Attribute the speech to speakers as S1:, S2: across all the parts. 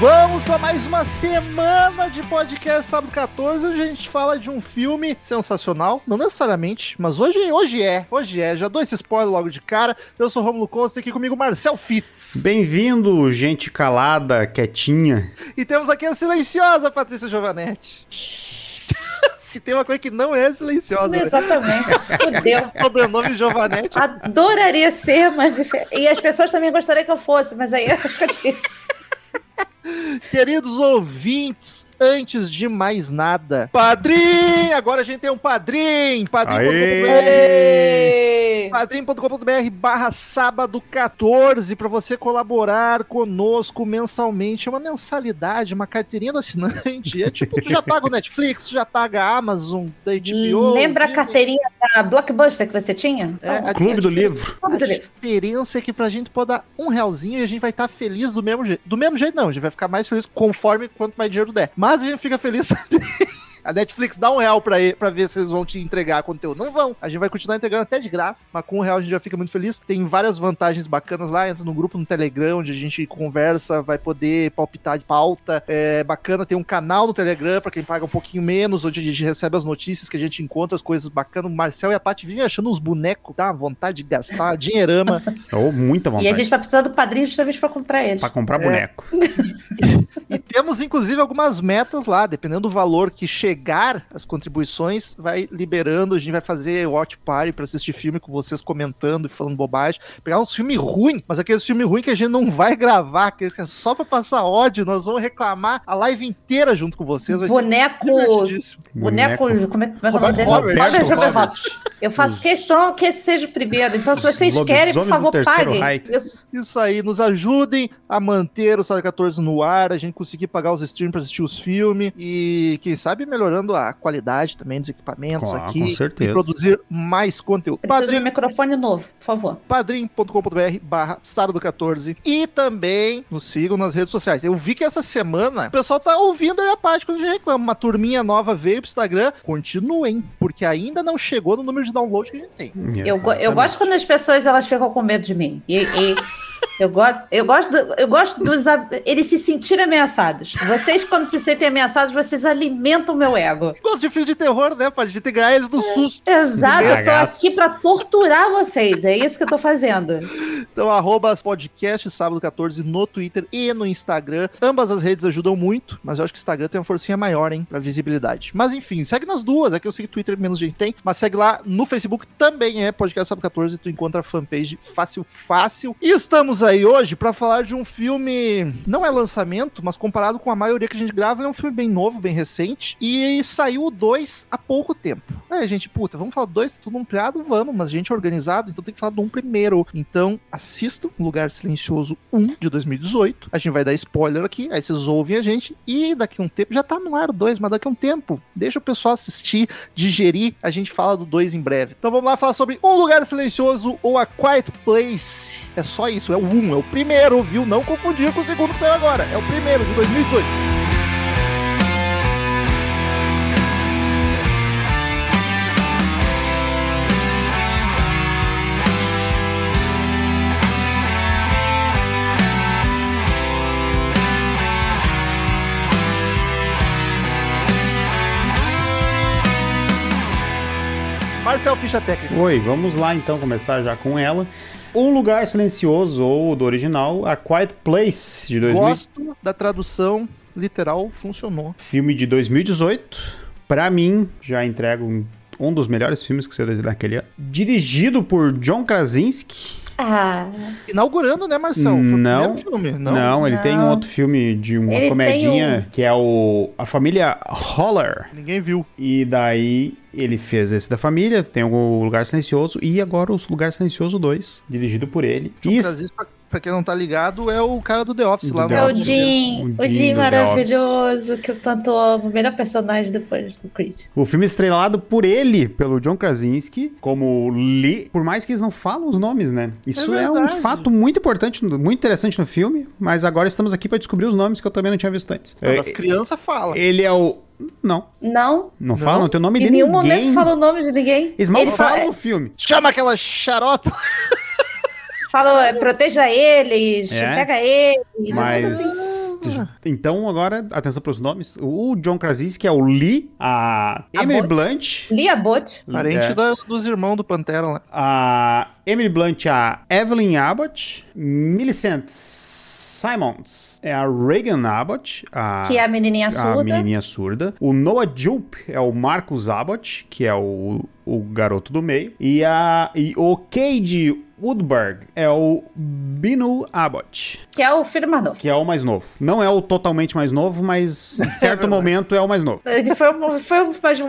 S1: Vamos para mais uma semana de podcast sábado 14, onde a gente fala de um filme sensacional, não necessariamente, mas hoje, hoje é, hoje é. Já dou esse spoiler logo de cara. Eu sou o Romulo Costa, aqui comigo Marcel Fitz.
S2: Bem-vindo, gente calada, quietinha.
S1: E temos aqui a silenciosa Patrícia Giovanetti. Se tem uma coisa que não é silenciosa, né?
S3: Exatamente. Fudeu.
S1: sobrenome Giovanetti.
S3: Adoraria ser, mas. E as pessoas também gostariam que eu fosse, mas aí fica difícil.
S1: Queridos ouvintes, antes de mais nada, padrinho! Agora a gente tem um padrinho! Padrinho.com.br
S3: Ei!
S1: padrim.com.br barra sábado 14 para você colaborar conosco mensalmente. É uma mensalidade, uma carteirinha do assinante. É tipo, tu já paga o Netflix, tu já paga a Amazon,
S2: Hum,
S1: da HBO.
S3: Lembra a
S1: Disney.
S3: carteirinha da Blockbuster que você tinha?
S1: É, a-
S2: Clube do
S1: a-
S2: Livro.
S3: Vamos
S1: a
S3: ler.
S1: diferença é que pra gente pode dar um realzinho e a gente vai estar feliz do mesmo jeito. Do mesmo jeito, não, a gente vai ficar mais feliz conforme quanto mais dinheiro der. Mas a gente fica feliz também. A Netflix dá um real pra, e- pra ver se eles vão te entregar conteúdo. Não vão. A gente vai continuar entregando até de graça. Mas com um real a gente já fica muito feliz. Tem várias vantagens bacanas lá. Entra no grupo no Telegram, onde a gente conversa, vai poder palpitar de pauta. É bacana. Tem um canal no Telegram pra quem paga um pouquinho menos, onde a gente recebe as notícias que a gente encontra, as coisas bacanas. O Marcel e a Paty vivem achando uns bonecos. Dá uma vontade de gastar uma dinheirama.
S2: Ou muita
S3: E a
S2: vontade
S3: gente tá precisando do padrinho justamente pra comprar ele.
S2: pra comprar boneco.
S1: E temos, inclusive, algumas metas lá. Dependendo do valor que chegar as contribuições, vai liberando. A gente vai fazer watch party pra assistir filme com vocês comentando e falando bobagem. Pegar uns filmes ruins, mas aqueles filmes ruins que a gente não vai gravar, aqueles que é só pra passar ódio. Nós vamos reclamar a live inteira junto com vocês. Vai ser
S3: Boneco.
S1: divertidíssimo.
S3: Boneco. Como é, como é que é o nome
S1: Roberto
S3: dele?
S1: Robert.
S3: Robert Robert.
S1: Robert.
S3: Eu faço questão que esse seja o primeiro. Então, se
S2: Os
S3: vocês querem, por
S2: lobisomens
S3: favor,
S2: do terceiro
S3: paguem.
S2: Reich.
S3: Isso.
S1: Isso aí, nos ajudem a manter o Sala 14 no ar, a gente conseguir pagar os streams pra assistir os filmes e, quem sabe, melhorando a qualidade também dos equipamentos
S2: Com-
S1: aqui.
S2: com
S1: E
S2: certeza.
S1: produzir mais conteúdo.
S3: Preciso de um
S1: Padrim-
S3: microfone novo, por favor.
S1: padrim.com.br barra sábado 14 e também nos sigam nas redes sociais. Eu vi que essa semana o pessoal tá ouvindo aí a parte quando a gente reclama. Uma turminha nova veio pro Instagram. Continuem, porque ainda não chegou no número de download que a gente tem.
S3: Eu, go- eu gosto quando as pessoas elas ficam com medo de mim. E, e eu gosto, eu gosto, do- eu gosto dos a- eles se sentirem ameaçados. Vocês quando se sentem ameaçados, vocês alimentam o meu ego.
S1: Gosto de filme de terror, né? Pra gente ganhar eles no susto.
S3: Exato, eu tô
S2: Cagaço.
S3: aqui pra torturar vocês. É isso que eu tô fazendo.
S1: Então, arroba podcast sábado 14 no Twitter e no Instagram. Ambas as redes ajudam muito, mas eu acho que o Instagram tem uma forcinha maior, hein, pra visibilidade. Mas enfim, segue nas duas, é que eu sei que Twitter menos gente tem, mas segue lá no Facebook também é podcast sábado 14, tu encontra a fanpage fácil, fácil. E estamos aí hoje pra falar de um filme, não é lançamento, mas comparado com a maioria que a gente grava, ele é um filme bem novo, bem recente, e saiu o 2 há pouco tempo. É, gente, puta, vamos falar dois, tudo ampliado? Vamos, mas gente organizado, então tem que falar de um primeiro. Então, assistam Lugar Silencioso 1 de 2018. A gente vai dar spoiler aqui, aí vocês ouvem a gente. E daqui a um tempo, já tá no ar o 2, mas daqui a um tempo, deixa o pessoal assistir, digerir. A gente fala do 2 em breve. Então vamos lá falar sobre Um Lugar Silencioso ou A Quiet Place. É só isso, é o 1, é o primeiro, viu? Não confundir com o segundo que saiu agora. É o primeiro de 2018. Marcel Ficha Técnica.
S2: Oi, vamos lá então começar já com ela. Um Lugar Silencioso, ou do original, A Quiet Place, de 2000,
S1: Gosto da tradução literal, funcionou.
S2: filme de 2018. Pra mim, já entrego um, um dos melhores filmes que saiu daquele ano. Dirigido por John Krasinski.
S3: Ah,
S1: Inaugurando, né, Marção? Foi o
S2: Não.
S1: primeiro filme,
S2: Não,
S1: não?
S2: ele
S3: Não.
S2: tem um outro filme de uma
S3: Ele tem um.
S2: comedinha que é o A Família Holler.
S1: Ninguém viu.
S2: E daí ele fez esse da família, tem o Lugar Silencioso e agora o Lugar Silencioso 2, dirigido por ele.
S1: Tio
S2: Isso.
S1: Brasil, pra, pra quem não tá ligado, é o cara do The Office
S2: Do
S1: lá
S2: The
S3: é
S1: no
S3: o
S2: Office.
S3: Jim,
S2: O
S3: o
S2: Jim
S3: Jim
S2: do The
S3: maravilhoso, que eu tanto amo. Melhor personagem depois do Creed.
S2: O filme é estrelado por ele, pelo John Krasinski, como Lee. Por mais que eles não falam os nomes, né? Isso é, um
S1: verdade.
S2: fato muito importante, muito interessante no filme, mas agora estamos aqui pra descobrir os nomes que eu também não tinha visto antes.
S1: Não,
S2: É,
S1: das crianças fala.
S2: ele é o... Não,
S3: Não,
S2: não,
S1: Não?
S2: fala, não tem o nome
S3: em
S2: de
S3: nenhum
S2: ninguém.
S3: momento fala o nome de ninguém.
S2: Eles mal
S3: Ele fa-
S2: falam o filme.
S1: Chama aquela xaropa.
S3: Fala, é, proteja eles,
S2: É?
S3: pega eles. é tudo assim.
S2: Mas. Então, agora, atenção para os nomes. O John Krasinski é o Lee, a Emily
S3: Abbott.
S2: Blunt.
S3: Lia Bot,
S1: Parente
S2: é,
S1: da- dos irmãos do Pantera lá.
S2: A Emily Blunt, é a Evelyn Abbott. Millicent Simons é a Reagan Abbott. A...
S3: que é a menininha
S2: a
S3: surda.
S2: menininha surda. O Noah Jupe é o Marcus Abbott, que é o, o garoto do meio. E, a, e o Cade Woodberg é o Binu Abbott.
S3: Que é o filho mais novo.
S2: que é o mais novo. Não é o totalmente mais novo, mas em certo
S1: verdade.
S2: momento é o mais novo.
S3: Ele foi, o- foi o mais,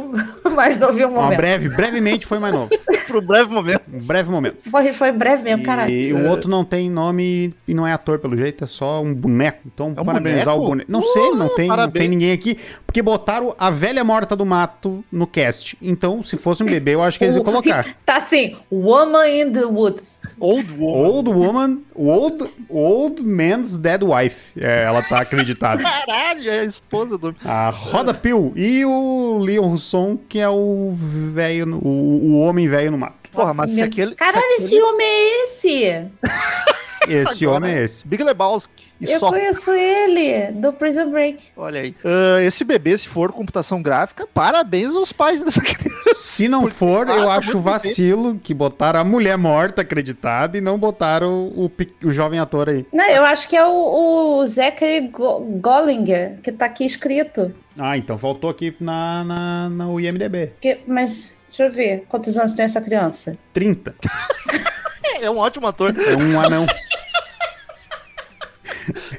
S3: mais novinho um
S2: Uma
S3: momento.
S2: breve, brevemente foi mais novo.
S1: Pro breve momento.
S2: Um breve momento.
S3: Foi, foi breve mesmo, caralho.
S2: E o outro não tem nome e não é ator, pelo jeito, é só um boneco. Então,
S1: É um
S2: parabenizar
S1: boneco?
S2: o boneco. Não sei, não tem, não
S1: parabéns.
S2: tem ninguém aqui. Porque botaram a velha morta do mato no cast. Então, se fosse um bebê, eu acho que eles iam
S3: O-
S2: colocar.
S3: Tá assim, Woman in the Woods.
S1: Old Woman.
S2: Old Woman, Old, old Man's Dead Wife. É, ela tá acreditada.
S1: Caralho, é a esposa do.
S2: A Roda Pill e o Leon Husson, que é o velho, no- o, o homem velho no mato.
S1: Porra,
S3: Nossa,
S1: mas se
S3: meu-
S1: aquele.
S3: Caralho,
S1: se
S3: esse homem é esse?
S2: Esse
S1: Agora-
S2: homem é esse.
S1: Big Lebowski e
S3: eu
S1: só.
S3: conheço ele, do Prison Break.
S1: Olha aí. Ah, esse bebê, se for computação gráfica, parabéns aos pais dessa criança.
S2: Se não for,
S1: Ah,
S2: eu
S1: tá
S2: acho
S1: muito
S2: vacilo que botaram a mulher morta acreditada e não botaram o, pe- o jovem ator aí.
S3: Não, eu acho que é o, o Zachary Go- Gollinger, que tá aqui escrito.
S2: Ah, então faltou aqui na, na, na IMDB.
S3: Que- mas, deixa eu ver, quantos anos tem essa criança?
S2: 30.
S1: É um ótimo ator.
S2: É um anão.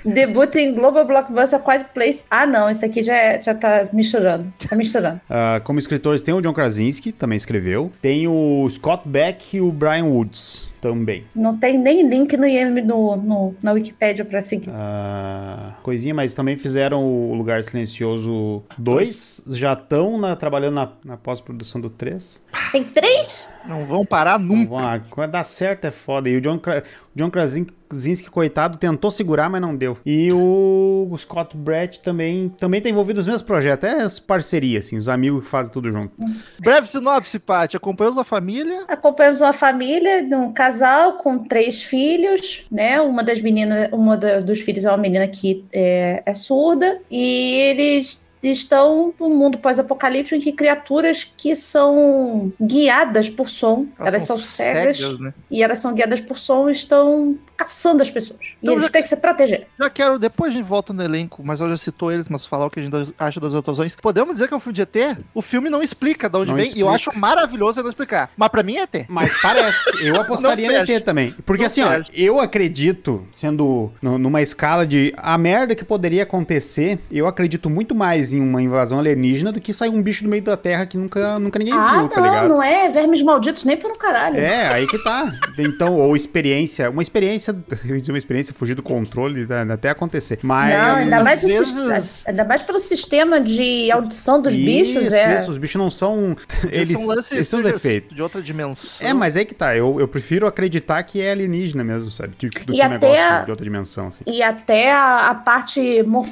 S3: Debuta em Global Blockbuster Quiet Place. Ah, não, esse aqui já, é- já tá misturando. Tá misturando.
S2: Ah, como escritores, tem o John Krasinski, também escreveu. Tem o Scott Beck e o Brian Woods, também.
S3: Não tem nem link no IM no, no- na Wikipédia pra seguir.
S2: Ah, coisinha, mas também fizeram o Lugar Silencioso 2, já estão na- trabalhando na, na pós-produção do 3.
S3: Tem três?
S1: Não vão parar
S2: Então,
S1: nunca.
S2: vamos lá, quando dá certo é foda. E o John, Kra- o John Krasinski, coitado, tentou segurar, mas não deu. E o Scott Brett também, também tá envolvido nos mesmos projetos, é as parcerias, assim, os amigos que fazem tudo junto.
S1: Breve sinopse, Paty. Acompanhou sua família.
S3: Acompanhamos uma família, de um casal com três filhos, né? Uma das meninas, uma da- dos filhos é uma menina que é, é surda, e eles estão num mundo pós-apocalíptico em que criaturas que são guiadas por som, elas, são, cegas,
S1: né?
S3: e elas são guiadas por som e estão caçando as pessoas.
S1: Então
S3: e eles
S1: já-
S3: têm que se proteger.
S1: Já quero, depois a gente volta no elenco, mas eu já citou eles, mas falar o que a gente acha das atuações. Podemos dizer que é um filme de ET? O filme não explica de onde
S2: Não
S1: vem, e eu
S2: explica.
S1: acho maravilhoso ele não explicar. Mas pra mim é ET.
S2: Mas parece. Eu apostaria
S1: Não
S2: em
S1: fecha.
S2: ET também. Porque
S1: Não
S2: assim, ó,
S1: fecha.
S2: eu acredito, sendo nu- numa escala de a merda que poderia acontecer, eu acredito muito mais em uma invasão alienígena do que sair um bicho do meio da Terra que nunca, nunca ninguém viu, tá ligado?
S3: é vermes malditos nem por um caralho.
S2: É, aí que tá. Então, ou experiência. Uma experiência, eu ia dizer uma experiência fugir do controle, né, até acontecer. Mas.
S3: Não, ainda
S1: às
S3: mais, o
S1: vezes-
S3: sis- ainda mais pelo sistema de audição dos bichos,
S2: Isso,
S3: é.
S2: isso, os bichos não são. Eles,
S1: são lances
S2: eles têm um
S1: de-
S2: defeito.
S1: De outra dimensão.
S3: Hum.
S2: É, mas é que tá. Eu, eu prefiro acreditar que é alienígena mesmo, sabe? Tipo, do
S3: E
S2: que um
S3: até
S2: negócio
S3: a-
S2: de outra dimensão, assim.
S3: E até a, a parte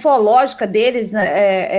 S3: morfológica deles né, é,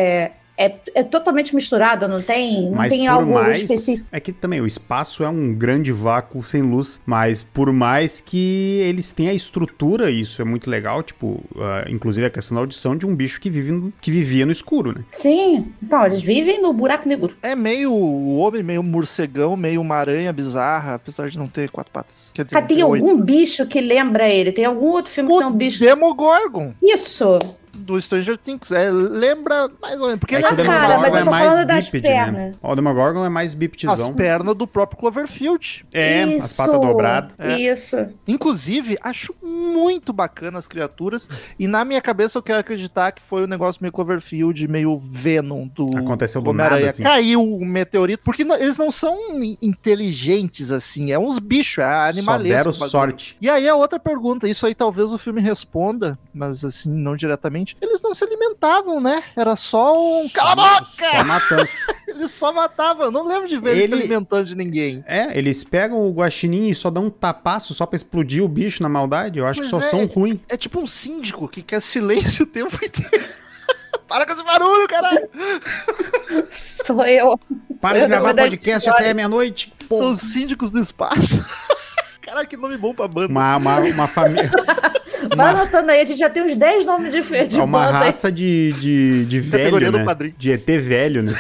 S3: é, é, é totalmente misturada, não tem, não
S2: Mas
S3: tem
S2: por
S3: algo
S2: mais,
S3: específico.
S2: É que também o espaço é um grande vácuo sem luz, mas por mais que eles tenham a estrutura, isso é muito legal, tipo, ah, inclusive a questão da audição de um bicho que, vive no- que vivia no escuro, né?
S3: Sim, então, eles vivem no buraco negro.
S1: É meio o homem, meio morcegão, meio uma aranha bizarra, apesar de não ter quatro patas. Quer dizer,
S3: Cadê
S1: não ter oito.
S3: algum bicho Ah, que lembra ele? Tem algum outro filme que tem um
S1: O
S3: bicho.
S1: Demogorgon.
S3: Isso!
S1: do Stranger Things. É, lembra mais ou menos. Porque
S2: É
S1: ele
S2: que
S3: na
S2: o
S1: é
S3: cara, mas
S2: Demogorgon
S3: eu
S2: é
S3: tô
S2: mais
S3: falando das
S2: bípede, né?
S3: pernas.
S2: O Demogorgon é mais
S1: as
S2: bípedezão.
S1: pernas do próprio Cloverfield.
S2: É, as patas dobradas. é.
S3: Isso.
S1: Inclusive, acho muito bacana as criaturas. E na minha cabeça eu quero acreditar que foi um negócio meio Cloverfield, meio Venom do.
S2: Aconteceu do
S1: Homem-Aranha.
S2: nada, assim.
S1: Caiu um meteorito. Porque não- eles não são in- inteligentes, assim. É uns bichos, é
S2: Só
S1: animalesco.
S2: deram
S1: o bagulho.
S2: sorte.
S1: E aí a outra pergunta, isso aí talvez o filme responda, mas assim, não diretamente. Eles não se alimentavam, né? Era só um. Cala a boca!
S2: Só matança.
S1: Eles só matavam. Eu não lembro de ver eles se
S2: Ele-
S1: alimentando de ninguém.
S2: é, eles pegam o guaxinim e só dão um tapaço só pra explodir o bicho na maldade. Eu acho que só
S1: Pois é.
S2: são ruim.
S1: É tipo um síndico que quer silêncio o tempo inteiro. Para com esse barulho, caralho!
S3: Sou eu. Sou
S2: Para
S3: eu
S2: de gravar
S3: da
S2: podcast
S3: história.
S2: até meia-noite.
S1: São os síndicos do espaço. Caralho, que nome bom pra banda.
S2: Uma, uma, uma família.
S3: Vai anotando aí, a gente já tem uns 10 nomes de, fe- de
S2: É uma
S3: banda aí.
S2: raça de, de, de
S1: Categoria
S2: velho,
S1: do
S2: né?
S1: quadrinho.
S2: De ET velho, né?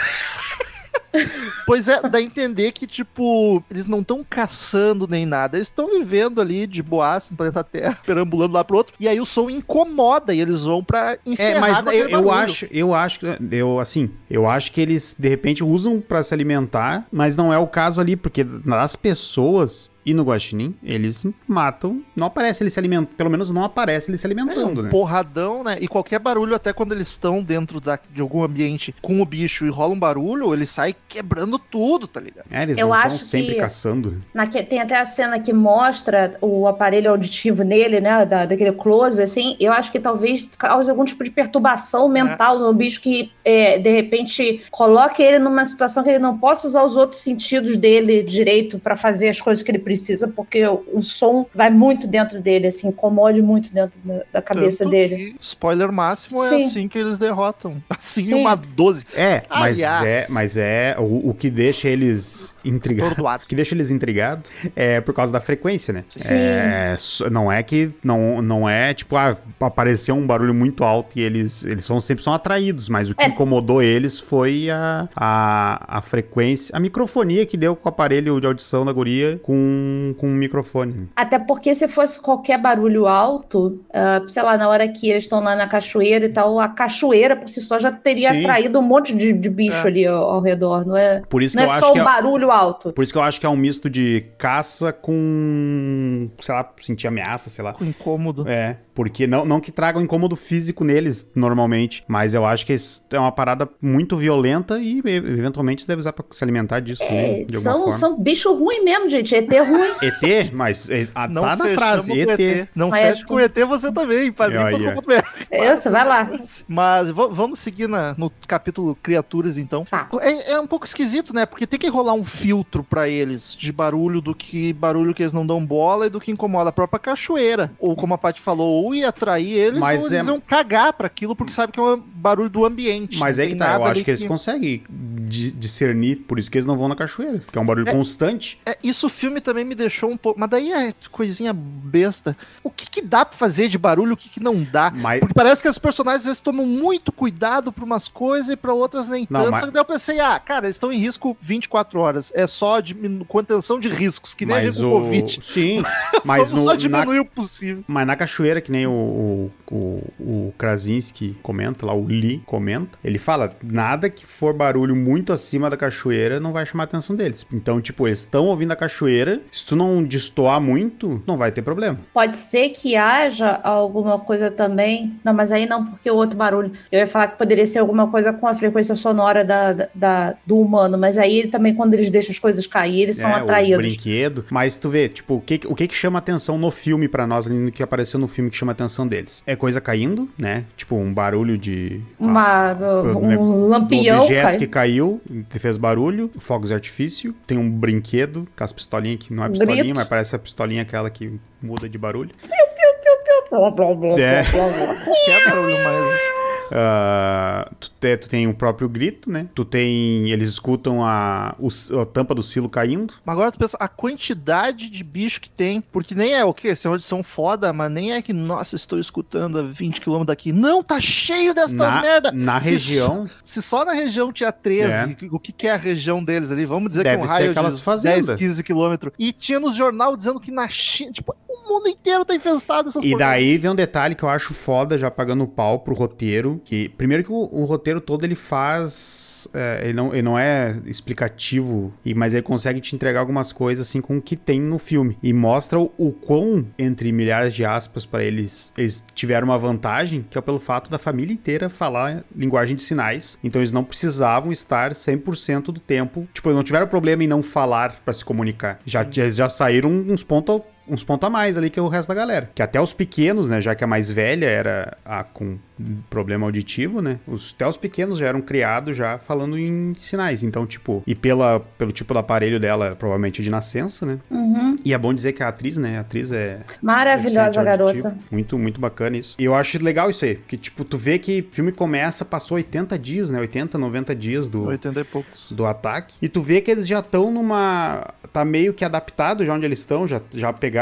S1: Pois é, dá a entender que, tipo, eles não estão caçando nem nada. Eles estão vivendo ali de boaça no planeta Terra, perambulando lá pro outro. E aí o som incomoda e eles vão pra encerrar
S2: É, mas
S1: com aquele
S2: eu, eu
S1: barulho.
S2: acho, eu acho que eu assim, eu acho que eles de repente usam pra se alimentar, mas não é o caso ali porque nas pessoas e no guaxinim, eles matam, não aparece ele se alimentando, pelo menos não aparece ele se
S1: É,
S2: alimentando, né?
S1: Porradão, né? E qualquer barulho, até quando eles estão dentro da- de algum ambiente com o bicho e rola um barulho, ele sai quebrando tudo, tá ligado?
S2: É, eles
S3: Eu
S2: não estão
S3: acho
S2: sempre
S3: que-
S2: caçando. né?
S3: Naque- tem até a cena que mostra o aparelho auditivo nele, né? Da, daquele close, assim. Eu acho que talvez cause algum tipo de perturbação mental no bicho que, é, de repente, coloque ele numa situação que ele não possa usar os outros sentidos dele direito pra fazer as coisas que ele precisa, porque o, o som vai muito dentro dele, assim, incomode muito dentro da, da cabeça
S1: Tanto
S3: dele.
S1: que, spoiler máximo, é
S3: Sim.
S1: assim que eles derrotam. Assim,
S3: Sim.
S1: uma 12
S2: É, mas
S1: Aliás.
S2: é, mas é o, o que deixa eles intrigados.
S1: atordoado.
S2: O que deixa eles intrigados é por causa da frequência, né?
S3: Sim.
S2: É, so- não é que não, não é tipo ah, apareceu um barulho muito alto e eles eles são sempre são atraídos, mas o que
S3: É.
S2: incomodou eles foi a, a, a frequência, a microfonia que deu com o aparelho de audição da guria com, com o microfone.
S3: Até porque se fosse qualquer barulho alto, ah, sei lá, na hora que eles estão lá na cachoeira e tal, a cachoeira por si só já teria
S2: Sim.
S3: atraído um monte de, de bicho
S1: É.
S3: ali ao, ao redor, não é?
S2: Por isso
S3: Não
S2: que
S3: é
S2: eu
S3: só
S2: acho
S3: o
S2: que é-
S3: barulho alto.
S2: por isso que eu acho que é um misto de caça com, sei lá, sentir ameaça, sei lá.
S1: Com incômodo.
S2: É, porque não, não que traga um incômodo físico neles, normalmente, mas eu acho que isso é uma parada muito violenta e e, eventualmente deve usar pra se alimentar disso
S3: É,
S2: também, de alguma
S3: são,
S2: forma.
S3: são bicho ruim mesmo, gente. ET ruim.
S2: ET, mas é, a, tá na
S1: fechamos
S2: frase,
S1: com
S2: ET.
S1: Não
S3: Mas é
S1: fecha com o ET você também, padrinho.com.br.
S3: Isso, É, vai lá.
S1: Mas va- vamos seguir na- no capítulo criaturas, então.
S3: Tá.
S1: É, é um pouco esquisito, né? Porque tem que rolar um filtro pra eles de barulho, do que barulho que eles não dão bola e do que incomoda a própria cachoeira. Ou como a Paty falou, ou ia atrair eles,
S2: Mas
S1: ou
S2: é-
S1: eles iam cagar pra aquilo, porque sabe que é um barulho do ambiente.
S2: Mas
S1: Não
S2: é que
S1: tem
S2: tá, eu
S1: nada
S2: acho
S1: ali
S2: que eles conseguem di- discernir, por isso que eles não vão na cachoeira, porque é um barulho
S1: É.
S2: constante.
S1: É, isso o filme também me deixou um pouco. Mas daí é coisinha besta. O que, que dá pra fazer de barulho, o que, que não dá?
S2: Mas,
S1: ah, Porque parece que os personagens às vezes tomam muito cuidado pra umas coisas e pra outras nem
S2: Não,
S1: tanto.
S2: mas-
S1: Só que daí eu pensei, ah, cara, eles estão em risco 24 horas. É só diminu- contenção de riscos, que nem a
S2: mas
S1: gente com
S2: o...
S1: Covid.
S2: Sim, mas
S1: Vamos
S2: no,
S1: só
S2: na
S1: diminuir o possível.
S2: Mas na cachoeira, que nem o, o, o, o Krasinski comenta, lá o Lee comenta, ele fala: nada que for barulho muito acima da cachoeira não vai chamar a atenção deles. Então, tipo, eles estão ouvindo a cachoeira, se tu não destoar muito, não vai ter problema.
S3: Pode ser que haja alguma coisa também. Não, mas aí não, porque o outro barulho. Eu ia falar que poderia ser alguma coisa com a frequência sonora da, da- da- do humano, mas aí também quando eles deixam as coisas cair, eles são
S2: É, O
S3: atraídos.
S2: brinquedo. Mas tu vê, tipo, o que, o que que chama atenção no filme pra nós, ali no que apareceu no filme que chama atenção deles? É coisa caindo, né? Tipo, um barulho de.
S3: Uma- um
S2: né,
S3: lampião
S2: do objeto
S3: cai-
S2: que caiu, que fez barulho, fogos de artifício, tem um brinquedo com as pistolinhas que não é
S3: Um
S2: pistolinha,
S3: grito.
S2: mas parece a pistolinha aquela que muda de barulho.
S3: Blá, blá, blá,
S2: É.
S3: blá, blá, blá.
S1: Qualquer barulho mais.
S2: Ah, tu, te- tu tem o próprio grito, né? Tu tem. Eles escutam a, o s- a tampa do silo caindo.
S1: Mas agora tu pensa, a quantidade de bicho que tem, porque nem é o quê? Essa audição foda, mas nem é que, nossa, estou escutando a 20 km daqui. Não, tá cheio dessas
S2: Na,
S1: merda.
S2: na
S1: Se
S2: região.
S1: Se só na região tinha 13, o que, que é a região deles ali? Vamos dizer
S2: Deve
S1: que um
S2: ser
S1: raio
S2: aquelas
S1: de
S2: fazendas.
S1: 10, 15 quilômetros. E tinha nos jornal dizendo que na China, tipo, um mundo inteiro tá infestado essas
S2: E
S1: porcarias.
S2: daí vem um detalhe que eu acho foda, já pagando o pau pro roteiro. Que, primeiro que o, o roteiro todo ele faz. é, ele, não, ele não é explicativo, e, mas ele consegue te entregar algumas coisas assim com o que tem no filme. E mostra o, o quão, entre milhares de aspas, pra eles, eles tiveram uma vantagem, que é pelo fato da família inteira falar linguagem de sinais. Então eles não precisavam estar 100% do tempo. Tipo, eles não tiveram problema em não falar pra se comunicar. Já, eles já saíram uns pontos uns pontos a mais ali que o resto da galera. Que até os pequenos, né? Já que a mais velha era a com problema auditivo, né? Os, até os pequenos já eram criados já falando em sinais. Então, tipo, e pela, pelo tipo do aparelho dela, provavelmente de nascença, né?
S3: Uhum.
S2: E é bom dizer que a atriz, né? A atriz é.
S3: Maravilhosa
S2: deficiente auditivo.
S3: garota.
S2: Muito, muito bacana isso. E eu acho legal isso aí. Que, tipo, tu vê que o filme começa, passou 80 dias, né? 80, 90 dias do,
S1: 80 e poucos.
S2: do ataque. E tu vê que eles já estão numa. Tá meio que adaptado já onde eles estão, já, já pegaram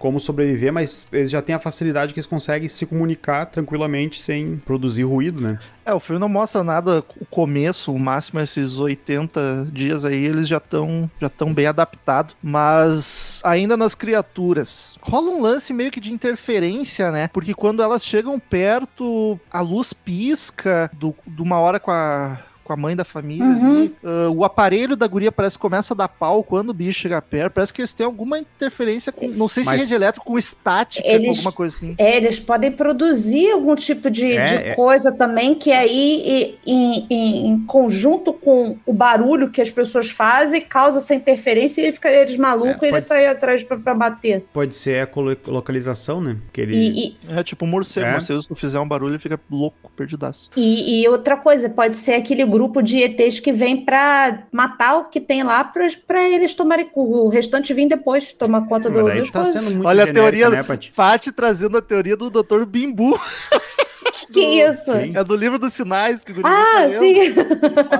S2: como sobreviver, mas eles já têm a facilidade que eles conseguem se comunicar tranquilamente sem produzir ruído, né?
S1: É, o filme não mostra nada, o começo, o máximo, esses 80 dias aí, eles já estão já tão bem adaptados, mas ainda nas criaturas. Rola um lance meio que de interferência, né? Porque quando elas chegam perto, a luz pisca do, de uma hora com a. Com a mãe da família
S3: Uhum.
S1: ali. Ah, o aparelho da guria parece que começa a dar pau quando o bicho chega perto. Parece que eles têm alguma interferência com. Não sei se
S2: Mas-
S1: rede elétrica, com estática,
S3: Eles-
S1: com alguma coisa assim.
S3: É, eles podem produzir algum tipo de,
S2: É,
S3: de
S2: é.
S3: coisa também, que aí, e- em, em- em conjunto com o barulho que as pessoas fazem, causa essa interferência e fica eles malucos
S2: É,
S3: e eles
S2: pode-
S3: saem atrás pra, pra bater.
S2: Pode ser a colo- localização, né? Que ele...
S3: E, e-
S1: É tipo um morcego.
S2: É.
S1: Morcego, se tu fizer um barulho, ele fica louco, perdidaço.
S3: E, e outra coisa, pode ser aquele grupo de ETs que vem pra matar o que tem lá pra, pra eles tomarem cu. O restante vem depois tomar conta do,
S2: Mas daí
S3: dos
S2: tu tá
S3: coisas.
S2: sendo muito
S1: Olha a
S2: genérica,
S1: teoria-
S2: né, Paty?
S1: Paty trazendo a teoria do Dr. Bimbu.
S3: Que isso?
S2: Sim.
S1: É do livro dos sinais que o guri
S3: Ah,
S1: saiu.
S3: sim.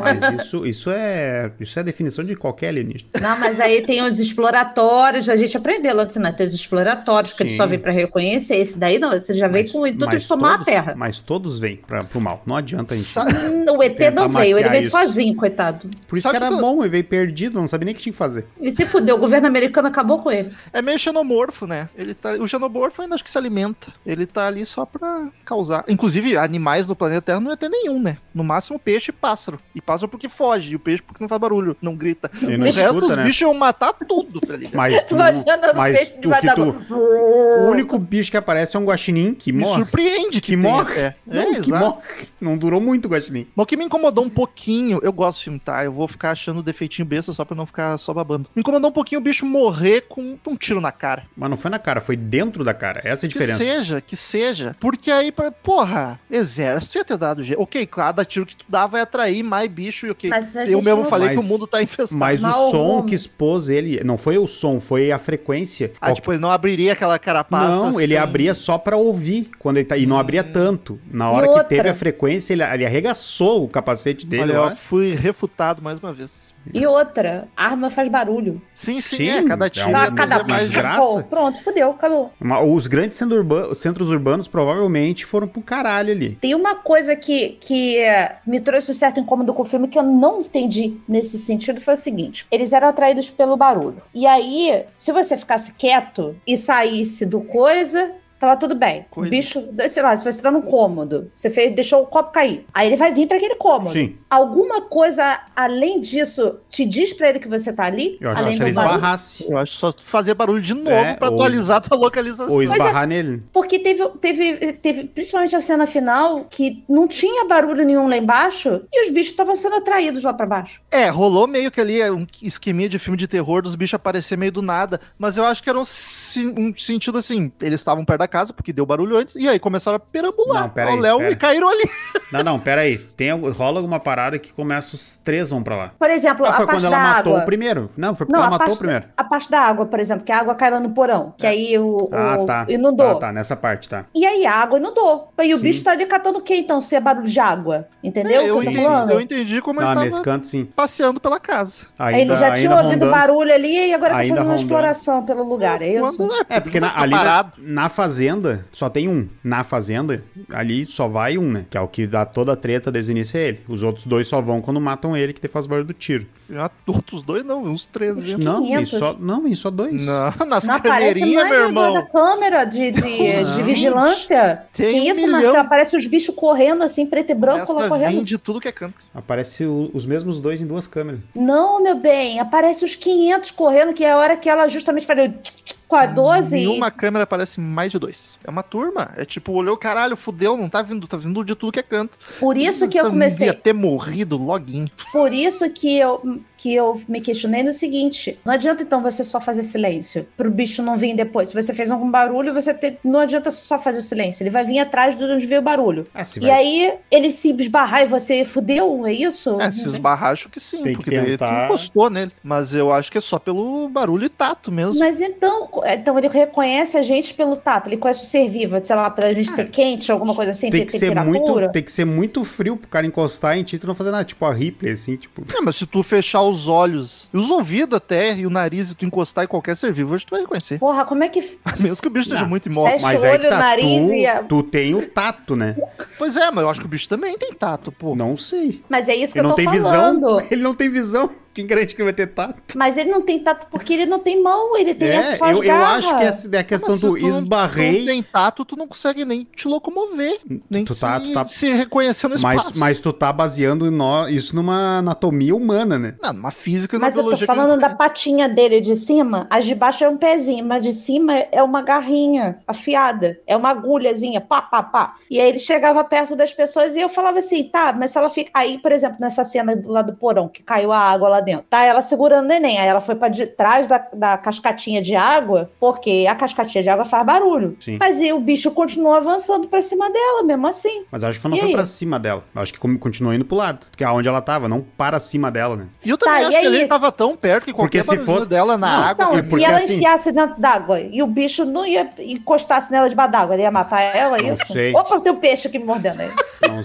S2: Mas isso, isso é. Isso é a definição de qualquer alienígena.
S3: Não, mas aí tem os exploratórios, a gente aprendeu lá no Sinai, tem os exploratórios que a gente
S2: Sim.
S3: só vem pra reconhecer. Esse daí não, esse já veio
S2: Mas-
S3: com o intuito
S2: mas
S3: de tomar
S2: todos-
S3: a terra.
S2: Mas todos vêm pra, pro mal. Não adianta a gente.
S1: Sa-
S3: O ET
S2: tentar
S3: não veio, ele
S2: maquiar
S3: veio
S2: isso.
S3: sozinho, coitado.
S2: Por isso
S1: sabe
S2: que era
S1: que eu-
S2: bom, ele veio perdido, não sabia nem o que tinha que fazer.
S3: Ele se fudeu, o governo americano acabou com ele.
S1: É meio xenomorfo, né? Ele tá... O xenomorfo ainda acho que se alimenta. Ele tá ali só pra causar. Inclusive, animais no planeta Terra não ia ter nenhum, né? No máximo, peixe e pássaro. E pássaro porque foge, e o peixe porque não faz barulho, não grita.
S2: Ele
S1: o
S2: não
S1: resto,
S2: escuta,
S1: os
S2: né?
S1: bichos iam matar tudo, tá ligado?
S2: Mas tu,
S3: Imagina no
S2: mas
S3: peixe
S2: tu,
S3: debaixo
S2: que tu,
S3: d'água.
S2: o único bicho que aparece é um guaxinim que
S1: Me
S2: morre.
S1: surpreende que,
S2: Que
S1: tenha-
S2: morre.
S1: É,
S2: Não,
S1: é,
S2: que
S1: exato.
S2: morre. Não durou muito o guaxinim.
S1: Mas o que me incomodou um pouquinho, eu gosto de filme, tá? Eu vou ficar achando defeitinho besta só pra não ficar só babando. Me incomodou um pouquinho o bicho morrer com um tiro na cara.
S2: Mas não foi na cara, foi dentro da cara. Essa é a diferença.
S1: Que seja, que seja. Porque aí, pra- porra, exército ia ter dado jeito. Ok, claro, da tiro que tu dá vai atrair mais bicho e ok.
S3: Mas a
S1: Eu
S3: gente
S1: mesmo
S3: não
S1: falei
S2: sabe.
S1: que o mundo tá infestado.
S2: Mas o
S3: Mal
S2: som
S3: rumo.
S2: que expôs ele, não foi o som, foi a frequência.
S1: Ah, tipo, ele não abriria aquela carapaça.
S2: não, ele
S1: assim. Hum.
S2: abria só pra ouvir quando ele tá e não abria tanto. Na
S3: E
S2: hora
S3: outra?
S2: que teve a frequência, ele, ele arregaçou o capacete dele né?
S1: Olha,
S2: lá.
S1: eu fui refutado mais uma vez.
S3: E outra, a arma faz barulho.
S1: Sim, sim,
S2: Sim,
S1: é. Cada
S2: é
S1: tiro
S2: um-
S1: ia
S3: Dá
S2: menos
S1: trazer
S3: cada
S2: é mais
S3: Pô,
S2: graça.
S3: Pronto, fudeu, acabou.
S2: Mas Os grandes centro urba- centros urbanos provavelmente foram pro caralho ali.
S3: Tem uma coisa que, que eh, me trouxe um certo incômodo com o filme que eu não entendi nesse sentido foi o seguinte: eles eram atraídos pelo barulho. E aí, se você ficasse quieto e saísse do coisa. Tava tudo bem.
S1: Coisa.
S3: O bicho, sei lá, se você tá num cômodo, você fez, deixou o copo cair. Aí ele vai vir pra aquele cômodo.
S2: Sim,
S3: Alguma coisa além disso te diz pra ele que você tá ali?
S2: eu acho
S3: além
S2: que se ele
S3: do barulho?
S2: esbarrasse
S1: Eu acho que só tu fazia barulho de novo
S2: É,
S1: pra
S2: ou
S1: atualizar a tua localização.
S3: é
S2: ou esbarrar nele.
S3: Porque teve, teve, teve, principalmente a cena final, que não tinha barulho nenhum lá embaixo e os bichos estavam sendo atraídos lá pra baixo.
S1: É, rolou meio que ali um esqueminha de filme de terror dos bichos aparecer meio do nada, mas eu acho que era um, sen- um sentido assim, eles estavam perto da casa, porque deu barulho antes, e aí começaram a perambular
S2: Não, pera
S1: ao
S2: aí,
S1: Léo
S2: pera.
S1: e caíram ali.
S2: Não, não, pera aí. Tem, algo- rola alguma parada que começa os três vão pra lá.
S3: Por exemplo,
S2: Ah,
S3: a
S2: foi
S3: parte
S2: quando
S3: da
S2: ela matou
S3: água.
S2: o primeiro? Não, foi porque
S3: Não,
S2: ela
S3: a
S2: matou o
S3: parte-
S2: primeiro.
S3: A parte da água, por exemplo, que a água cai lá no porão. Que aí o, o-
S2: Ah, tá.
S3: inundou.
S2: Tá, tá, nessa parte, tá.
S3: E aí a água inundou. E o
S2: Sim.
S3: bicho tá ali catando o quê, então, se é barulho de água? Entendeu?
S1: É, eu,
S3: o que eu tô
S1: entendi,
S3: falando?
S1: eu entendi como
S2: Não,
S1: ele
S2: nesse
S1: tava
S2: canto, sim.
S1: passeando pela casa.
S3: Aí Ah, ele
S2: Ainda-
S3: já tinha
S2: ainda
S3: ouvido
S2: rondando.
S3: barulho ali e agora tá
S2: Ainda
S3: fazendo uma
S2: rondando.
S3: exploração pelo lugar, é isso?
S1: Quando-
S2: É, porque
S1: não
S2: na,
S1: fica
S2: ali na,
S1: parado.
S2: na Fazenda, só tem um. Na Fazenda, ali só vai um, né? Que é o que dá toda a treta desde o início é ele. Os outros dois só vão quando matam ele, que ele faz o barulho do tiro.
S1: Já turta os dois, não, uns 300.
S2: Não, e
S3: 500.
S2: só, não, e só dois.
S1: Não, nas
S3: Não aparece
S1: cadeirinhas,
S3: mais
S1: meu
S3: nada da
S1: irmão.
S3: câmera de, de, de
S1: Gente,
S3: vigilância.
S1: tem
S3: que
S1: um
S3: isso,
S1: milhão.
S3: Marcelo? Aparece os bichos correndo assim, preto e branco lá
S1: Esta
S3: correndo.
S1: vende tudo que é canto.
S2: Aparece o- os mesmos dois em duas câmeras.
S3: Não, meu bem, aparece os 500 correndo, que é a hora que ela justamente faz o tch, tch, com a 12 e-
S1: Ah, Nenhuma câmera aparece mais de dois. É uma turma. É tipo, olhou, caralho, fudeu, não tá vindo, tá vindo de tudo que é canto.
S3: Por isso que
S1: Esta
S3: eu comecei,
S1: Devia ter morrido login.
S3: por isso que eu, que eu me questionei no seguinte: não adianta então você só fazer silêncio pro bicho não vir depois. Se você fez algum barulho, você tem- não adianta só fazer silêncio. Ele vai vir atrás de onde veio o barulho.
S2: Ah, se
S3: E aí ele se esbarrar e você fudeu, é isso?
S1: É, se esbarrar, acho que sim,
S2: Tem que
S1: porque daí tu
S2: tentar.
S1: encostou nele. Mas eu acho que é só pelo barulho e tato mesmo.
S3: Mas então, então ele reconhece a gente pelo tato, ele conhece o ser vivo, sei lá, pra gente ser quente, alguma coisa assim,
S2: Ah, tem
S3: ter
S2: que, ser
S3: temperatura.
S2: muito, tem que ser muito frio pro cara encostar em ti e tu não fazer nada. Tipo a Ripley, assim, tipo.
S1: Não, Ah, mas se tu fechar os olhos, e os ouvidos até, e o nariz, e tu encostar em qualquer ser vivo, hoje tu vai reconhecer.
S3: Porra, como é que. f-
S1: Mesmo que o bicho esteja
S2: Não.
S1: muito imóvel.
S3: Fecha
S2: Mas
S3: o
S2: aí que
S3: olho,
S2: tá,
S3: o nariz
S2: tu,
S3: e a-
S2: tu tem o tato, né?
S1: Pois é, mas eu acho que o bicho também tem tato, pô.
S2: Não sei.
S3: Mas é isso que
S2: Ele não
S3: eu tô
S2: tem
S3: falando.
S2: visão. Ele não tem visão. Quem garante que vai ter tato?
S3: Mas ele não tem tato porque ele não tem mão, ele tem
S2: É,
S3: só as
S2: eu, eu
S3: garras.
S2: acho que essa é a questão
S1: Mas se
S2: do
S1: tu não- Tu
S2: esbarrei.
S1: não tem tato, tu não consegue nem te locomover, nem
S2: tu
S1: se,
S2: tá- tu tá-
S1: se reconhecer no espaço.
S2: Mas, mas tu tá baseando nó- isso numa anatomia humana, né?
S1: Não, numa física e
S3: Mas eu tô
S1: biologia que
S3: falando
S1: não
S3: da patinha dele de cima, as de baixo é um pezinho, mas de cima é uma garrinha afiada, é uma agulhazinha, pá, pá, pá. E aí ele chegava perto das pessoas e eu falava assim, tá, mas se ela fica. Aí, por exemplo, nessa cena do- lá do porão, que caiu a água lá dentro, tá ela segurando o neném, aí ela foi pra de trás da, da cascatinha de água, porque a cascatinha de água faz barulho.
S2: Sim.
S3: Mas e o bicho continuou avançando pra cima dela, mesmo assim.
S2: Mas acho que não
S3: E
S2: foi
S3: aí?
S2: pra cima dela. Eu acho que como- continuou indo pro lado. Que é onde ela tava, não para cima dela, né?
S1: E eu também
S3: Tá,
S1: acho
S3: e
S1: que
S3: é
S1: ele
S3: isso.
S1: tava tão perto que qualquer
S2: Porque se
S1: barulhinho
S2: fosse-
S1: dela na
S2: Não,
S1: água...
S3: Então,
S2: é
S3: se
S2: porque
S3: ela
S2: assim-
S3: enfiasse dentro d'água e o bicho não ia encostasse nela de d'água, ele ia matar ela, é
S2: Não
S3: isso?
S2: sei.
S3: Opa, tem um peixe aqui me mordendo aí.
S2: Não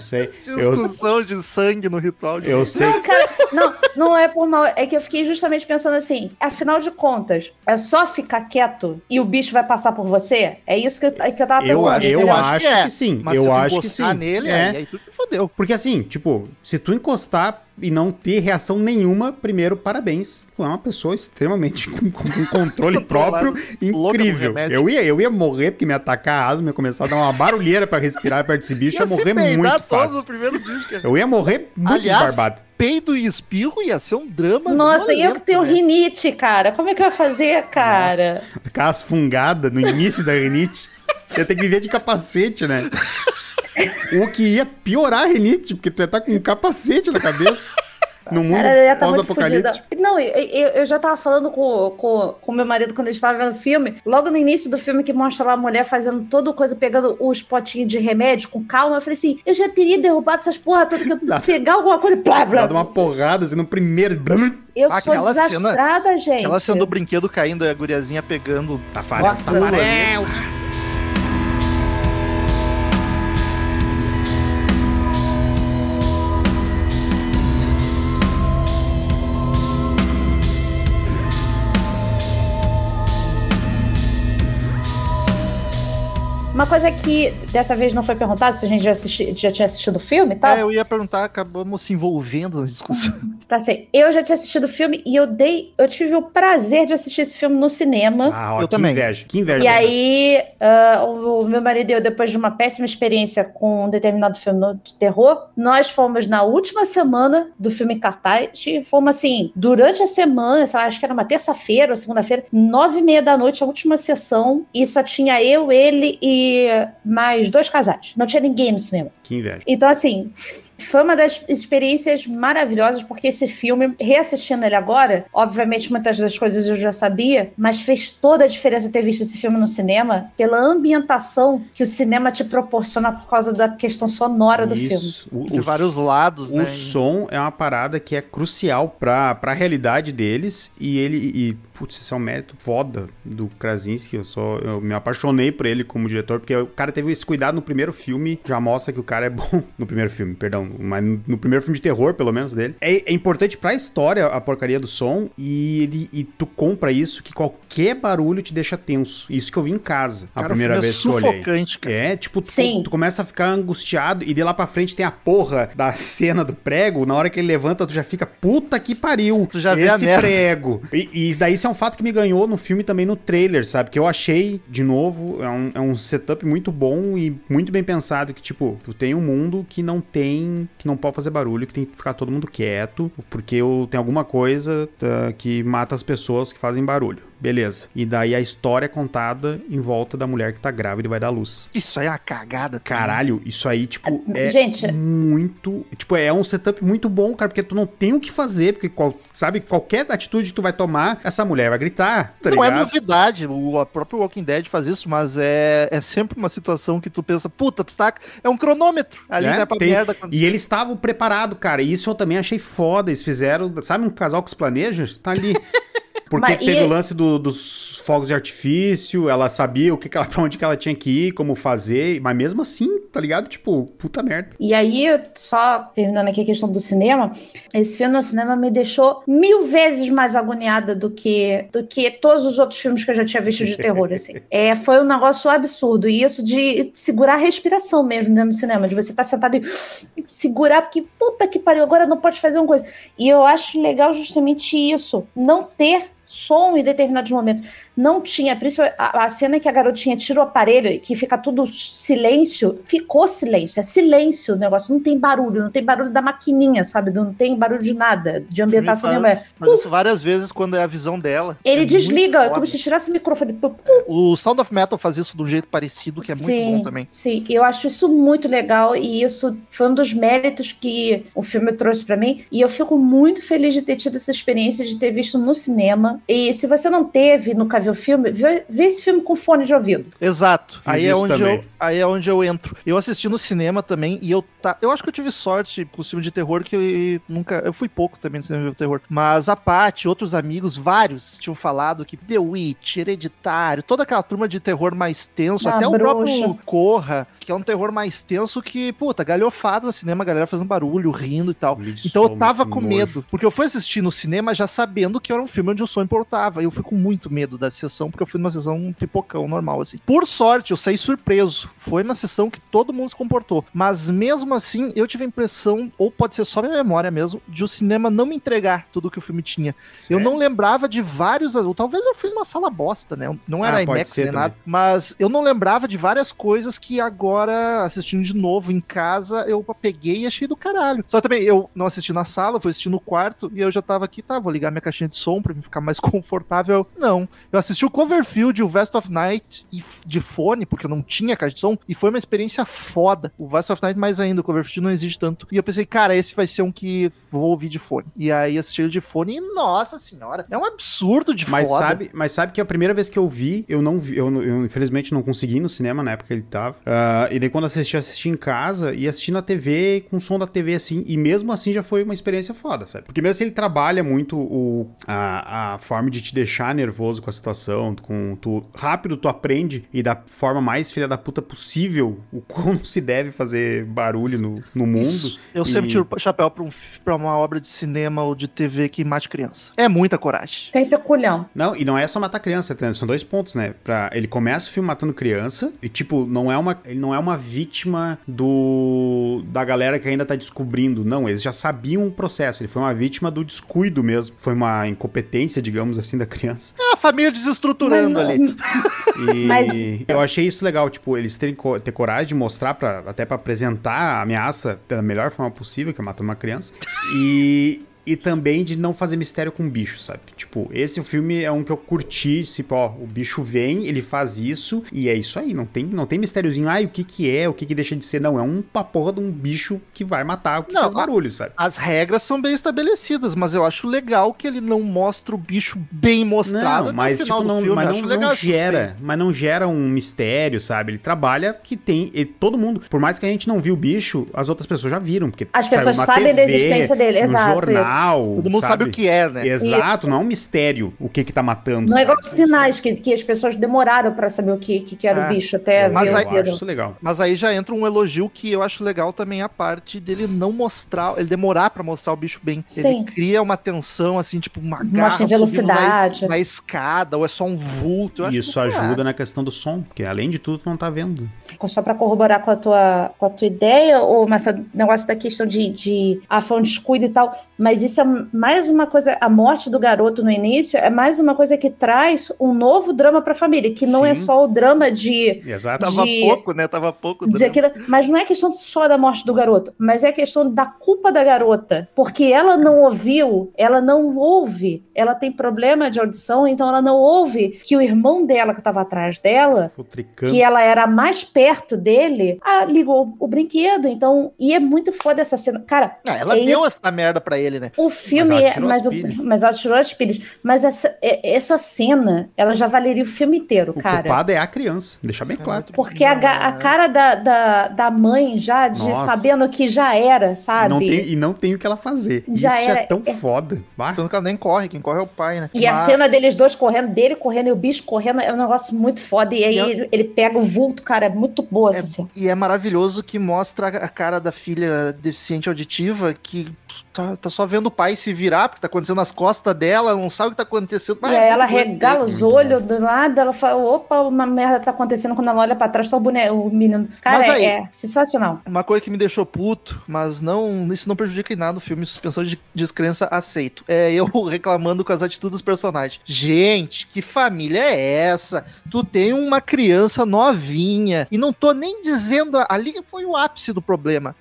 S2: sei. eu,
S1: Discussão de sangue no ritual de...
S2: eu sei.
S3: Não, cara, não, não é por mal. É que eu fiquei justamente pensando assim, afinal de contas, é só ficar quieto e o bicho vai passar por você? É isso que eu, que eu tava
S2: Eu,
S3: pensando.
S2: eu
S3: entendeu?
S2: acho que,
S1: é,
S2: sim.
S1: Mas se
S2: eu
S1: tu
S2: acho que
S1: encostar
S2: sim.
S1: nele,
S2: é.
S1: aí, aí tu te fodeu.
S2: Porque assim, tipo, se tu encostar e não ter reação nenhuma, primeiro, parabéns. Tu é uma pessoa extremamente com, com um controle próprio
S1: Louca por
S2: incrível.
S1: remédio.
S2: Eu ia, eu ia morrer porque me ia atacar a asma, ia começar a dar uma barulheira pra respirar perto desse bicho, ia
S1: Ia se
S2: morrer
S1: peidar
S2: muito
S1: todo
S2: fácil.
S1: no primeiro bicho, cara.
S2: Eu ia morrer muito
S1: Aliás,
S2: desbarbado.
S1: Peido e espirro ia ser um drama
S3: Nossa, e eu que
S1: violento,
S3: tenho
S1: né?
S3: rinite, cara. Como é que eu ia fazer, cara?
S2: Aquelas fungadas no início da rinite. Ia ter que viver de capacete, né? O que ia piorar a rinite, porque tu ia estar com um capacete na cabeça. No
S1: Hum,
S2: mundo
S3: Cara, eu ia tá muito fodida.
S2: pós-apocalíptico.
S3: Não, eu, eu- eu já tava falando com, com, com meu marido quando a gente tava vendo o filme. Logo no início do filme, que mostra lá a mulher fazendo toda coisa, pegando os potinhos de remédio com calma. Eu falei assim: eu já teria derrubado essas porra toda, que eu
S2: Dá-
S3: pegar alguma coisa e blá, blá.
S2: Dado uma porrada assim no primeiro. Blum,
S3: Eu
S1: Ah,
S3: sou
S1: aquela cena-
S3: desastrada, gente.
S1: Ela sendo o brinquedo caindo, a guriazinha pegando. é,
S2: Tafarel,
S3: Nossa.
S2: Tafarel.
S3: Uma coisa que dessa vez não foi perguntado, se a gente já, assisti- já tinha assistido o filme e tal.
S1: É, eu ia perguntar, acabamos se envolvendo na discussão.
S3: Tá assim, eu já tinha assistido o filme e eu dei. Eu tive o prazer de assistir esse filme no cinema.
S2: Ah, ó,
S1: Eu
S2: que
S1: também.
S2: inveja. Que inveja.
S3: E
S2: dessas.
S3: aí, ah, o, o meu marido e eu, depois de uma péssima experiência com um determinado filme no- de terror, nós fomos na última semana do filme em cartaz e fomos assim, durante a semana, sei lá, acho que era uma terça-feira ou segunda-feira, nove e meia da noite, a última sessão, e só tinha eu, ele e mais dois casais. Não tinha ninguém no cinema.
S2: Que inveja.
S3: Então, assim, foi uma das experiências maravilhosas, porque esse filme, reassistindo ele agora, obviamente muitas das coisas eu já sabia, mas fez toda a diferença ter visto esse filme no cinema pela ambientação que o cinema te proporciona por causa da questão sonora do filme.
S2: Isso. O,
S1: De
S2: o-
S1: vários lados,
S2: o
S1: né?
S2: som é uma parada que é crucial pra, pra realidade deles e ele e putz, isso é um mérito foda do Krasinski. Eu, só, eu me apaixonei por ele como diretor, porque o cara teve esse cuidado no primeiro filme, já mostra que o cara é bom. No primeiro filme, perdão, mas no, no primeiro filme de terror, pelo menos, dele. É, é importante pra história a porcaria do som e, ele, e tu compra isso que qualquer barulho te deixa tenso. Isso que eu vi em casa a
S1: Cara, o
S2: primeira
S1: filme é
S2: vez que eu olhei.
S1: sufocante, cara.
S2: É, tipo, tu,
S3: Sim.
S2: tu começa a ficar angustiado e de lá pra frente tem a porra da cena do prego. Na hora que ele levanta, tu já fica, puta que pariu.
S1: Tu já vê
S2: esse
S1: a merda.
S2: prego. E, e daí isso é um fato que me ganhou no filme também no trailer, sabe? Que eu achei, de novo, é um, é um setup muito bom e muito bem pensado. Que, tipo, tu tem um mundo que não tem, que não pode fazer barulho, que tem que ficar todo mundo quieto, porque o- tem alguma coisa tá, que mata as pessoas que fazem barulho. Beleza. E daí a história é contada em volta da mulher que tá grávida e vai dar luz.
S1: Isso aí é uma cagada, cara.
S2: Caralho, isso aí, tipo, é
S3: Ah, Gente-
S2: muito. Tipo, é um setup muito bom, cara, porque tu não tem o que fazer, porque, qual- sabe, qualquer atitude que tu vai tomar, essa mulher vai gritar, tá
S1: não é
S2: ligado?
S1: novidade, o a próprio Walking Dead faz isso, mas é, é sempre uma situação que tu pensa, puta, tu tá. É um cronômetro ali,
S2: É,
S1: né? Pra
S2: tem-
S1: merda acontecer.
S2: E eles estavam preparados, cara, e isso eu também achei foda. Eles fizeram, sabe, um casal que se planeja? Tá ali. Porque
S3: Mas e-
S2: teve o lance do- dos fogos de artifício, ela sabia o que, que ela, pra onde que ela tinha que ir, como fazer, mas mesmo assim, tá ligado? Tipo, puta merda.
S3: E aí, só terminando aqui a questão do cinema, esse filme no cinema me deixou mil vezes mais agoniada do que, do que todos os outros filmes que eu já tinha visto de terror, assim. É, foi um negócio absurdo. E isso de segurar a respiração mesmo dentro do cinema, de você estar sentado e segurar, porque puta que pariu, agora não pode fazer uma coisa. E eu acho legal justamente isso, não ter som em determinados momentos. Não tinha, principalmente a, a cena que a garotinha tira o aparelho e que fica tudo silêncio, ficou silêncio, é silêncio o negócio, não tem barulho, não tem barulho da maquininha, sabe? Não tem barulho de nada, de ambientação
S1: faz-
S3: nenhuma. É,
S1: Mas isso várias vezes quando é a visão dela.
S3: Ele
S1: É muito
S3: desliga, é
S1: foda.
S3: como se tirasse o microfone. Pu- pu-
S1: O Sound of Metal faz isso de um jeito parecido, que é muito bom também.
S3: Sim, eu acho isso muito legal e isso foi um dos méritos que o filme trouxe pra mim. E eu fico muito feliz de ter tido essa experiência, de ter visto no cinema. E se você não teve, nunca viu o filme, vê, vê esse filme com fone de ouvido.
S1: Exato.
S2: Fiz
S1: Aí é,
S2: isso
S1: onde
S2: também.
S1: eu, aí é onde eu entro. Eu assisti no cinema também e eu tá. Eu acho que eu tive sorte com o filme de terror, que eu nunca. Eu fui pouco também no cinema de terror. Mas a Paty, outros amigos, vários, tinham falado que The Witch, Hereditário, toda aquela turma de terror mais tenso,
S3: Ah,
S1: até o
S3: bruxa.
S1: próprio Corra, que é um terror mais tenso que, puta, galhofada no cinema, a galera fazendo barulho, rindo e tal. Então eu tava com
S2: Nojo.
S1: medo, porque eu fui assistir no cinema já sabendo que era um filme onde o som importava. E eu fui com muito medo da sessão, porque eu fui numa sessão pipocão normal, assim. Por sorte, eu saí surpreso. Foi uma sessão que todo mundo se comportou. Mas mesmo assim, eu tive a impressão, ou pode ser só minha memória mesmo, de o cinema não me entregar tudo que o filme tinha. Eu não lembrava de vários. Ou talvez eu fui numa sala bosta, né? Não era
S2: Ah, pode
S1: IMAX
S2: ser
S1: nem
S2: também.
S1: nada. Mas eu não lembrava de várias coisas que agora, assistindo de novo em casa, eu peguei e achei do caralho. Só também, eu não assisti na sala, eu fui assistir no quarto e eu já tava aqui, tá? Vou ligar minha caixinha de som pra me ficar mais confortável. Não. Eu assisti o Cloverfield e o Vest of Night e f- de fone, porque eu não tinha caixa de som, e foi uma experiência foda. O Vest of Night mais ainda, o Cloverfield não exige tanto. E eu pensei, cara, esse vai ser um que vou ouvir de fone. E aí assisti ele de fone e, nossa senhora, é um absurdo de
S2: Mas
S1: foda.
S2: sabe, mas sabe que a primeira vez que eu vi, eu não vi, eu, eu, infelizmente não consegui ir no cinema na época que ele tava. Ah, e daí quando assisti, assisti em casa e assisti na TV com o som da TV assim, e mesmo assim já foi uma experiência foda, sabe? Porque mesmo assim ele trabalha muito o, a, a forma de te deixar nervoso com a situação, com tu rápido tu aprende e da forma mais filha da puta possível o como se deve fazer barulho no, no um mundo.
S1: Isso. Eu
S2: E-
S1: sempre tiro o chapéu pra, um, f- pra uma obra de cinema ou de TV que mate criança. É muita coragem.
S3: Tem peculhão.
S2: Não, e não é só matar criança, tá? são dois pontos, né? Pra, ele começa o filme matando criança e, tipo, não é uma, ele não é uma vítima do da galera que ainda tá descobrindo. Não, eles já sabiam o processo. Ele foi uma vítima do descuido mesmo. Foi uma incompetência, digamos assim, da criança.
S1: É a família desestruturando
S3: Mas-
S1: ali.
S2: E
S3: Mas-
S2: eu achei isso legal, tipo, eles terem co- ter coragem de mostrar, pra, até pra apresentar a ameaça da melhor forma possível, que é matando uma criança. E. E também de não fazer mistério com um bicho, sabe? Tipo, esse filme é um que eu curti, tipo, ó, o bicho vem, ele faz isso, e é isso aí, não tem, não tem mistériozinho, ai, o que que é, o que que deixa de ser, não, é um uma porra de um bicho que vai matar, que
S1: Não,
S2: faz
S1: a-
S2: barulho, sabe?
S1: As regras são bem estabelecidas, mas eu acho legal que ele não mostra o bicho bem mostrado
S2: Não, mas, tipo, não, mas não, não
S1: esse
S2: gera,
S1: suspense.
S2: mas não gera um mistério, sabe? Ele trabalha que tem e todo mundo, por mais que a gente não viu o bicho, as outras pessoas já viram, porque
S3: As
S2: saiu
S3: pessoas
S2: na
S3: sabem da
S2: TV,
S3: existência dele,
S2: no
S3: exato. isso.
S2: sinal.
S1: Todo mundo sabe, o que é, né?
S2: Exato, não Tipo, é um mistério o que que tá matando.
S3: Não é igual
S2: sabe?
S3: os sinais, que, que as pessoas demoraram pra saber o que, que, que era
S1: É.
S3: o bicho até
S2: Eu
S1: Mas
S3: ver
S1: aí-
S3: o que era.
S2: acho isso legal.
S1: Mas aí já entra um elogio que eu acho legal também a parte dele não mostrar, ele demorar pra mostrar o bicho bem. Ele
S3: Sim.
S1: cria uma tensão, assim, tipo uma garra
S3: Mostra em
S1: subindo na,
S3: velocidade.
S1: na escada, ou é só um vulto. Eu acho
S2: Isso
S1: do caralho.
S2: ajuda na questão do som, porque além de tudo, tu não tá vendo.
S3: Só pra corroborar com a tua, com a tua ideia, ou mas esse negócio da questão de, de ah, foi um descuido e tal. Mas isso é mais uma coisa. A morte do garoto no início é mais uma coisa que traz um novo drama pra família, que não é
S2: Sim.
S3: só o drama de.
S2: Exato.
S1: Tava
S3: de-
S1: pouco, né? Tava pouco.
S3: de
S1: né?
S3: aquilo, mas não é questão só da morte do garoto, mas é a questão da culpa da garota, porque ela não ouviu, ela não ouve, ela tem problema de audição, então ela não ouve que o irmão dela que estava atrás dela
S2: Futricando.
S3: que é ela era mais perto dele, ah, ligou o brinquedo. Então, e é muito foda essa cena. Cara,
S1: Ah, ela
S3: É
S1: deu
S3: isso.
S1: essa merda pra ele, né?
S3: o filme
S2: ela
S3: é.
S2: tirou
S3: Mas,
S2: as
S3: o,
S2: pilhas.
S3: mas ela tirou as pilhas. Mas essa, é- essa cena, ela já valeria o filme inteiro,
S2: O
S3: cara.
S2: culpado é a criança, deixar bem claro.
S3: Porque a, ga- a
S1: É.
S3: cara da, da, da mãe já, de
S2: Nossa.
S3: sabendo que já era, sabe?
S2: Não tem- e não tem o que ela fazer.
S3: Já
S2: Isso é
S3: era-
S2: tão
S3: é-
S2: foda. Bah,
S1: Tanto que ela nem corre, quem corre é o pai, né?
S3: E a cena deles dois correndo, dele correndo e o bicho correndo, é um negócio muito foda. E aí
S2: é um
S1: Eu-
S3: ele, ele pega o vulto, cara, é muito boa essa cena.
S1: E é maravilhoso que mostra a cara da filha deficiente auditiva que tá, tá só vendo o pai se virar, porque tá acontecendo nas costas dela, não sabe o que tá acontecendo. mas
S3: E
S1: é
S3: aí ela
S1: muito doido.
S3: regala os olhos do lado, ela fala, opa, uma merda tá acontecendo. Quando ela olha pra trás, tá o, boneco, o menino. Cara,
S1: Mas aí-
S3: é, é sensacional.
S1: Uma coisa que me deixou puto, mas não isso não prejudica em nada o filme, suspensão de descrença aceito. É eu reclamando com as atitudes dos personagens. Gente, que família é essa? Tu tem uma criança novinha e não tô nem dizendo ali foi o ápice do problema.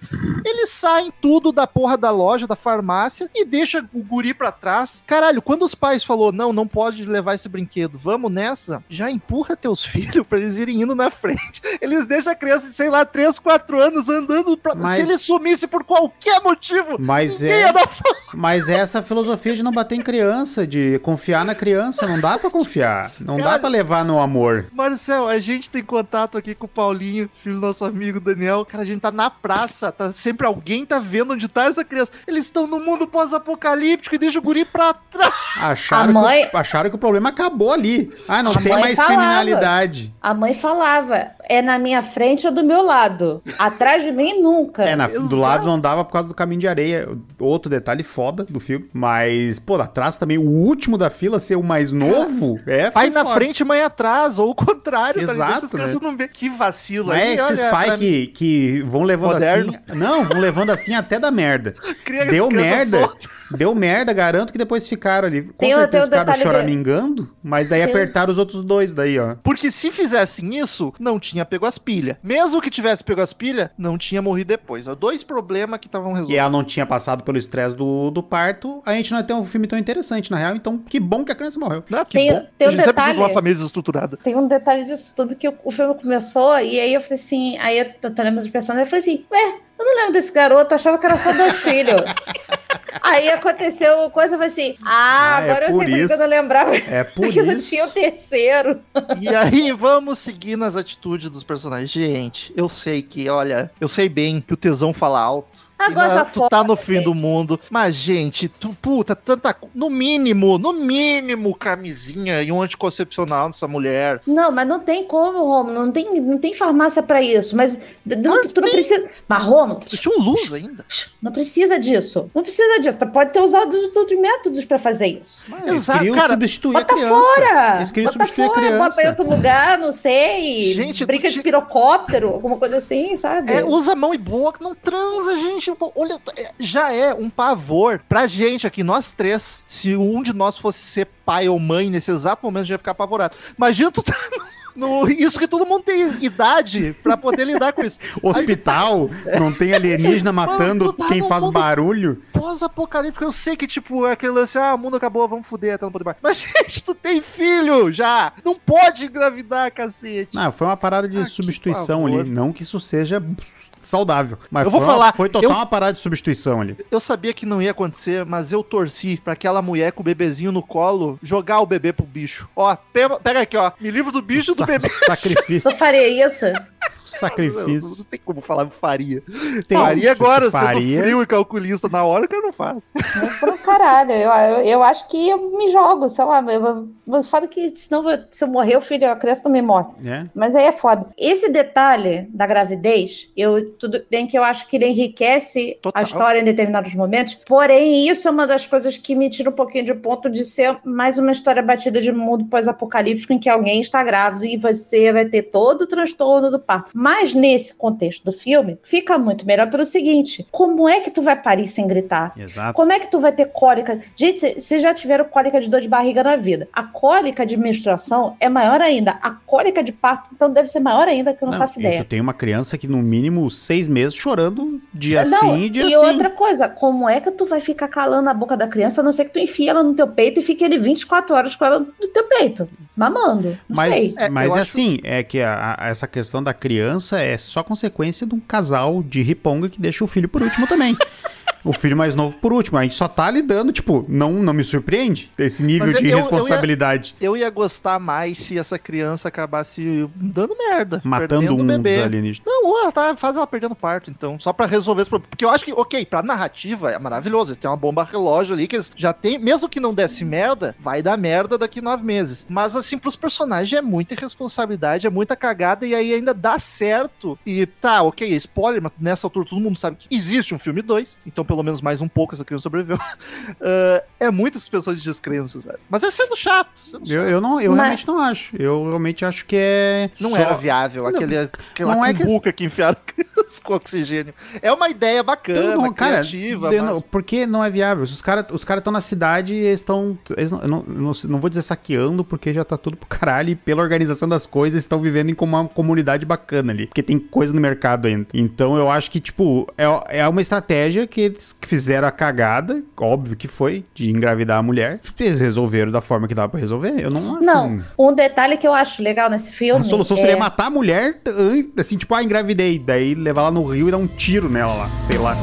S1: Eles saem tudo da porra da loja, da farmácia e deixa o guri pra trás. Caralho, quando os pais falou não, não pode levar esse brinquedo, vamos nessa, já empurra teus filhos pra eles irem indo na frente. Eles deixam a criança de, sei lá, 3, 4 anos andando pra...
S2: Mas-
S1: Se ele sumisse por qualquer motivo,
S2: Mas
S1: quem
S2: é,
S1: ia dar
S2: mas é essa filosofia de não bater em criança, de confiar na criança. Não dá pra confiar. Não dá
S1: Caralho.
S2: pra levar no amor.
S1: Marcel, a gente tem contato aqui com o Paulinho, filho do nosso amigo Daniel. Cara, a gente tá na praça, tá sempre alguém tá vendo onde tá essa criança. Eles estão no mundo pós-apocalíptico e deixa o guri pra trás.
S2: Acharam,
S3: A mãe-
S2: que, o- acharam que o problema acabou ali. Ah, não
S3: A
S2: tem
S3: mãe
S2: mais
S3: falava.
S2: criminalidade.
S3: A mãe falava, é na minha frente ou do meu lado. Atrás de mim, nunca.
S2: É, na-
S1: Exato.
S2: do lado não dava por causa do caminho de areia. Outro detalhe foda do filme. Mas, pô, lá atrás também, o último da fila ser o mais novo é
S1: Pai
S2: foi
S1: na
S2: foda.
S1: frente, mãe atrás, ou o contrário, tá ligado?
S2: Exato,
S1: Essas crianças
S2: né?
S1: não vê. Que vacilo
S2: Não é
S1: aí,
S2: esses
S1: olha, pra
S2: pais
S1: mim,
S2: que, que vão levando
S1: Moderno.
S2: assim. Não, vão levando assim até da merda.
S1: cria
S2: Deu
S1: criança
S2: merda.
S1: solta.
S2: Deu merda, garanto que depois ficaram ali. Com
S3: Tem o- tem
S2: certeza
S3: o
S2: ficaram
S3: detalhe
S2: choramingando, mas daí
S3: Tem um o-
S2: apertaram os outros dois daí, ó.
S1: Porque se fizessem isso, não tinha pego as pilhas. Mesmo que tivesse pego as pilhas, não tinha morrido depois. Ó, Dois problemas que estavam
S2: E
S1: resolvidos.
S2: ela não tinha passado pelo estresse do, do parto. A gente não tem um filme tão interessante, na real. Então, que bom que a criança morreu.
S1: Ah, que
S3: Tem-
S1: bom.
S3: tem
S1: a
S3: um
S1: gente sempre precisa de uma
S3: detalhe.
S1: família desestruturada.
S3: Tem um detalhe disso tudo que o, o filme começou, e aí eu falei assim, aí eu tô, tô lembrando dos personagens, eu falei assim, ué, eu não lembro desse garoto, eu achava que era só dois filhos. aí aconteceu coisa, eu falei assim, ah,
S2: Ah, é
S3: agora eu
S2: por
S3: sei porque
S2: isso.
S3: eu não lembrava
S2: É por
S3: que não tinha o
S2: isso.
S3: terceiro.
S1: E aí, vamos seguir nas atitudes dos personagens. Gente, eu sei que, olha, eu sei bem que o tesão fala alto. e
S3: Agora
S1: na-
S3: essa
S1: tu tá
S3: foto,
S1: no fim do
S3: gente.
S1: mundo. Mas, gente, tu, puta, tanta. co- No mínimo, no mínimo, camisinha e um anticoncepcional nessa mulher.
S3: Não, mas não tem como, Romulo. Não tem, não tem farmácia pra isso. Mas d- não- tu não precisa. Mas, Romulo,
S1: Tinha um luz ainda.
S3: não precisa disso. Não precisa disso. Tu pode ter usado todos os métodos pra fazer isso.
S2: Mas eles
S1: Exato,
S2: queriam
S1: cara,
S2: substituir a
S3: Bota
S2: criança.
S3: fora!
S2: Eles queriam
S3: bota
S2: substituir a
S3: fora,
S2: criança.
S3: bota em outro lugar, não sei.
S1: Gente, tu
S3: brinca de
S1: tinha-
S3: pirocóptero, alguma coisa assim, sabe?
S1: É, usa mão e boca, não transa, gente. Pô, Olha, é, já é um pavor pra gente aqui, nós três. Se um de nós fosse ser pai ou mãe nesse exato momento, já ia ficar apavorado. Imagina tu tá no, no- isso que todo mundo tem idade pra poder lidar com isso.
S2: Hospital, não tem alienígena matando
S1: tu tá
S2: quem
S1: no
S2: faz
S1: mundo-
S2: barulho.
S1: Pós-apocalíptico, eu sei que, tipo, é aquele lance, ah, o mundo acabou, vamos fuder até não poder mais. Mas, gente, tu tem filho já! Não pode engravidar, cacete.
S2: Não, foi uma parada de
S1: Ah, que
S2: substituição
S1: pavor.
S2: ali. Não que isso seja saudável. Mas
S1: Eu
S2: foi,
S1: vou
S2: uma-
S1: falar,
S2: foi total
S1: eu-
S2: uma parada de substituição ali.
S1: Eu sabia que não ia acontecer, mas eu torci pra aquela mulher com o bebezinho no colo jogar o bebê pro bicho. Ó, pega pega aqui, ó. Me livro do bicho e do
S2: Sa-
S1: bebê.
S3: Eu
S2: Sacrifício.
S3: faria isso.
S1: Não,
S2: Sacrifício.
S1: não tem como falar, eu faria.
S2: Tem- tipo um
S1: faria agora,
S2: faria.
S1: sendo frio e calculista na hora que eu não faço.
S3: Pra caralho, eu, eu, eu acho que eu me jogo, sei lá, eu, eu, foda que senão eu- se eu morrer o filho, a criança também morre.
S2: né?
S3: Mas aí é foda. Esse detalhe da gravidez, eu tudo bem que eu acho que ele enriquece
S1: Total.
S3: a história em determinados momentos. Porém, isso é uma das coisas que me tira um pouquinho de ponto de ser mais uma história batida de mundo pós-apocalíptico em que alguém está grávido e você vai ter todo o transtorno do parto. Mas nesse contexto do filme, fica muito melhor pelo seguinte: como é que tu vai parir sem gritar?
S2: Exato.
S3: Como é que tu vai ter cólica? Gente, vocês já tiveram cólica de dor de barriga na vida. A cólica de menstruação é maior ainda. A cólica de parto, então, deve ser maior ainda, que eu não, faço
S2: Eu
S3: ideia.
S2: tenho uma criança que, no mínimo, seis meses chorando assim, dia
S3: não,
S2: sim e dia
S3: e
S2: sim.
S3: outra coisa, como é que tu vai ficar calando a boca da criança, a não ser que tu enfie ela no teu peito e fique ele 24 horas com ela no teu peito, mamando? Não sei.
S2: Mas,
S1: É,
S2: mas
S1: eu
S2: é
S1: acho-
S2: assim, é que a- a- essa questão da criança é só consequência de um casal de riponga que deixa o filho por último também. o filho mais novo por último. A gente só tá lidando, tipo, não, não me surpreende esse nível
S1: Mas
S2: de
S1: eu- eu ia-
S2: responsabilidade.
S1: Eu ia gostar mais se essa criança acabasse dando merda.
S2: Matando
S1: perdendo
S2: um
S1: o
S2: dos
S1: bebê.
S2: alienígenas.
S1: Não, ou ela tá, faz ela perdendo parto, então. Só pra resolver esse problema. Porque eu acho que, ok, pra narrativa é maravilhoso. Eles têm uma bomba relógio ali que eles já têm. Mesmo que não desse merda, vai dar merda daqui nove meses. Mas, assim, pros personagens é muita irresponsabilidade, é muita cagada e aí ainda dá certo. E tá, ok, spoiler, mas nessa altura todo mundo sabe que existe um filme 2. Então, pelo menos mais um pouco essa criança sobreviveu. Ah, é muita suspensão de descrença, sabe? Mas é sendo chato. Sendo chato.
S2: Eu, eu não, eu
S3: Mas-
S2: realmente não acho. Eu realmente acho que é.
S1: Não
S2: só-
S1: era viável, aquele, aquela
S2: não é que-
S1: cumbuca que... enfiaram crianças com oxigênio. É uma ideia bacana,
S2: Então, cara,
S1: criativa,
S2: de-
S1: mas...
S2: não- porque não é viável. Os caras os cara estão na cidade e eles estão. Eles não, eu não, não, sei- não vou dizer saqueando, porque já tá tudo pro caralho. E pela organização das coisas, estão vivendo em como uma comunidade bacana ali. Porque tem coisa no mercado ainda. Então eu acho que, tipo, é, é uma estratégia que eles fizeram a cagada, óbvio que foi, de engravidar a mulher. Eles resolveram da forma que dava pra resolver. Eu não acho.
S3: Não, um detalhe que eu acho legal nesse filme.
S2: é, assim. A solução
S3: é-
S2: seria matar a mulher, an- assim, tipo, ah, engravidei. Daí levar ela no rio e dar um tiro nela lá, sei lá.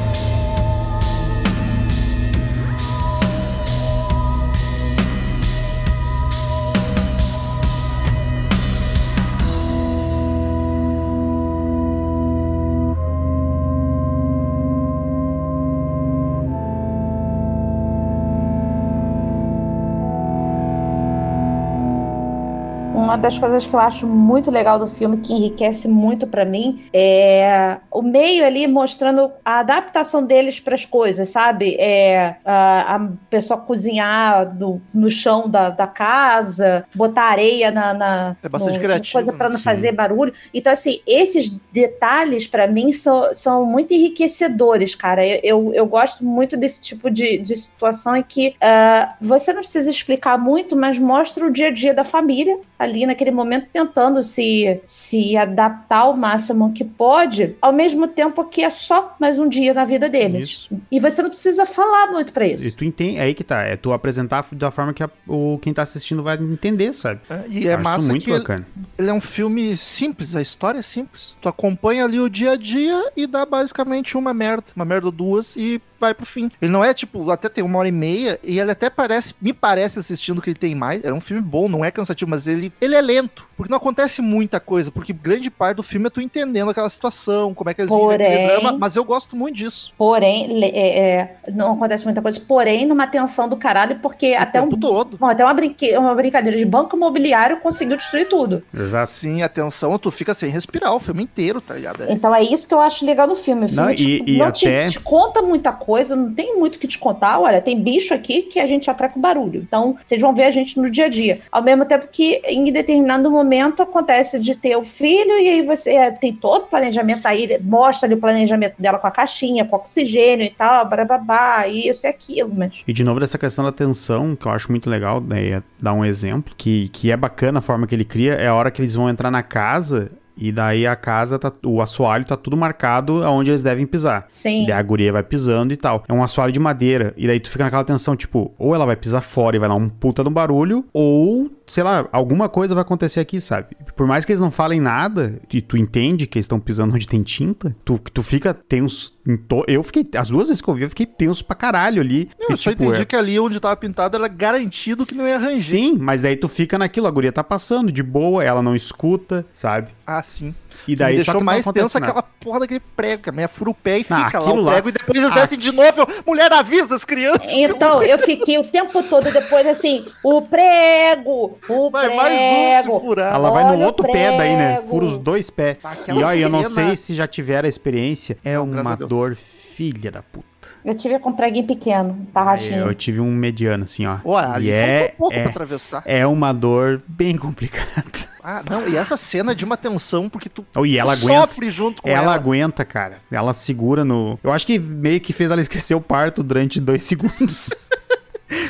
S3: Uma das coisas que eu acho muito legal do filme, que enriquece muito pra mim, é o meio ali mostrando a adaptação deles pras coisas, sabe? É, a, a pessoa cozinhar no, no chão da, da casa, botar areia na. na
S1: É bastante
S3: no-
S1: criativo,
S3: Coisa pra não
S2: sim.
S3: fazer barulho. Então, assim, esses detalhes pra mim são, são muito enriquecedores, cara. Eu, eu, eu gosto muito desse tipo de, de situação em que ah, você não precisa explicar muito, mas mostra o dia a dia da família ali naquele momento tentando se, se adaptar ao máximo que pode, ao mesmo tempo que é só mais um dia na vida deles.
S2: Isso.
S3: E você não precisa falar muito pra
S2: E
S3: isso.
S2: tu entende, aí que tá, é tu apresentar da forma que a- o, quem tá assistindo vai entender, sabe?
S1: É, E é
S2: Eu acho
S1: massa
S2: muito
S1: que ele,
S2: bacana.
S1: ele é um filme simples, a história é simples. Tu acompanha ali o dia a dia e dá basicamente uma merda, uma merda ou duas e vai pro fim. Ele não é tipo, até tem uma hora e meia e ele até parece, me parece assistindo que ele tem mais. É um filme bom, não é cansativo, mas ele, ele é lento, porque não acontece muita coisa, porque grande parte do filme é tu entendendo aquela situação, como é que eles vivem aquele
S3: Porém-
S1: drama, mas eu gosto muito disso.
S3: Porém, le- é- é, não acontece muita coisa, porém, numa tensão do caralho, porque
S1: O
S3: até um.
S1: tempo todo.
S3: Bom, até uma, brinque- uma brincadeira de banco imobiliário conseguiu destruir tudo.
S2: Exato.
S1: Sim, atenção, Assim, tu fica sem respirar o filme inteiro, tá ligado? É,
S3: Então é isso que eu acho legal do filme. O filme
S2: Não,
S3: não,
S2: e-
S3: te, tipo,
S2: e
S3: não
S2: até-
S3: te, te conta muita coisa, não tem muito o que te contar. Olha, tem bicho aqui que a gente atrai com barulho. Então, vocês vão ver a gente no dia a dia. Ao mesmo tempo que, em determinado momento, acontece de ter o filho, e aí você é, tem todo o planejamento aí, ele mostra ali o planejamento dela com a caixinha, com oxigênio e tal, bababá, isso e aquilo, mas.
S2: E de novo, dessa questão da tensão, que eu acho muito legal, né, é dar um exemplo, que, que é bacana a forma que ele cria, é a hora que eles vão entrar na casa, e daí a casa, tá, o assoalho tá tudo marcado aonde eles devem pisar.
S3: Sim.
S2: Daí a guria vai pisando e tal. É um assoalho de madeira. E daí tu fica naquela tensão, tipo, ou ela vai pisar fora e vai dar um puta no barulho, ou, sei lá, alguma coisa vai acontecer aqui, sabe? Por mais que eles não falem nada, e tu entende que eles estão pisando onde tem tinta, tu, tu fica tenso. em to- Eu fiquei, as duas vezes que eu vi, eu fiquei tenso pra caralho ali.
S1: eu só entendi
S2: é-
S1: que ali onde tava pintado era garantido que não ia arranjar.
S2: Sim, mas daí tu fica naquilo, a guria tá passando de boa, ela não escuta, sabe?
S1: Ah, sim.
S2: E daí
S1: me
S2: só
S1: deixou
S2: que
S1: mais é
S2: não acontece
S1: tensa
S2: nada.
S1: aquela porra daquele prego, que a minha fura o pé e
S2: Ah,
S1: fica lá
S2: aquilo
S1: o
S2: lá-
S1: prego, e depois eles
S2: Ah.
S1: descem de novo, eu, mulher avisa as crianças.
S3: Então, eu fiquei o tempo todo depois assim, o prego, o
S1: Vai
S3: É. prego.
S1: mais um se furar.
S2: Ela vai no
S3: Olha o
S2: outro pé daí, né?
S3: prego.
S2: Fura os dois pés.
S1: Aquela
S2: Ah, e olha, eu não
S1: sirena.
S2: sei se já tiveram a experiência. É
S1: Não, graças
S2: uma
S1: a Deus.
S2: dor filha da puta.
S3: Eu tive com um preguinho pequeno, tá
S2: Eu,
S3: rachinho.
S2: tive um mediano, assim, ó.
S1: Olha, ali faltou
S2: e é,
S1: pouco pra
S2: é,
S1: atravessar.
S2: é uma dor bem complicada.
S1: Ah, não, e essa cena é de uma tensão, porque tu,
S2: Oh, e ela
S1: tu
S2: aguenta.
S1: sofre junto com
S2: Ela,
S1: ela.
S2: aguenta, cara. Ela segura no. Eu acho que meio que fez ela esquecer o parto durante dois segundos.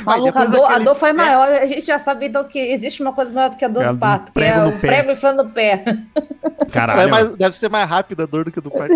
S3: Maluca, a
S1: depois
S3: dor, a
S1: daquele- é.
S3: dor foi maior. A gente já sabe então, que existe uma coisa maior do que a dor
S2: É,
S3: do pato, que
S2: prego
S3: é
S2: no
S3: o
S2: pé.
S3: prego enfiando no pé.
S1: Isso aí é
S2: Caralho,
S1: mais- deve ser mais rápida a dor do que a do pai.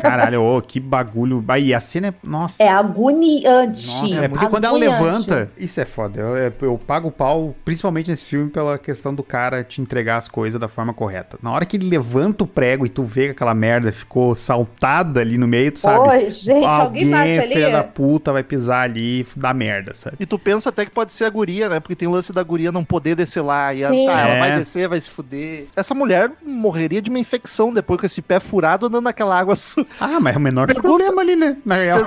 S2: caralho, ô, que bagulho. Aí a cena é. Nossa.
S3: É agoniante.
S2: Nossa, é porque quando ela
S3: agoniante.
S2: levanta. Isso é foda. Eu, é- eu pago o pau, principalmente nesse filme, pela questão do cara te entregar as coisas da forma correta. Na hora que ele levanta o prego e tu vê que aquela merda ficou saltada ali no meio, tu sabe.
S3: Oi, gente, alguém, bate ali.
S2: filha da puta, vai pisar ali e dá merda, sabe?
S1: E tu pensa até que pode ser a guria, né? Porque tem o lance da guria não poder descer lá. E a,
S3: Sim.
S1: tá, ela
S2: É.
S1: vai descer, vai se fuder. Essa mulher morreria de uma infecção depois com esse pé furado andando naquela água. su-
S2: Ah, mas é o menor
S1: Pergunta-
S2: problema ali, né? Na real.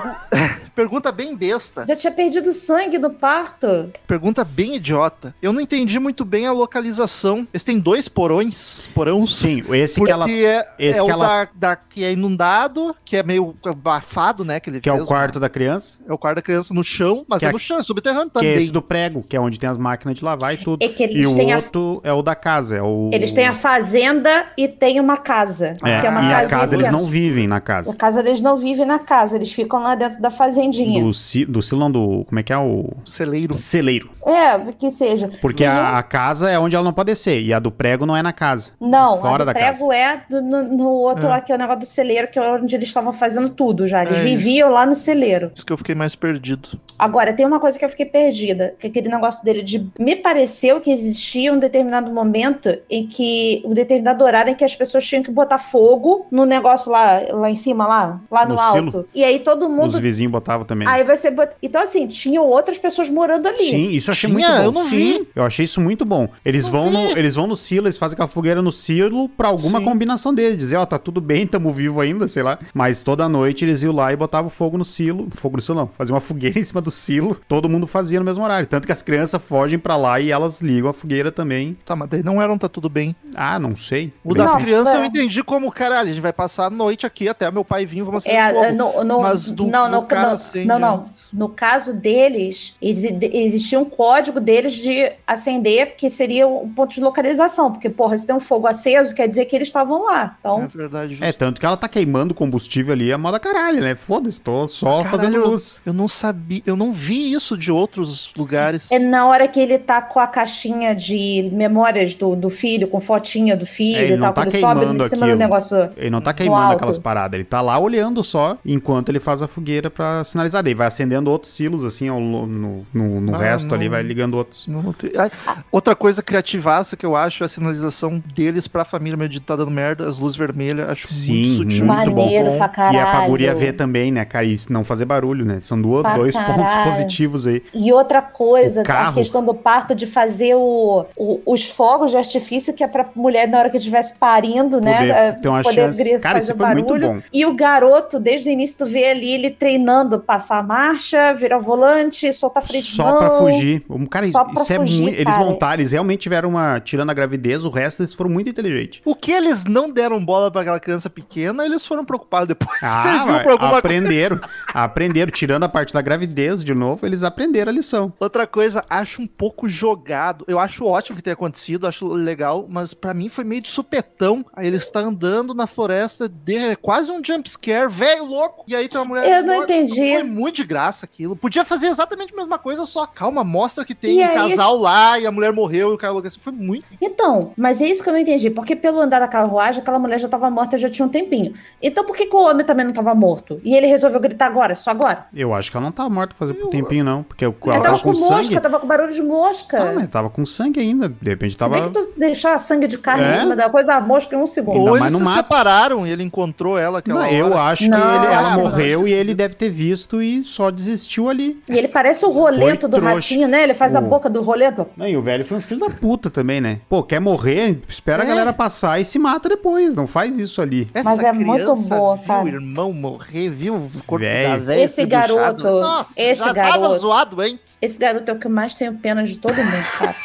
S1: Pergunta bem besta.
S3: Já tinha perdido sangue no parto.
S1: Pergunta bem idiota. Eu não entendi muito bem a localização. Eles têm dois porões. Porões.
S2: Sim, esse
S1: Porque
S2: que ela.
S1: é,
S2: esse
S1: é o
S2: que ela-
S1: da, da- que é inundado, que é meio abafado, né? Que, ele
S2: Que é o
S1: fez,
S2: quarto da criança.
S1: né? É o quarto da criança no chão, mas
S2: Que
S1: é,
S2: é-
S1: no chão, é subterrâneo
S2: Que
S1: também.
S2: é esse do prego, que é onde tem as máquinas de lavar e tudo.
S3: É que eles
S2: E o
S3: têm a-
S2: outro é o da casa. É o...
S3: Eles têm a fazenda e tem uma casa.
S2: É,
S3: que é uma
S2: e a
S3: casinha.
S2: casa eles não vivem na casa.
S3: A casa eles não vivem na casa, eles ficam lá dentro da fazendinha.
S2: Do, ci- do silão do. Como é que é o.
S1: Celeiro.
S2: Celeiro.
S3: É, que seja.
S2: Porque a, a casa é onde ela não pode descer. E a do prego não é na casa.
S3: Não,
S2: Fora
S3: a
S2: da
S3: do prego é do- no, no outro lá, que é o negócio do celeiro, que é onde eles estavam fazendo tudo já. Eles
S1: É isso.
S3: viviam lá no celeiro.
S1: Isso que eu fiquei mais perdido.
S3: Agora, tem uma coisa que eu fiquei perdida, que é aquele negócio dele de. Me pareceu que existia um determinado momento em que. Um determinado horário em que as pessoas tinham que botar fogo no negócio lá, lá em cima, lá, lá no,
S2: No
S3: alto.
S2: silo?
S3: E aí todo mundo.
S2: Os vizinhos botavam também. né?
S3: Aí você bota. Então, assim, tinham outras pessoas morando ali.
S2: Sim, isso eu achei
S1: Tinha,
S2: muito bom.
S1: eu não
S2: Sim, eu achei isso muito bom. Eles vão no, eles vão no silo, eles fazem aquela fogueira no silo pra alguma
S1: Sim.
S2: combinação deles, dizer, ó, tá tudo bem, tamo vivo ainda, sei lá. Mas toda noite eles iam lá e botavam fogo no silo, fogo no silo não, fazia uma fogueira em cima do silo. Todo mundo fazia no mesmo horário, tanto que as crianças fogem pra lá e elas ligam a fogueira também.
S1: Tá, mas daí não era um tá tudo bem.
S2: Ah, não sei.
S1: O
S2: Bem
S1: das
S3: Não,
S2: sei.
S1: crianças
S3: é.
S1: eu entendi como, caralho, a gente vai passar a noite aqui até meu pai vir, vamos
S3: É,
S1: acender
S3: é,
S1: fogo.
S3: no, no,
S1: Mas do-
S3: não,
S1: do
S3: no,
S1: cara
S3: não,
S1: acende
S3: não, não.
S1: antes.
S3: No caso deles, exi- existia um código deles de acender, que seria um ponto de localização. Porque, porra, se tem um fogo aceso, quer dizer que eles estavam lá.
S1: É
S3: Então,
S1: verdade. justo.
S2: É, tanto que ela tá queimando combustível ali, é moda caralho, né? Foda-se, tô só
S1: Caralho.
S2: fazendo luz.
S1: Eu não sabia, eu não vi isso de outros lugares.
S3: é na hora que ele tá com a caixinha de memórias do, do filho, com fotinha do filho
S2: É, ele
S3: e tal,
S2: não tá
S3: quando sobe
S2: queimando
S3: em cima do
S2: aquilo.
S3: negócio.
S2: Ele não tá
S3: No
S2: queimando
S3: alto.
S2: aquelas paradas, ele tá lá olhando só enquanto ele faz a fogueira pra sinalizar. Daí vai acendendo outros silos, assim, ao lo- no, no, no
S1: Ah,
S2: resto ali,
S1: não.
S2: vai ligando outros.
S1: Não tem- Ai, Outra coisa criativaça que eu acho é a sinalização deles pra família. Meu dito tá dando merda, as luzes vermelhas. Acho
S2: Sim,
S1: muito sutil.
S2: muito bom.
S3: Maneiro pra
S2: E é pra
S3: caralho.
S2: guria ver também, né, cara? E se não fazer barulho, né? São duas,
S3: Pra
S2: dois pontos
S3: caralho.
S2: positivos aí.
S3: E outra coisa,
S2: O carro.
S3: a questão do parto de fazer o, o- os fogos de artifício, que é pra mulher, na hora que estivesse parindo,
S2: Poder
S3: né?
S2: ter uma chance.
S3: grito,
S2: Cara,
S3: fazer
S2: isso foi muito bom.
S3: E o garoto, desde o início, tu vê ali ele treinando, passar a marcha, virar o volante, soltar a freio de
S2: Só
S3: mão.
S2: pra fugir. Um cara,
S3: Só pra
S2: isso é
S3: fugir,
S2: muito. Eles
S3: cara.
S2: montaram, eles realmente tiveram uma. Tirando a gravidez, o resto eles foram muito inteligentes.
S1: O que eles não deram bola pra aquela criança pequena, eles foram preocupados depois.
S2: Ah,
S1: Serviu
S2: vai,
S1: pra alguma coisa.
S2: aprenderam. aprenderam. Tirando a parte da gravidez de novo, eles aprenderam a lição.
S1: Outra coisa, acho um pouco jogado. Eu acho ótimo que tenha acontecido, acho legal, mas pra mim foi meio de supetão. Aí ele está andando na floresta, de, é quase um jump scare, velho louco. E aí tem uma mulher.
S3: Eu não
S1: morta.
S3: entendi.
S1: Foi muito de graça aquilo. Podia fazer exatamente a mesma coisa, só calma, mostra que tem
S3: E
S1: um
S3: é
S1: casal lá e a mulher morreu e o cara louco assim. Foi muito.
S3: Então, mas é isso que eu não entendi. Porque pelo andar da carruagem, aquela mulher já tava morta já tinha um tempinho. Então por que, que o homem também não tava morto? E ele resolveu gritar agora, só agora?
S2: Eu acho que ela não tava morta fazer por tempinho, não. Porque ela
S3: Ela
S2: tava,
S3: tava
S2: com,
S3: com
S2: sangue.
S3: mosca, tava com barulho de mosca.
S2: Não, mas tava com sangue ainda. De repente
S3: Se bem
S2: tava.
S3: que tu deixar sangue de carne
S2: É?
S3: em cima da coisa da mosca em um segundo.
S2: Ainda
S1: Ou eles
S2: mais no
S1: se
S2: mato.
S1: separaram e ele encontrou ela.
S2: Não,
S1: Aquela
S2: eu
S1: hora.
S2: acho
S3: Não,
S2: que ele-
S3: eu
S2: ela
S3: acho que
S2: morreu
S1: não.
S2: e ele deve ter visto e só desistiu ali.
S3: E ele parece o rolento do
S2: trouxa.
S3: ratinho, né? Ele faz a
S2: O-
S3: boca do rolento.
S2: Não, e o velho foi um filho da puta também, né? Pô, quer morrer? Espera a
S1: É.
S2: galera passar e se mata depois. Não faz isso ali.
S1: Essa
S3: Mas é muito
S1: criança
S3: boa,
S1: viu
S3: cara.
S1: o irmão morrer, viu o corpo
S2: Véi.
S1: da velha
S3: Esse
S1: ser buchado.
S3: garoto,
S1: Nossa,
S3: esse
S1: já tava
S3: garoto.
S1: zoado antes.
S3: Esse garoto é o que eu mais tenho pena de todo mundo, cara.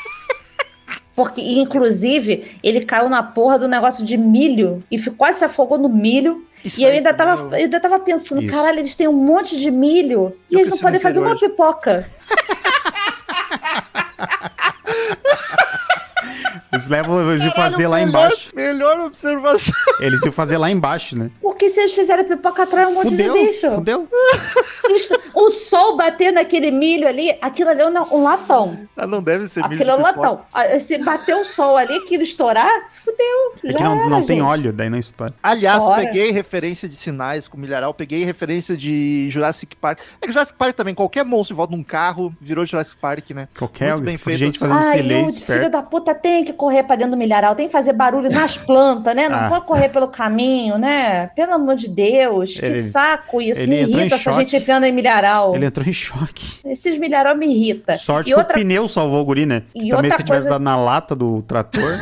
S3: Porque, inclusive, ele caiu na porra do negócio de milho e ficou, quase se afogou no milho.
S1: Isso
S3: e eu
S1: aí,
S3: ainda tava,
S1: meu.
S3: eu ainda tava pensando,
S2: Isso.
S3: caralho, eles têm um monte de milho e
S2: Eu
S3: eles
S2: pensei
S3: não podem
S2: naquele
S3: fazer uma
S2: hoje.
S3: pipoca.
S2: Eles levam eles iam fazer lá
S1: Melhor-
S2: embaixo.
S1: Melhor observação.
S2: Eles iam fazer lá embaixo, né?
S3: Porque se eles fizerem pipoca, atrai um monte
S2: Fudeu,
S3: de bicho.
S2: fudeu.
S3: Se isto- o sol bater naquele milho ali, aquilo ali é um, um latão.
S1: Ah, não deve ser milho
S3: Aquilo é um
S1: de pipoca.
S3: latão. Ah, Se bater o sol ali, aquilo estourar, fudeu.
S2: É
S3: já
S2: que não, não
S3: era,
S2: tem
S3: gente.
S2: óleo, daí não estoura.
S1: Aliás,
S3: Fora.
S1: peguei referência de sinais com milharal, peguei referência de Jurassic Park. É que Jurassic Park também, qualquer monstro em volta de um carro virou Jurassic Park, né?
S2: Qualquer
S1: Muito bem feito,
S2: gente
S1: assim.
S2: fazendo
S3: Ai, Ah, o
S2: um silêncio
S3: filho
S2: perto.
S3: da puta tem que correr pra dentro do milharal, tem que fazer barulho nas plantas, né? Não
S2: Ah.
S3: pode correr pelo caminho, né? Pelo amor de Deus,
S2: Ele-
S3: que saco isso.
S2: ele
S3: Me
S2: entrou em
S3: irrita essa
S2: choque.
S3: gente enfiando em milharal.
S2: Ele entrou em choque.
S3: Esses milharal me irrita.
S2: Sorte
S3: É. e, outra,
S2: que o pneu salvou o guri, né?
S3: E
S2: Também
S3: outra
S2: se tivesse
S3: coisa-
S2: dado na lata do trator.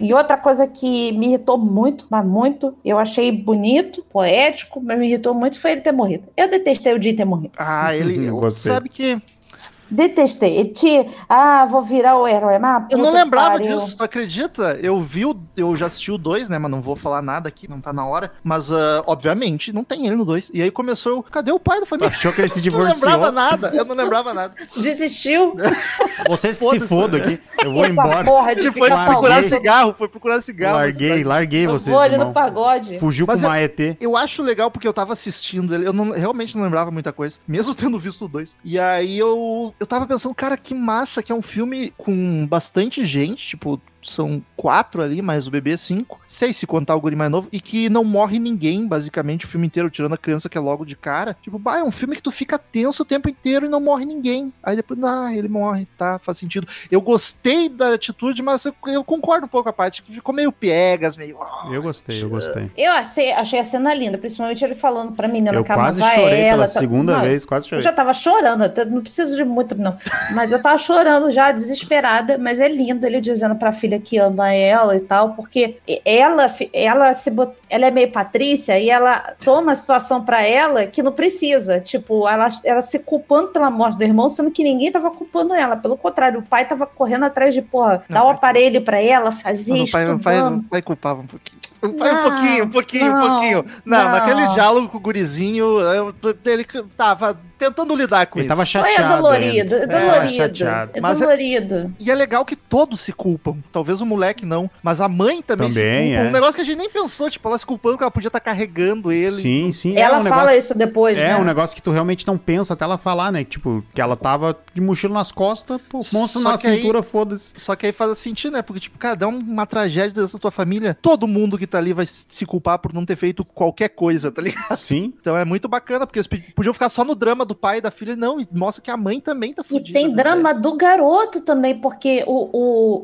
S3: e outra coisa que me irritou muito, mas muito, eu achei bonito, poético, mas me irritou muito foi ele ter morrido. Eu detestei o Jim ter morrido.
S1: Ah, ele.
S2: Eu gostei.
S1: sabe que.
S3: Detestei. Ele tinha. Ah, vou virar o herói. Mas,
S1: Eu não
S3: puta que
S1: lembrava
S3: pariu.
S1: disso, tu acredita? Eu vi o. Eu já assisti o 2, né? Mas não vou falar nada aqui, não tá na hora. Mas, ah, obviamente, não tem ele no 2. E aí começou. eu, Cadê o pai da família?
S2: Achou que ele se
S1: Eu não lembrava
S2: divorciou.
S1: nada, eu não lembrava nada.
S3: Desistiu.
S2: Vocês que se
S1: Foda-se.
S2: fodam aqui. Eu vou
S3: né? Essa
S2: embora.
S3: porra de
S1: Ele foi
S3: ficar
S1: procurar
S3: salvando.
S1: cigarro, foi procurar cigarro.
S2: Larguei, larguei
S3: Eu
S2: vocês.
S3: vou ali
S2: irmão.
S3: no pagode.
S2: Fugiu
S1: Mas
S2: com
S1: eu-
S2: uma ET.
S1: Eu acho legal porque eu tava assistindo ele, eu não- realmente não lembrava muita coisa, mesmo tendo visto o dois. E aí eu, eu tava pensando, cara, que massa, que é um filme com bastante gente, tipo, são quatro ali, mais o bebê, cinco, seis se contar o guri mais novo, e que não morre ninguém, basicamente, o filme inteiro, tirando a criança que é logo de cara. Tipo, bah, é um filme que tu fica tenso o tempo inteiro e não morre ninguém. Aí depois, ah, ele morre, tá, faz sentido. Eu gostei da atitude, mas eu, eu concordo um pouco com a parte que ficou meio piegas, meio... "Ah,
S2: Eu gostei, eu gostei.
S3: Eu achei, achei a cena linda, principalmente ele falando pra menina
S2: Eu
S3: que amava
S2: quase chorei pela
S3: ela, tá-
S2: segunda
S3: Não,
S2: vez, quase
S3: Eu
S2: chorei.
S3: já tá tava chorando, eu não preciso de muito, não. Mas eu tava chorando já, desesperada. Mas é lindo ele dizendo pra filha que ama ela e tal, porque ela, fi- ela se bot- ela é meio Patrícia e ela toma a situação pra ela que não precisa. Tipo, ela, ela se culpando pela morte do irmão, sendo que ninguém tava culpando ela. Pelo contrário, o pai tava correndo atrás de, porra,
S1: Não,
S3: dá o
S1: mas-
S3: aparelho pra ela, fazia,
S1: Não, o pai, o pai,
S3: estudando.
S1: o pai culpava um pouquinho. O pai um
S3: um Não,
S1: pouquinho, um pouquinho, um
S3: não,
S1: pouquinho. Não,
S3: não.
S1: naquele diálogo com o gurizinho, eu- ele tava tentando lidar com
S2: Ele
S1: isso.
S2: tava
S3: Foi
S2: chateado.
S3: é dolorido, é
S2: ainda.
S3: dolorido.
S2: chateado.
S3: É
S1: Mas é-
S3: dolorido.
S1: E é legal que todos se culpam. Talvez o moleque não, mas a mãe também,
S2: Também,
S1: se culpa.
S2: é.
S1: Um negócio que a gente nem pensou, tipo, ela se culpando que ela podia estar carregando ele.
S2: Sim, sim.
S3: Ela
S2: é um
S3: fala
S2: negócio...
S3: isso depois,
S2: É
S3: né?
S2: um negócio que tu realmente não pensa até ela falar, né? Tipo, que ela tava de mochila nas costas, pô, monstro
S1: Só
S2: na
S1: que aí-
S2: cintura, foda-se.
S1: Só que aí faz sentido, né? Porque, tipo, cara, dá uma tragédia dessa tua família. Todo mundo que tá ali vai se culpar por não ter feito qualquer coisa, tá ligado?
S2: Sim.
S1: Então é muito bacana, porque eles pe- podiam ficar só no drama do pai e da filha. Não, e mostra que a mãe também tá
S3: E
S1: fudida.
S3: tem
S1: né, velho?
S3: drama do garoto também, porque o,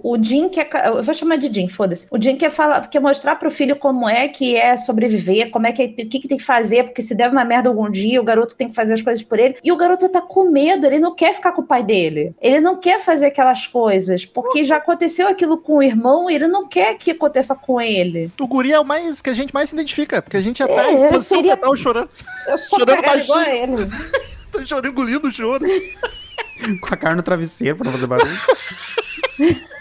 S3: o, o Jim quer. ca- Eu vou chamar de Jim, foda-se. O Jim quer, falar, quer mostrar pro filho como é que é sobreviver, como é que, é- o que, que tem que fazer, porque se der uma merda algum dia, o garoto tem que fazer as coisas por ele. E o garoto tá com medo, ele não quer ficar com o pai dele. Ele não quer fazer aquelas coisas, porque já aconteceu aquilo com o irmão e ele não quer que aconteça com ele.
S1: O guri é o mais que a gente mais se identifica, porque a gente já tá
S3: É,
S1: em
S3: eu
S1: posição
S3: seria-
S1: fetal chorando.
S3: Eu sou
S1: Chorando
S3: cagada igual a ele.
S1: Tô chorando, engolindo o choro.
S2: Com a cara no travesseiro pra não fazer barulho.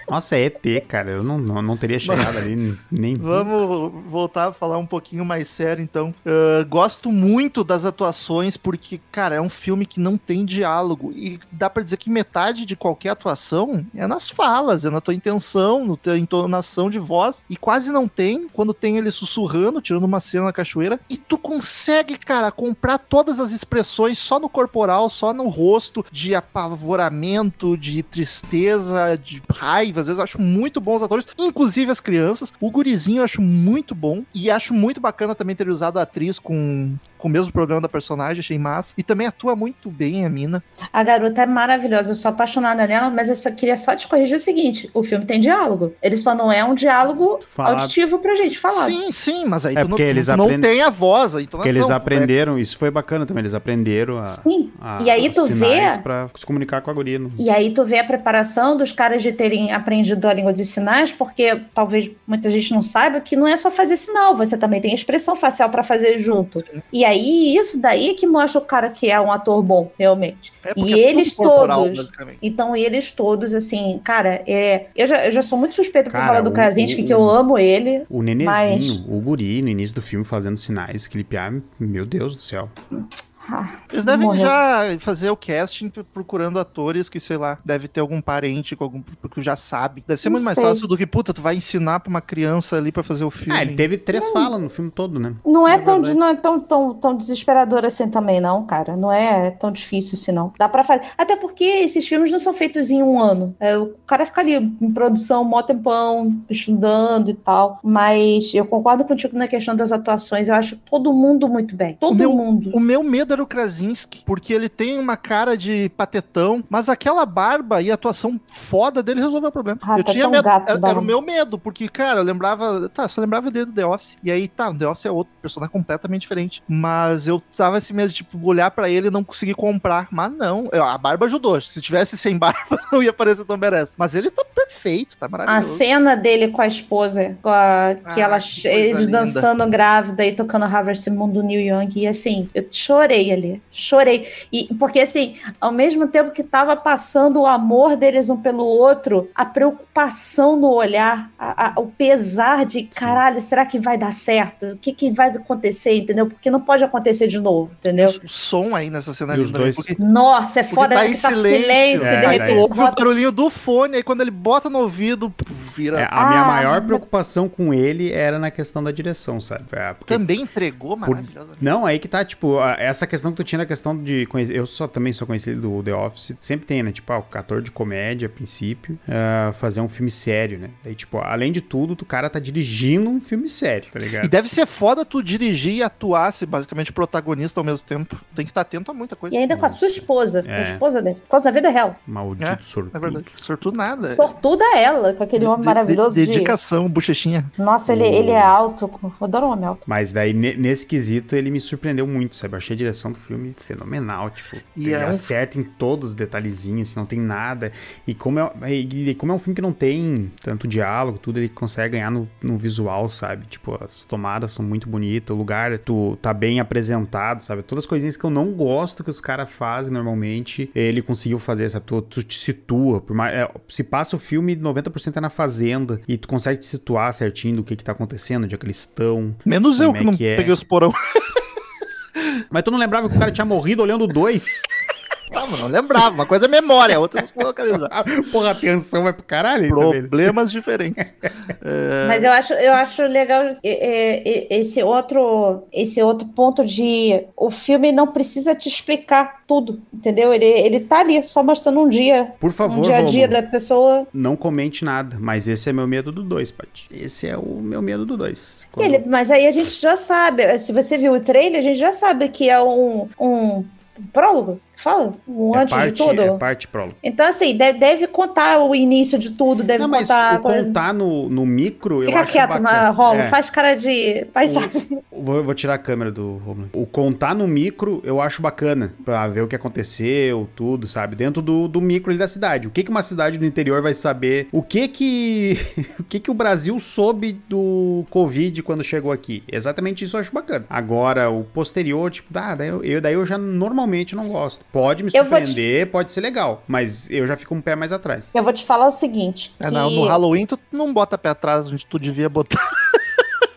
S2: Nossa, é ET, cara. Eu não, não, não teria chegado ali nem.
S1: Vamos voltar a falar um pouquinho mais sério, então. Ah, gosto muito das atuações, porque, cara, é um filme que não tem diálogo. E dá pra dizer que metade de qualquer atuação é nas falas, é na tua intenção, na tua entonação de voz. E quase não tem quando tem ele sussurrando, tirando uma cena na cachoeira. E tu consegue, cara, comprar todas as expressões só no corporal, só no rosto, de apavoramento, de tristeza, de raiva. Às vezes eu acho muito bons atores, inclusive as crianças. O gurizinho eu acho muito bom. E acho muito bacana também ter usado a atriz com com o mesmo problema da personagem, achei massa. E também atua muito bem a mina.
S3: A garota é maravilhosa, eu sou apaixonada nela, mas eu só queria só te corrigir o seguinte: o filme tem diálogo. Ele só não é um diálogo
S2: Falado.
S3: auditivo pra gente falar.
S1: Sim, sim, mas aí
S2: É
S1: tu não,
S2: porque eles
S1: tu não
S2: aprendem-
S1: tem a voz, a entonação.
S2: Porque eles
S1: tu é-
S2: aprenderam, isso foi bacana também, eles aprenderam a,
S3: um Sim.
S2: a-
S3: E aí
S2: os
S3: tu
S2: sinais
S3: vê-
S2: pra se comunicar com a guria. no-
S3: E aí tu vê a preparação dos caras de terem aprendido a língua dos sinais, porque talvez muita gente não saiba que não é só fazer sinal, você também tem expressão facial pra fazer junto. E aí isso daí é que mostra o cara que é um ator bom, realmente.
S1: é
S3: E
S1: porque é tudo
S3: eles
S1: corporal,
S3: todos.
S1: basicamente.
S3: Então eles todos, assim, cara, é, eu, já, eu já sou muito suspeita pra
S2: Cara,
S3: falar do
S2: o-
S3: Krasinski,
S2: o-
S3: que eu amo ele.
S2: O nenezinho,
S3: Mas-
S2: o guri, no início do filme fazendo sinais, aquele piá, meu Deus do céu.
S3: Ah,
S1: Eles devem
S3: Morreu.
S1: já fazer o casting p- procurando atores que, sei lá, deve ter algum parente com algum que já sabe. Deve ser
S3: Não
S1: muito mais
S3: sei.
S1: fácil do que, puta, tu vai ensinar pra uma criança ali pra fazer o filme.
S2: Ah, ele teve três
S3: Hum.
S2: falas no filme todo, né?
S3: não é,
S1: É
S3: tão,
S1: verdade.
S3: não é tão, tão, tão desesperador assim também, não, cara. Não é tão difícil assim, não. Dá pra fazer. Até porque esses filmes não são feitos em um ano. É, o cara fica ali em produção, mó tempão, estudando e tal. Mas eu concordo contigo na questão das atuações. Eu acho todo mundo muito bem. Todo
S1: meu-
S3: mundo.
S1: O meu medo era o Krasinski, porque ele tem uma cara de patetão, mas aquela barba e a atuação foda dele resolveu o problema.
S3: Ah,
S1: eu
S3: tá
S1: tinha
S3: tão
S1: medo,
S3: gato,
S1: era,
S3: Barão.
S1: era o meu medo, porque, cara, eu lembrava, tá, só lembrava dele do The Office, e aí, tá, o The Office é outro personagem completamente diferente, mas eu tava esse medo de, tipo, olhar pra ele e não conseguir comprar, mas não, eu- a barba ajudou, se tivesse sem barba não ia parecer tão merece, mas ele tá perfeito, tá
S3: A
S1: maravilhoso.
S3: cena dele com a esposa, com a- que
S1: Ah,
S3: ela,
S1: que coisa
S3: eles
S1: linda.
S3: dançando grávida e tocando Harvest Moon do Neil Young, e assim, eu chorei ali, chorei. E, porque assim, ao mesmo tempo que tava passando o amor deles um pelo outro, a preocupação no olhar, a- a- o pesar de, caralho, será que vai dar certo? O que, que vai acontecer, entendeu? Porque não pode acontecer de novo, entendeu?
S1: O som aí nessa cena
S2: E os
S1: linda, né?
S2: dois-
S1: porque
S3: Nossa, é
S1: Porque
S3: foda,
S1: tá
S3: né,
S1: em
S3: que tá
S1: silêncio.
S3: silêncio,
S2: É,
S3: de
S2: aí
S3: repente
S1: tu ouve o
S3: bota-
S1: barulhinho do fone, aí quando ele bota no ouvido, puf, vira...
S2: É, a minha
S3: Ah.
S2: maior preocupação com ele era na questão da direção, sabe? É, porque-
S1: Também entregou maravilhosa.
S2: Não, aí que tá, tipo, a- essa questão que tu tinha na questão de conhecer. Eu só também sou conhecido do The Office, sempre tem, né? Tipo, ah, o ator de comédia, a princípio, ah, fazer um filme sério, né? Aí, tipo, além de tudo, o cara tá dirigindo um filme sério, tá
S1: E
S2: ligado?
S1: deve ser foda tu dirigir e atuar, se basicamente protagonista ao mesmo tempo. Tem que estar atento a muita coisa.
S3: E ainda com a sua esposa, com a
S2: É.
S3: esposa dele, por causa da vida real.
S2: Maldito
S1: É,
S2: surdo.
S1: É verdade. Sortudo nada.
S3: Sortuda ela, com aquele homem
S1: De-
S3: maravilhoso
S1: de-
S3: de...
S1: Dedicação, bochechinha.
S3: Nossa, ele,
S2: O-
S3: ele é alto. Eu adoro o homem alto.
S2: Mas daí, ne- nesse quesito, ele me surpreendeu muito, sabe? Eu achei a direção do filme fenomenal, tipo,
S1: E
S2: ele
S1: é um-
S2: acerta em todos os detalhezinhos, assim, não tem nada. E como é, e- e como é um filme que não tem tanto diálogo, tudo, ele consegue ganhar no, no visual, sabe? Tipo, as tomadas são muito bonitas, o lugar tu, tá bem apresentado, sabe? Todas as coisinhas que eu não gosto que os caras fazem normalmente, ele conseguiu fazer, sabe? Tu, tu te situa, por mais- é, se passa o filme, 90% é na fazenda, e tu consegue te situar certinho do que que tá acontecendo, onde é que eles estão,
S1: Menos eu
S2: Como
S1: que
S2: é
S1: não
S2: que é?
S1: peguei os porão.
S2: mas tu não lembrava que o cara tinha morrido olhando dois?
S1: Ah, mano, eu lembrava. Uma coisa é memória, a outra é você localizar.
S2: Porra, a atenção vai pro caralho, hein, tá vendo?
S1: Problemas diferentes.
S2: É.
S3: Mas eu acho, eu acho legal é, é, é, esse outro, esse outro ponto de o filme não precisa te explicar tudo, entendeu? Ele, ele tá ali só mostrando um dia,
S2: Por favor,
S3: um dia a dia
S2: Rômulo,
S3: da pessoa.
S2: não comente nada, mas esse é meu medo do dois, Paty. Esse é o meu medo do dois.
S3: E ele- é mas aí a gente já sabe, se você viu o trailer, a gente já sabe que é um, um prólogo, fala, um antes
S2: parte,
S3: de tudo.
S2: É parte prólogo.
S3: Então assim, de- deve contar o início de tudo, deve
S2: Não, mas
S3: contar. a
S2: o
S3: coisa.
S2: contar no, no micro, eu
S3: Fica
S2: acho
S3: quieto,
S2: bacana.
S3: mas, Romulo,
S2: É.
S3: faz cara de paisagem.
S2: Vou, vou tirar a câmera do Romulo. O contar no micro eu acho bacana, pra ver o que aconteceu, tudo, sabe? Dentro do, do micro ali da cidade. O que que uma cidade do interior vai saber? O que que o que que o Brasil soube do Covid quando chegou aqui? Exatamente isso eu acho bacana. Agora, o posterior, tipo, ah, daí eu, eu- daí eu já normalmente não gosto. Pode me
S3: Eu vou te-
S2: surpreender, pode ser legal, mas eu já fico um pé mais atrás.
S3: Eu vou te falar o seguinte.
S1: É,
S3: que
S1: não, no Halloween tu não bota pé atrás onde tu devia botar.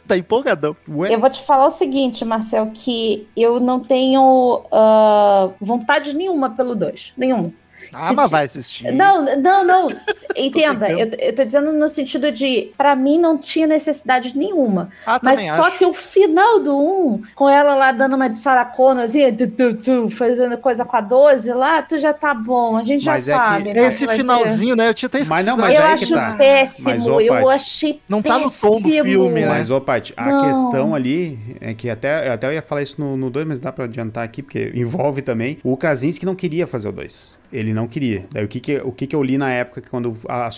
S1: tá empolgadão.
S2: Ué,
S3: Eu vou te falar o seguinte, Marcel, que eu não tenho ah, vontade nenhuma pelo 2. Nenhuma.
S1: Ah,
S3: Se
S1: mas
S3: ti-
S1: vai assistir.
S3: Não, não, não. Entenda,
S1: Tô
S3: eu, eu tô dizendo no sentido de, pra mim não tinha necessidade nenhuma.
S1: ah,
S3: Mas
S1: também
S3: só
S1: acho.
S3: que o final do 1, com ela lá dando uma de saracona, assim, tu, tu, tu, fazendo coisa com a 12 lá, tu já tá bom, a gente já
S2: Mas é que
S3: sabe. né,
S1: Esse
S3: que vai ter.
S1: finalzinho, né? Eu tinha até
S2: Mas
S1: esquecido.
S2: não, mas
S1: mas
S3: eu
S2: aí que
S3: acho
S2: tá.
S3: péssimo,
S2: Mas, ô,
S3: eu
S2: Paty,
S3: achei
S1: não tá no
S3: péssimo.
S1: tom do filme, né?
S2: Mas, ô, Paty, a
S3: É. Não.
S2: questão ali é que até, até eu ia falar isso no 2, mas dá pra adiantar aqui, porque envolve também. O Krasinski não queria fazer o 2. Ele não queria. Daí o que que, o que que eu li na época que quando a-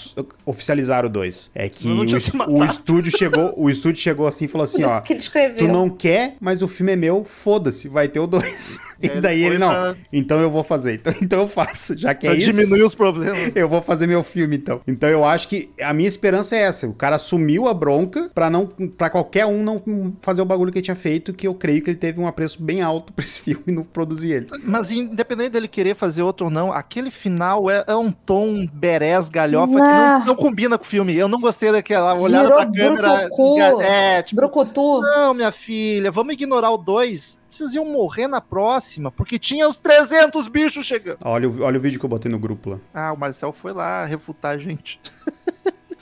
S2: oficializaram o 2? É que
S1: Não
S2: o,
S1: tinha
S2: es-
S1: se
S2: o
S1: matado.
S2: estúdio chegou, o estúdio chegou assim e falou
S3: Por
S2: assim,
S3: isso
S2: ó.
S3: que ele escreveu.
S2: Tu não quer, mas o filme é meu, foda-se, vai ter o 2. E
S1: aí
S2: daí ele,
S1: depois
S2: não,
S1: já-
S2: então eu vou fazer, então, então eu faço, já que é isso.
S1: diminuir os problemas.
S2: Eu vou fazer meu filme, então. Então eu acho que a minha esperança é essa. O cara assumiu a bronca pra não para qualquer um não fazer o bagulho que ele tinha feito, que eu creio que ele teve um apreço bem alto pra esse filme e não produzir ele.
S1: Mas independente dele querer fazer outro ou não, aquele final é, é um tom berés, galhofa, que não,
S3: Não.
S1: não combina com o filme. Eu não gostei daquela olhada
S3: Virou
S1: pra câmera.
S3: brucucu.
S1: ga- É, tipo,
S3: Brucutu.
S1: não, minha filha, vamos ignorar o 2. Vocês iam morrer na próxima, porque tinha os 300 bichos chegando.
S2: Olha o, olha o vídeo que eu botei no grupo lá.
S1: Ah, o Marcel foi lá refutar a gente.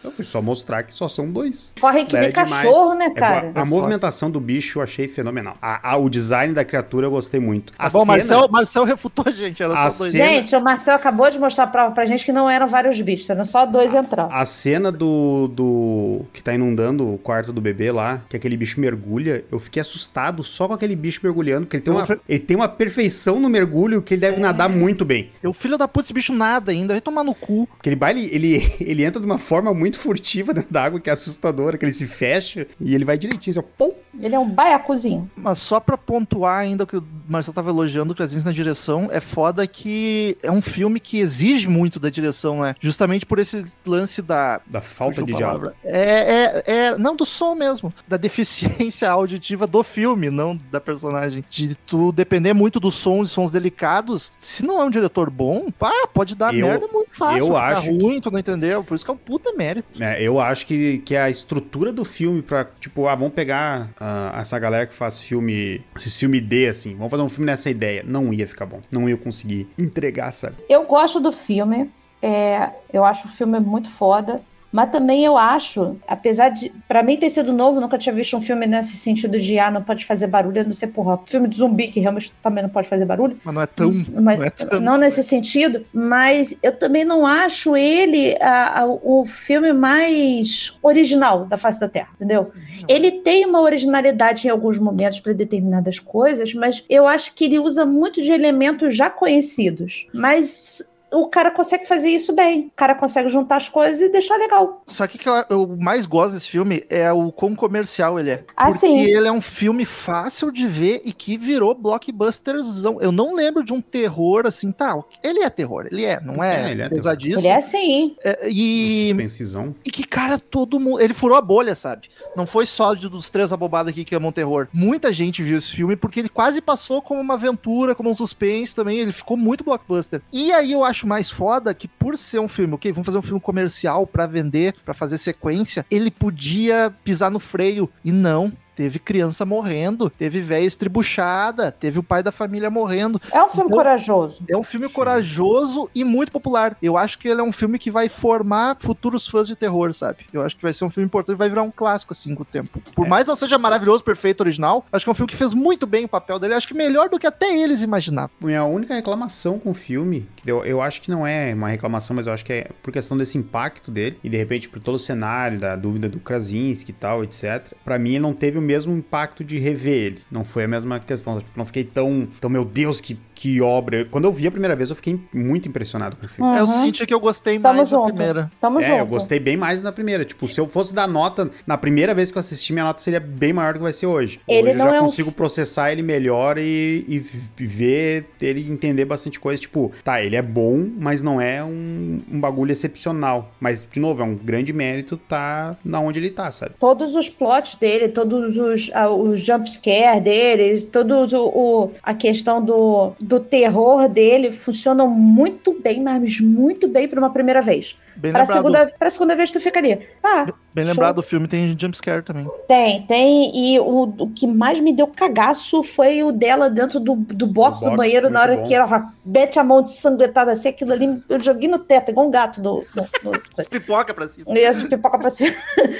S2: Eu fui só mostrar que só são dois.
S3: Corre que nem
S2: Era demais.
S3: cachorro, né,
S2: É,
S3: cara?
S2: a- a movimentação do bicho eu achei fenomenal. A- a- o design da criatura eu gostei muito. A
S1: Tá bom,
S2: cena-
S1: Marcel, Marcel refutou a gente, era
S2: A
S1: só dois.
S2: cena-
S3: Gente, o Marcel acabou de mostrar a prova pra gente que não eram vários bichos, eram só dois entrando.
S2: A cena do, do. que tá inundando o quarto do bebê lá, que aquele bicho mergulha, eu fiquei assustado só com aquele bicho mergulhando, porque ele tem,
S1: Eu
S2: uma,
S1: fui-
S2: ele tem uma perfeição no mergulho que ele deve nadar muito bem.
S1: Eu, filho da puta, esse bicho nada ainda, vai tomar no cu.
S2: Porque ele, baile, ele, ele entra de uma forma muito furtiva dentro da água, que é assustadora, que ele se fecha e ele vai direitinho, assim, ó, pum!
S3: Ele é um baiacuzinho.
S1: Mas só pra pontuar ainda o que o Marcel tava elogiando o Krasinski na direção, é foda que é um filme que exige muito da direção, né? Justamente por esse lance da...
S2: Da falta de
S1: Fugiu a
S2: diálogo.
S1: palavra. É, é, é... Não, do som mesmo. Da deficiência auditiva do filme, não da personagem. De tu depender muito dos sons e sons delicados, se não é um diretor bom, pá, pode dar
S2: Eu-
S1: merda muito fácil.
S2: eu
S1: ficar
S2: acho
S1: ruim, tu não entendeu? Por isso que é um puta mérito.
S2: É, eu acho que, que a estrutura do filme pra, tipo, ah, vamos pegar ah, essa galera que faz filme, esse filme D, assim, vamos fazer um filme nessa ideia. Não ia ficar bom. Não ia conseguir entregar, sabe?
S3: Eu gosto do filme, é, eu acho o filme muito foda, mas também eu acho, apesar de, pra mim ter sido novo, nunca tinha visto um filme nesse sentido de, ah, não pode fazer barulho, eu não sei porra, filme de zumbi que realmente também não pode fazer barulho,
S1: Mas não é tão...
S3: Hum, mas-
S1: não é tão...
S3: não nesse sentido, mas eu também não acho ele a- a- o filme mais original da face da Terra, entendeu? Ele tem uma originalidade em alguns momentos para determinadas coisas, mas eu acho que ele usa muito de elementos já conhecidos. Mas o cara consegue fazer isso bem. O cara consegue juntar as coisas e deixar legal.
S1: Só que o que eu, eu mais gosto desse filme é o quão comercial ele é.
S3: Ah,
S1: porque
S3: sim.
S1: ele é um filme fácil de ver e que virou blockbusterzão. Eu não lembro de um terror assim, tá? Ele é terror, ele é, não é,
S2: É, ele é
S1: pesadíssimo.
S3: Ele é assim, hein?
S1: É, e,
S2: Suspensão.
S1: e que, cara, todo mundo. Ele furou a bolha, sabe? Não foi só de- dos três abobados aqui que amam terror. Muita gente viu esse filme porque ele quase passou como uma aventura, como um suspense também. Ele ficou muito blockbuster. E aí eu acho mais foda que, por ser um filme, ok, vamos fazer um filme comercial pra vender, pra fazer sequência, ele podia pisar no freio. E não. Teve criança morrendo, teve véia estribuchada, teve o pai da família morrendo.
S3: É um filme
S1: Então-
S3: corajoso.
S1: É um filme
S2: Sim.
S1: corajoso e muito popular. Eu acho que ele é um filme que vai formar futuros fãs de terror, sabe? Eu acho que vai ser um filme importante, vai virar um clássico assim com o tempo. Por mais não seja maravilhoso, perfeito, original, acho que é um filme que fez muito bem o papel dele. Acho que melhor do que até eles imaginavam.
S2: Minha única reclamação com o filme, que eu, eu acho que não é uma reclamação, mas eu acho que é por questão desse impacto dele, e de repente por todo o cenário, da dúvida do Krasinski e tal, etc. Pra mim, ele não teve o mesmo impacto de rever ele. Não foi a mesma questão. tipo, Não fiquei tão, tão meu Deus, que, que obra. Quando eu vi a primeira vez, eu fiquei muito impressionado com o filme.
S1: Eu
S3: Uhum.
S1: senti que eu gostei
S3: Tamo
S1: mais da
S3: junto.
S1: primeira.
S3: Tamo
S2: É,
S3: junto.
S2: eu gostei bem mais na primeira. Tipo, se eu fosse dar nota, na primeira vez que eu assisti, minha nota seria bem maior do que vai ser hoje.
S3: Ele
S2: hoje
S3: não
S2: eu já
S3: é um
S2: consigo processar ele melhor e, e v- ver ele entender bastante coisa. Tipo, tá, ele é bom, mas não é um, um bagulho excepcional. Mas, de novo, é um grande mérito tá na onde ele tá, sabe?
S3: Todos os plots dele, todos os, ah, os jumpscare dele, todos o, o- a questão do, do terror dele funcionam muito bem, mas muito bem pra uma primeira vez.
S1: Bem
S3: Pra
S1: lembrado.
S3: segunda, pra segunda vez tu fica ali. Tá,
S1: Bem
S3: show.
S1: lembrado, o filme tem jumpscare também.
S3: Tem, tem. E o, o que mais me deu cagaço foi o dela dentro do, do box
S2: Do
S3: do
S2: box,
S3: banheiro, na
S2: muito
S3: hora
S2: bom.
S3: que ela bete a mão de sanguentada assim, aquilo ali, eu joguei no teto, igual um gato do. do- do-
S1: Pipoca pra cima.
S3: E as pipoca pra cima.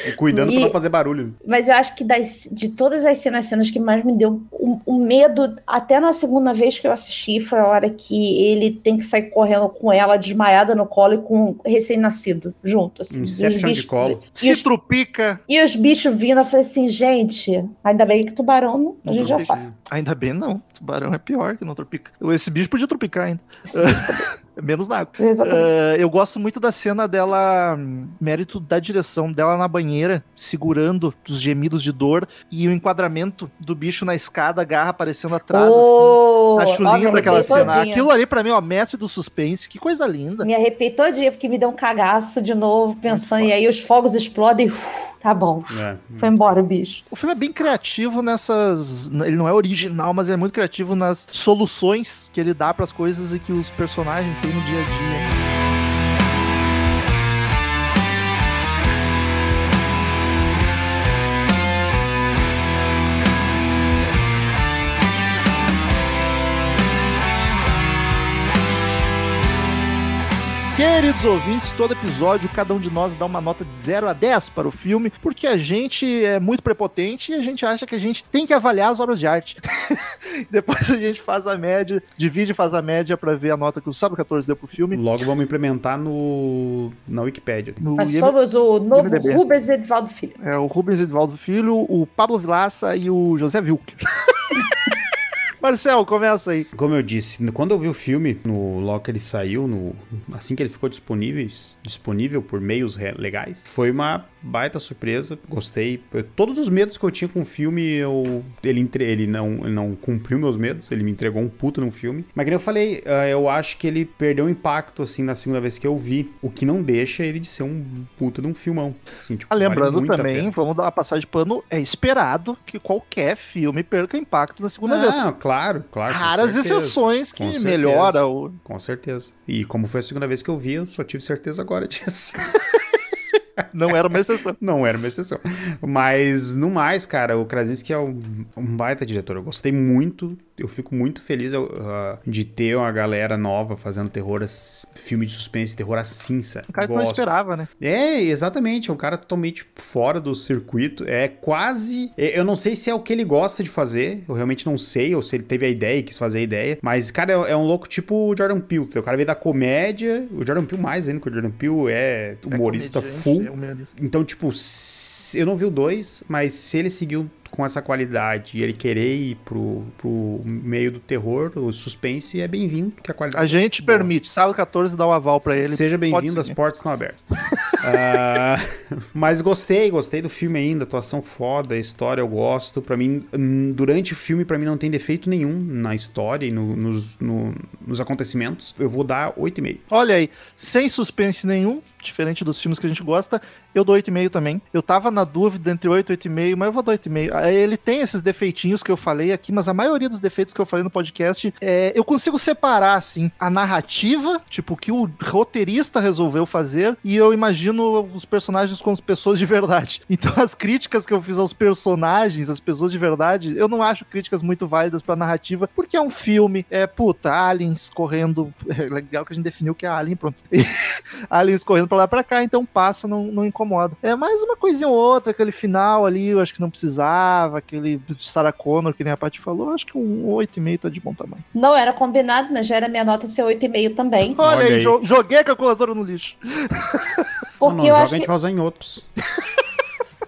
S2: E cuidando
S3: E-
S2: pra não fazer barulho.
S3: Mas eu acho que das, de todas as cenas, as cenas que mais me deu o, o medo, até na segunda vez que eu assisti, foi a hora que ele tem que sair correndo com ela, desmaiada no colo e com um recém-nascido junto. Assim, E os
S2: Um Inception de
S3: bichos-
S2: colo.
S3: E os
S1: Se trupica.
S3: E os bichos vindo, eu falei assim, gente, ainda bem que tubarão, não- a gente já
S1: Não,
S3: sabe.
S1: Ainda bem não. Tubarão é pior que não tropica. Esse bicho podia tropicar ainda. Menos na água.
S3: Exatamente.
S1: Ah, eu gosto muito da cena dela, hum, mérito da direção dela na banheira, segurando os gemidos de dor e o enquadramento do bicho na escada, a garra aparecendo atrás. assim.
S3: Ô,
S1: Acho
S3: ó, me
S1: linda aquela
S3: arrepiei
S1: cena.
S3: todinha.
S1: Aquilo ali, pra mim, ó, mestre do suspense, que coisa linda.
S3: Me arrepiei todinha, porque me deu um cagaço de novo, pensando, e aí os fogos explodem, uf, tá bom.
S2: É.
S3: Foi embora o bicho.
S1: O filme é bem criativo nessas. Ele não é original, mas ele é muito criativo nas soluções que ele dá pras coisas e que os personagens têm no dia a dia. Queridos ouvintes, todo episódio, cada um de nós dá uma nota de 0 a 10 para o filme, porque a gente é muito prepotente e a gente acha que a gente tem que avaliar as obras de arte. Depois a gente faz a média, divide e faz a média para ver a nota que o Sábado 14 deu pro filme.
S2: Logo vamos implementar no na Wikipédia.
S1: No
S3: Nós
S1: IM-
S3: somos o novo
S1: IMDb.
S3: Rubens Edvaldo Filho.
S1: é, o Rubens Edvaldo Filho, o Pablo Vilaça e o José Wilker. Marcel, começa aí.
S2: Como eu disse, quando eu vi o filme, no logo que ele saiu, no, assim que ele ficou disponível, disponível por meios re- legais, foi uma baita surpresa. Gostei. Eu- Todos os medos que eu tinha com o filme, eu, ele, entre, ele, não, ele não cumpriu meus medos, ele me entregou um puta no filme. Mas que nem eu falei, ah, eu acho que ele perdeu o impacto, assim, na segunda vez que eu vi, o que não deixa ele de ser um puta de um filmão. Assim, tipo,
S1: Ah,
S2: vale
S1: lembrando
S2: muito a
S1: também,
S2: pena.
S1: vamos dar uma passagem de pano, é esperado que qualquer filme perca impacto na segunda vez.
S2: Ah, claro, claro. com
S1: raras
S2: certeza.
S1: exceções que
S2: Com certeza.
S1: melhora o.
S2: Com certeza. E como foi a segunda vez que eu vi, eu só tive certeza agora disso.
S1: Não era uma exceção.
S2: Não era uma exceção. Mas, no mais, cara, o Krasinski é um, um baita diretor. Eu gostei muito. Eu fico muito feliz eu, ah, de ter uma galera nova fazendo terror, ass- filme de suspense, terror assim, sabe?
S1: O cara que não
S2: Gosto.
S1: esperava, né?
S2: É, exatamente. É um cara totalmente fora do circuito. É quase. é, Eu não sei se é o que ele gosta de fazer. Eu realmente não sei. Ou se ele teve a ideia e quis fazer a ideia. Mas, cara, é é um louco tipo o Jordan Peele. O cara veio da comédia. O Jordan Peele mais ainda, que o Jordan Peele é humorista
S1: É comediante,
S2: full.
S1: é humorista.
S2: Então, tipo, se- eu não vi o 2, mas se ele seguiu com essa qualidade e ele querer ir pro, pro meio do terror, o suspense, é bem-vindo, que a qualidade
S1: A gente
S2: Boa.
S1: permite. Sábado 14 dá o aval pra ele. Pode
S2: Seja bem-vindo, assim. as
S1: seguir.
S2: portas estão abertas. Ah, mas gostei, gostei do filme ainda, atuação foda, história eu gosto. Pra mim, hum, durante o filme, pra mim não tem defeito nenhum na história e no- nos, no- nos acontecimentos. Eu vou dar 8,5.
S1: Olha aí, sem suspense nenhum, diferente dos filmes que a gente gosta, eu dou 8,5 também. Eu tava na dúvida entre 8 e 8,5, mas eu vou dar 8,5. Aí Ele tem esses defeitinhos que eu falei aqui, mas a maioria dos defeitos que eu falei no podcast, é, eu consigo separar, assim, a narrativa, tipo, o que o roteirista resolveu fazer, e eu imagino os personagens como pessoas de verdade. Então as críticas que eu fiz aos personagens, às pessoas de verdade, eu não acho críticas muito válidas pra narrativa, porque é um filme, é, puta, aliens correndo, é legal que a gente definiu que é alien, pronto. aliens correndo pra lá e pra cá, então passa, não, não incomoda. É mais uma coisinha ou outra, aquele final ali, eu acho que não precisava, aquele Sarah Connor, que nem a Paty falou, eu acho que um 8,5 tá de bom tamanho.
S3: Não era combinado, mas já era minha nota ser 8,5 também.
S1: Olha,
S2: Olha
S1: aí,
S2: aí.
S1: jo- joguei a calculadora no lixo.
S2: não,
S3: Porque
S2: não,
S3: eu
S2: joga
S3: acho
S2: a
S3: que
S2: gente vai usar em outros.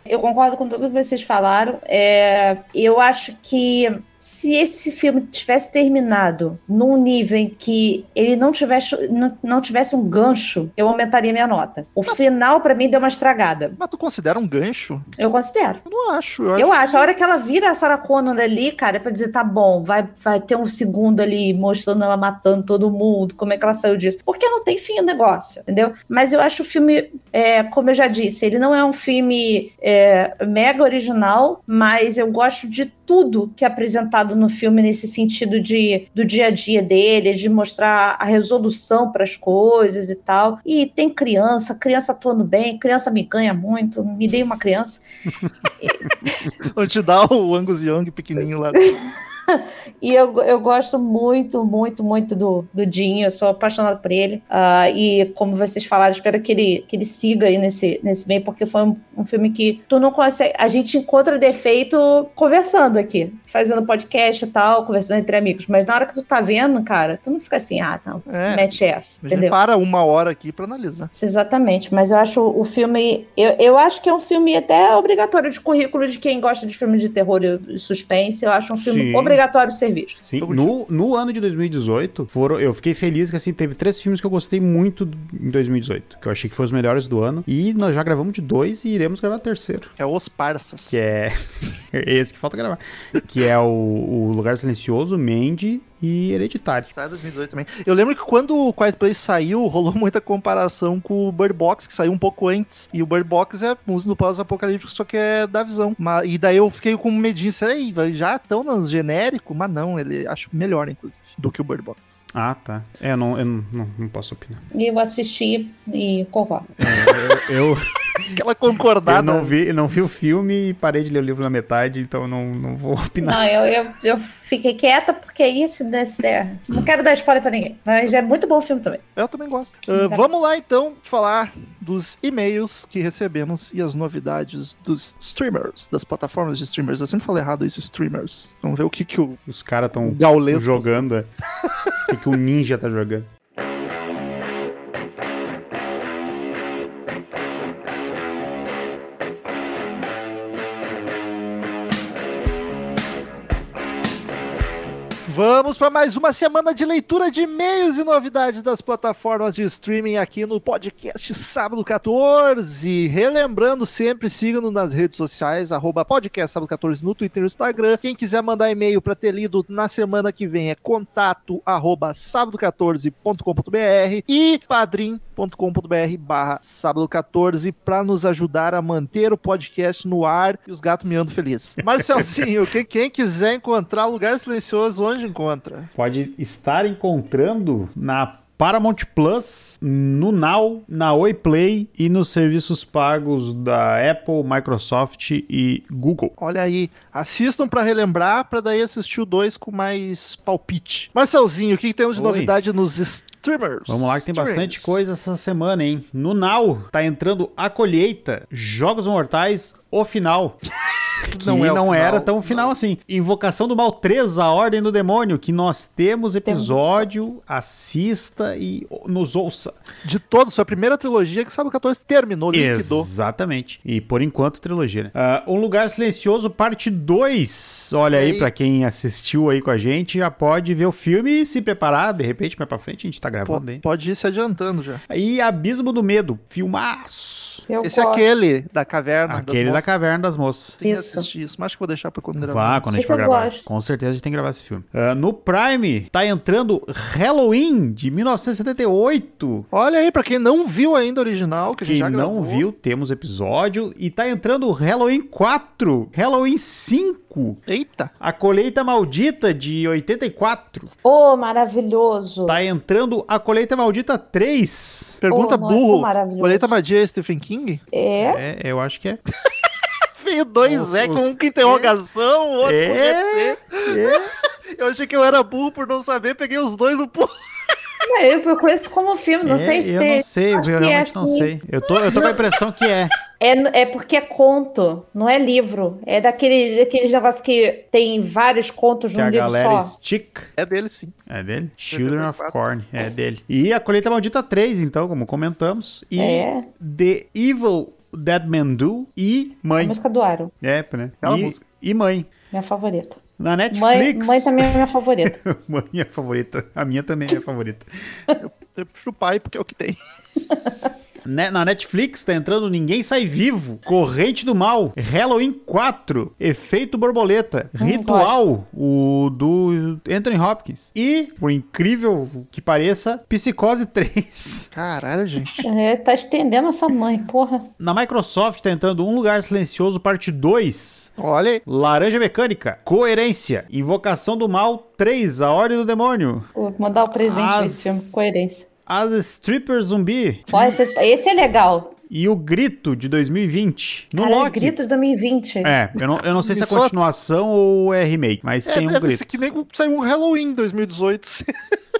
S3: Eu concordo com tudo que vocês falaram. É, eu acho que se esse filme tivesse terminado num nível em que ele não tivesse, não, não tivesse um gancho, eu aumentaria minha nota. O final, pra mim, deu uma estragada.
S1: Mas tu considera um gancho?
S3: Eu considero.
S1: Eu não acho. Eu acho
S3: Eu acho. A hora que ela vira a Sarah Connor ali, cara, é pra dizer, tá bom, vai, vai ter um segundo ali mostrando ela matando todo mundo, como é que ela saiu disso. Porque não tem fim o negócio, entendeu? Mas eu acho o filme, é, como eu já disse, ele não é um filme é, mega original, mas eu gosto de tudo que é apresentado tentado no filme nesse sentido de do dia a dia deles, de mostrar a resolução para as coisas e tal. E tem criança, criança atuando bem, criança me ganha muito, me dei uma criança.
S1: Vou te dar o Angus Young pequenininho lá.
S3: E eu, eu gosto muito, muito, muito do, do Dinho. Eu sou apaixonada por ele. Ah, e como vocês falaram, espero que ele, que ele siga aí nesse, nesse meio, porque foi um, um filme que tu não consegue. A gente encontra defeito conversando aqui, fazendo podcast e tal, conversando entre amigos. Mas na hora que tu tá vendo, cara, tu não fica assim, ah, não,
S1: É.
S3: mete essa,
S1: A gente
S3: entendeu?
S1: para uma hora aqui pra analisar.
S3: Isso, Exatamente, mas eu acho o filme. Eu, eu acho que é um filme até obrigatório de currículo de quem gosta de filme de terror e suspense. Eu acho um filme
S2: Sim.
S3: obrigatório de ser visto.
S2: Sim,
S1: Tô
S2: no, no ano de 2018, foram, eu fiquei feliz que assim, teve três filmes que eu gostei muito do- em 2018, que eu achei que foram os melhores do ano. E nós já gravamos de dois e iremos gravar o terceiro.
S1: É Os Parsas.
S2: Que é. esse que falta gravar. Que é o, o Lugar Silencioso, Mandy e Hereditário.
S1: Saiu em 2018 também. Eu lembro que quando o Quiet Place saiu, rolou muita comparação com o Bird Box, que saiu um pouco antes. E o Bird Box é música do pós-apocalíptico, só que é da visão. Mas- e daí eu fiquei com medinho, será aí, vai- já estão nos genérico? Mas não, ele acho melhor, inclusive, do que o Bird Box.
S2: Ah, tá. É, eu não, eu não, não- não posso opinar.
S3: E eu assisti e concordo.
S2: É, eu, eu-
S1: Aquela
S2: eu
S1: concordada.
S2: não, vi, eu não vi o filme e parei de ler o livro na metade, então não, não vou opinar.
S3: Não, eu, eu, eu fiquei quieta porque é isso desse der. Não quero dar spoiler pra ninguém, mas é muito bom o filme também.
S1: Eu também gosto. Ah,
S3: Tá.
S1: Vamos lá, então, falar dos e-mails que recebemos e as novidades dos streamers, das plataformas de streamers. Eu sempre falo errado isso, streamers. Vamos ver o que, que o
S2: Os caras estão
S1: gaulês...
S2: jogando. é. O que, que o ninja tá jogando?
S1: Vamos para mais uma semana de leitura de e-mails e novidades das plataformas de streaming aqui no podcast Sábado 14. Relembrando sempre, sigam-nos nas redes sociais, arroba podcast Sábado 14 no Twitter e no Instagram. Quem quiser mandar e-mail para ter lido na semana que vem é contato arroba sábado14.com.br e padrim.com.br barra sábado 14 para nos ajudar a manter o podcast no ar e os gatos miando felizes. Marcelzinho, quem, quem quiser encontrar lugar silencioso, onde encontra?
S2: pode estar encontrando na Paramount Plus, no Now, na Oi Play e nos serviços pagos da Apple, Microsoft e Google.
S1: Olha aí, assistam para relembrar, para daí assistir o 2 com mais palpite. Marcelzinho, o que, que temos de
S2: Oi.
S1: novidade nos streamers?
S2: Vamos lá que tem bastante
S1: Streams.
S2: coisa essa semana, hein? No Now tá entrando A Colheita, Jogos Mortais, O Final. Que não,
S1: Não é o final,
S2: era tão final
S1: não.
S2: assim. Invocação do Mal 3, A Ordem do Demônio, que nós temos episódio, assista e nos ouça.
S1: De todos, foi a primeira trilogia que Sábado 14 terminou, liquidou.
S2: Exatamente. E por enquanto, trilogia, né? Ah, um Lugar Silencioso, parte 2. Olha aí,
S1: Aí.
S2: pra quem assistiu aí com a gente, já pode ver o filme e se preparar. De repente, mais pra frente, a gente tá
S1: Pô,
S2: gravando, hein?
S1: pode ir se adiantando já.
S2: E Abismo do Medo, filmaço.
S3: Eu
S1: Esse é aquele da caverna. das
S2: Aquele da
S1: moças.
S2: Caverna das Moças.
S1: Tem que
S3: Isso.
S1: assistir isso, mas acho que vou deixar pra quando
S2: Vá,
S1: gravar.
S2: quando a gente
S3: Esse
S2: for
S3: eu
S2: gravar.
S3: gosto.
S2: Com certeza a gente tem que gravar esse filme. Ah, no Prime, tá entrando Halloween, de 1978.
S1: Olha aí, pra quem não viu ainda o original, que a gente
S2: Quem
S1: já
S2: não
S1: gravou.
S2: viu, temos episódio. E tá entrando Halloween 4, Halloween 5,
S1: Eita!
S2: A Colheita Maldita de 84.
S3: Oh, maravilhoso.
S2: Tá entrando A Colheita Maldita 3.
S1: Pergunta
S3: Oh, não, é tão
S1: burro.
S3: maravilhoso.
S1: Colheita Madia é Stephen King?
S3: É.
S2: É, eu acho que é.
S1: Veio dois
S2: Os-
S1: é
S2: os-
S1: com um com interrogação, o outro com
S2: É.
S1: EC. Eu achei que eu era burro por não saber, peguei os dois no pulo.
S3: Eu eu conheço como filme, não
S2: É,
S3: sei se
S2: eu
S3: tem.
S2: não sei, eu
S3: acho que é
S2: realmente não
S3: assim.
S2: sei. Eu tô, eu tô com a impressão que é.
S3: É, é porque é conto, não é livro. É daquele, daqueles negócios que tem vários contos
S2: Que
S3: num
S2: a
S3: um livro
S2: galera
S3: só. Uhum.
S2: estica.
S1: É dele sim.
S2: É dele? Children of Corn, é dele. E a Colheita Maldita 3, então, como comentamos. E
S3: É.
S2: The Evil Dead Man Do e
S3: A
S2: Mãe.
S3: música do Aro,
S2: É, né?
S1: Aquela
S2: E,
S1: música.
S2: e Mãe.
S3: minha favorita.
S2: Na
S3: Mãe,
S2: Netflix.
S3: mãe também é minha favorita.
S2: Mãe é a favorita. A minha também é a favorita.
S1: Eu prefiro o pai porque é o que tem.
S2: Ne- Né, Na Netflix tá entrando Ninguém Sai Vivo, Corrente do Mal, Halloween 4, Efeito Borboleta,
S3: Hum,
S2: Ritual, o do Anthony Hopkins. E, por incrível que pareça, Psicose 3.
S1: Caralho, gente.
S3: É, tá estendendo essa mãe, porra.
S2: Na Microsoft tá entrando Um Lugar Silencioso, parte 2.
S1: Olha aí.
S2: Laranja Mecânica, Coerência, Invocação do Mal 3, A Ordem do Demônio,
S3: Vou mandar o presente
S2: As-
S3: desse filme, coerência.
S2: As Strippers Zumbi
S3: Ó, esse, esse é legal.
S2: e O Grito de 2020. No
S3: Caralho,
S2: Loki.
S3: Gritos 2020.
S2: É, eu não, eu não sei se é
S1: Isso-
S2: continuação ou é remake, mas
S1: É,
S2: tem um
S1: deve
S2: grito.
S1: ser que nem saiu um Halloween em 2018, sem,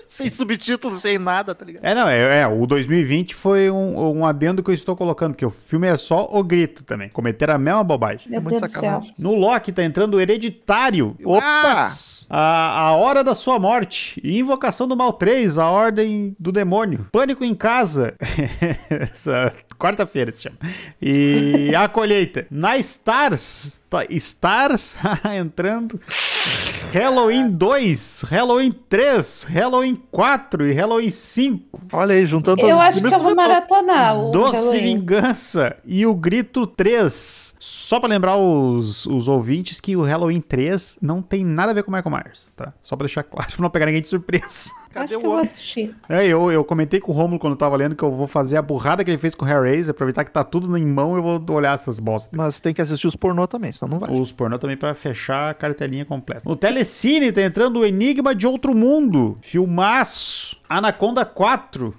S1: sem subtítulo, sem nada, tá ligado?
S2: É, não, é, é, o 2020 foi um, um adendo que eu estou colocando, porque o filme é só o grito também. Cometeram a mesma bobagem.
S3: Meu
S1: Muito
S3: Deus do céu.
S1: sacanagem.
S2: No Loki tá entrando o Hereditário.
S1: Opa!
S2: A, a Hora da Sua Morte. E Invocação do Mal 3, A Ordem do Demônio. Pânico em Casa. Essa- Quarta-feira se chama. E A Colheita. Na Stars. tá- Stars entrando. Halloween 2, Halloween 3, Halloween 4 e Halloween 5.
S1: Olha aí, juntando
S3: Eu
S1: todos os
S3: acho que eu
S1: números,
S3: vou maratonar o
S2: Doce
S3: Halloween.
S2: Vingança e o Grito 3. Só pra lembrar os, os ouvintes que o Halloween 3 não tem nada a ver com o Michael Myers, tá? Só pra deixar claro, pra não pegar ninguém de surpresa.
S3: Acho que
S1: Cadê
S3: eu
S1: o
S3: vou
S1: homem?
S3: assistir.
S2: É, eu, eu comentei com o Romulo quando eu tava lendo que eu vou fazer a burrada que ele fez com o Hellraiser, aproveitar que tá tudo em mão eu vou olhar essas bostas.
S1: Mas tem que assistir os pornô também, senão não vai.
S2: Os pornô também pra fechar a cartelinha completa. No Telecine tá entrando o Enigma de Outro Mundo, filmaço, Anaconda 4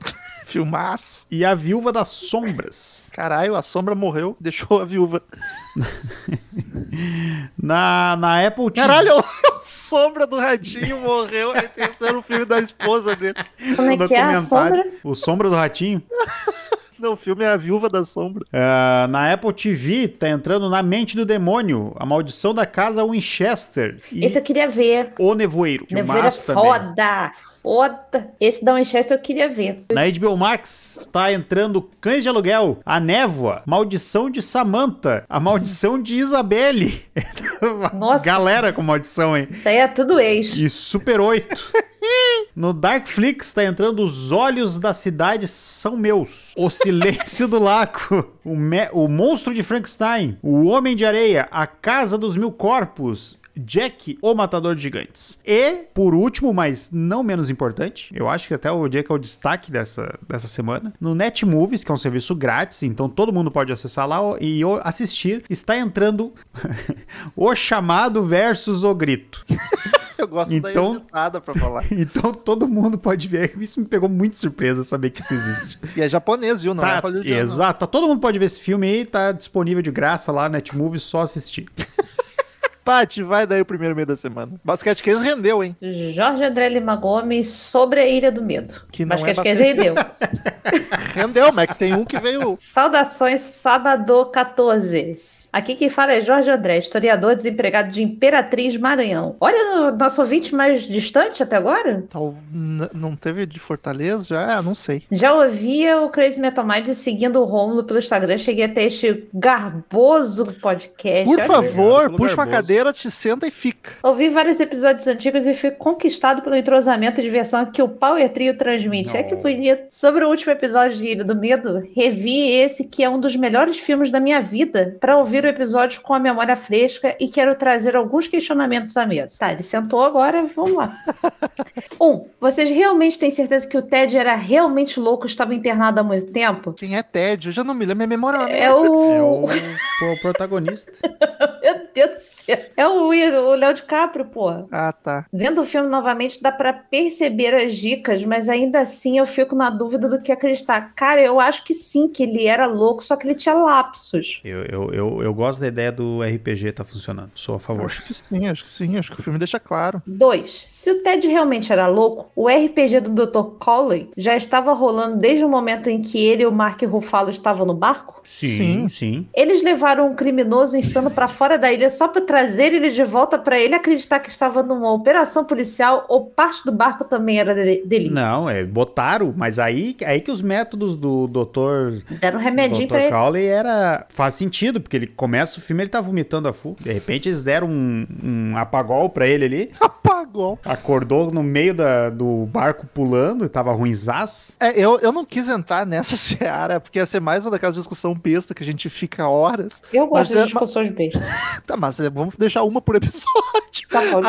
S1: Filmaço.
S2: e A Viúva das Sombras.
S1: Caralho, a sombra morreu, deixou a viúva.
S2: Na, na Apple TV.
S1: Caralho, a sombra do ratinho morreu. Aí tem o terceiro filme da esposa dele.
S3: Como é
S2: o
S3: que é a
S2: documentário,
S3: sombra?
S2: O Sombra do Ratinho.
S1: Não, o filme é a viúva da sombra.
S2: Ah, na Apple TV tá entrando Na Mente do Demônio, A Maldição da Casa Winchester e
S3: Esse eu queria ver.
S2: O Nevoeiro.
S3: Nevoeiro é
S2: Filmaço também.
S3: foda. Foda. Esse da Winchester eu queria ver.
S2: Na HBO Max tá entrando Cães de Aluguel, A Névoa, Maldição de Samantha, A Maldição de Isabelle.
S3: Nossa.
S2: Galera com maldição, hein?
S3: Isso aí é tudo ex.
S2: E Super 8. No Darkflix tá entrando Os Olhos da Cidade São Meus. O Silêncio do Laco. O, Me- o Monstro de Frankenstein. O Homem de Areia. A Casa dos Mil Corpos. Jack, o Matador de Gigantes. E, por último, mas não menos importante, eu acho que até o Jack é o destaque dessa, dessa semana, no Netmovies, que é um serviço grátis, então todo mundo pode acessar lá e assistir, está entrando O Chamado versus O Grito.
S1: Eu gosto
S2: Então-
S1: da hesitada pra falar.
S2: Então todo mundo pode ver. Isso me pegou muito de surpresa saber que isso existe.
S1: E é japonês, viu? Não é
S2: Tá,
S1: hollywoodiano, não.
S2: exato. Tá, Todo mundo pode ver esse filme aí, tá disponível de graça lá na Netmovie, só assistir.
S1: Paty, vai daí o primeiro meio da semana. Basquete Case rendeu, hein?
S3: Jorge André Lima Gomes sobre a Ilha do Medo.
S1: Que não
S3: Mas
S1: é
S3: que acho que
S1: bastante.
S3: rendeu.
S1: Rendeu, mas que tem um que veio.
S3: Saudações, sábado 14. Aqui quem fala é Jorge André, historiador desempregado de Imperatriz Maranhão. Olha o nosso ouvinte mais distante até agora.
S1: Tal... n- Não teve de Fortaleza? Já? Ah, não sei.
S3: Já ouvia o Crazy Metal Mind seguindo o Rômulo pelo Instagram. Cheguei até este garboso podcast.
S1: Por
S3: Olha,
S1: favor,
S2: pelo
S1: puxa uma
S2: garboso.
S1: cadeira, te senta e fica.
S3: Ouvi vários episódios antigos e fui conquistado pelo entrosamento e diversão que o Power Trio transmite. É que
S2: Não.
S3: bonito. Sobre o último episódio de Ilha do Medo, revi esse que é um dos melhores filmes da minha vida para ouvir o episódio com a memória fresca e quero trazer alguns questionamentos à mesa. Tá, ele sentou agora, vamos lá. um, vocês realmente têm certeza que o Ted era realmente louco e estava internado há muito tempo?
S1: Quem é Ted? Eu já não me lembro, minha memória é uma
S3: É
S1: merda.
S2: É
S3: o.
S2: o, foi o protagonista.
S3: Meu Deus do céu. É o o Léo DiCaprio, porra.
S1: Ah, tá.
S3: Vendo o filme novamente, dá pra perceber as dicas, mas ainda assim eu fico na dúvida do que acreditar. Cara, eu acho que sim, que ele era louco, só que ele tinha lapsos.
S2: Eu, eu, eu, eu gosto da ideia do RPG tá funcionando. Sou a favor.
S1: Acho que sim, acho que sim. Acho que o filme deixa claro.
S3: 2. Se o Ted realmente era louco, o RPG do Dr. Colley já estava rolando desde o momento em que ele e o Mark Ruffalo estavam no barco?
S2: Sim, sim.
S1: Sim.
S3: Eles levaram um criminoso insano pra fora da ilha só pra trazer ele de volta pra ele acreditar que estava numa operação policial ou parte do barco também era dele. dele.
S2: Não, é, botaram, mas aí, aí que os métodos do Dr.
S3: Deram um remedinho pra
S2: Dr.
S3: ele.
S2: Cowley era. Faz sentido, porque ele começa o filme, ele tá vomitando a full. De repente eles deram um, um apagol pra ele ali.
S1: igual.
S2: Acordou no meio da- do barco pulando e tava ruinzaço.
S1: É, eu, eu não quis entrar nessa seara, porque ia ser mais uma daquelas discussão besta que a gente fica horas.
S3: Eu gosto
S1: Mas é-
S3: de discussões bestas.
S1: Tá, mas é, vamos deixar uma por episódio.
S3: Tá
S2: Ah,
S3: bom,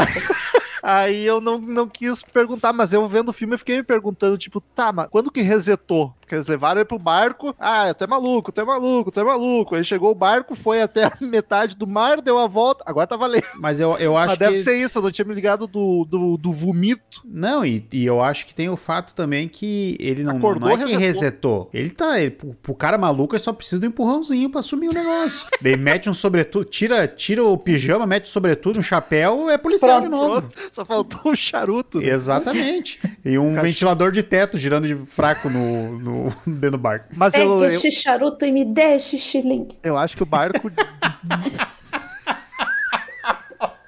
S1: Aí eu não, não quis perguntar, mas eu vendo o filme eu fiquei me perguntando, tipo, tá, mas quando que resetou? Porque eles levaram ele pro barco, ah, tu é maluco, tu é maluco, tu é maluco. Aí chegou o barco, foi até a metade do mar, deu a volta, agora tá valendo.
S2: Mas eu, eu acho
S1: mas deve
S2: que...
S1: ser isso, eu não tinha me ligado do, do, do vomito.
S2: Não, e, e eu acho que tem o fato também que ele não,
S1: Acordou,
S2: não é que
S1: resetou.
S2: resetou. Ele tá. Ele, pro, pro cara maluco, ele só precisa de um empurrãozinho pra assumir o negócio. Daí mete um sobretudo, tira, tira o pijama, mete o sobretudo, um chapéu, é policial de novo.
S1: Pronto, só faltou o charuto.
S2: Exatamente. E um
S1: Cachorro.
S2: ventilador de teto girando de fraco no, no, dentro do barco.
S1: Mas
S3: Pega
S1: eu, eu,
S3: este charuto e me dê este xiling.
S1: eu acho que o barco.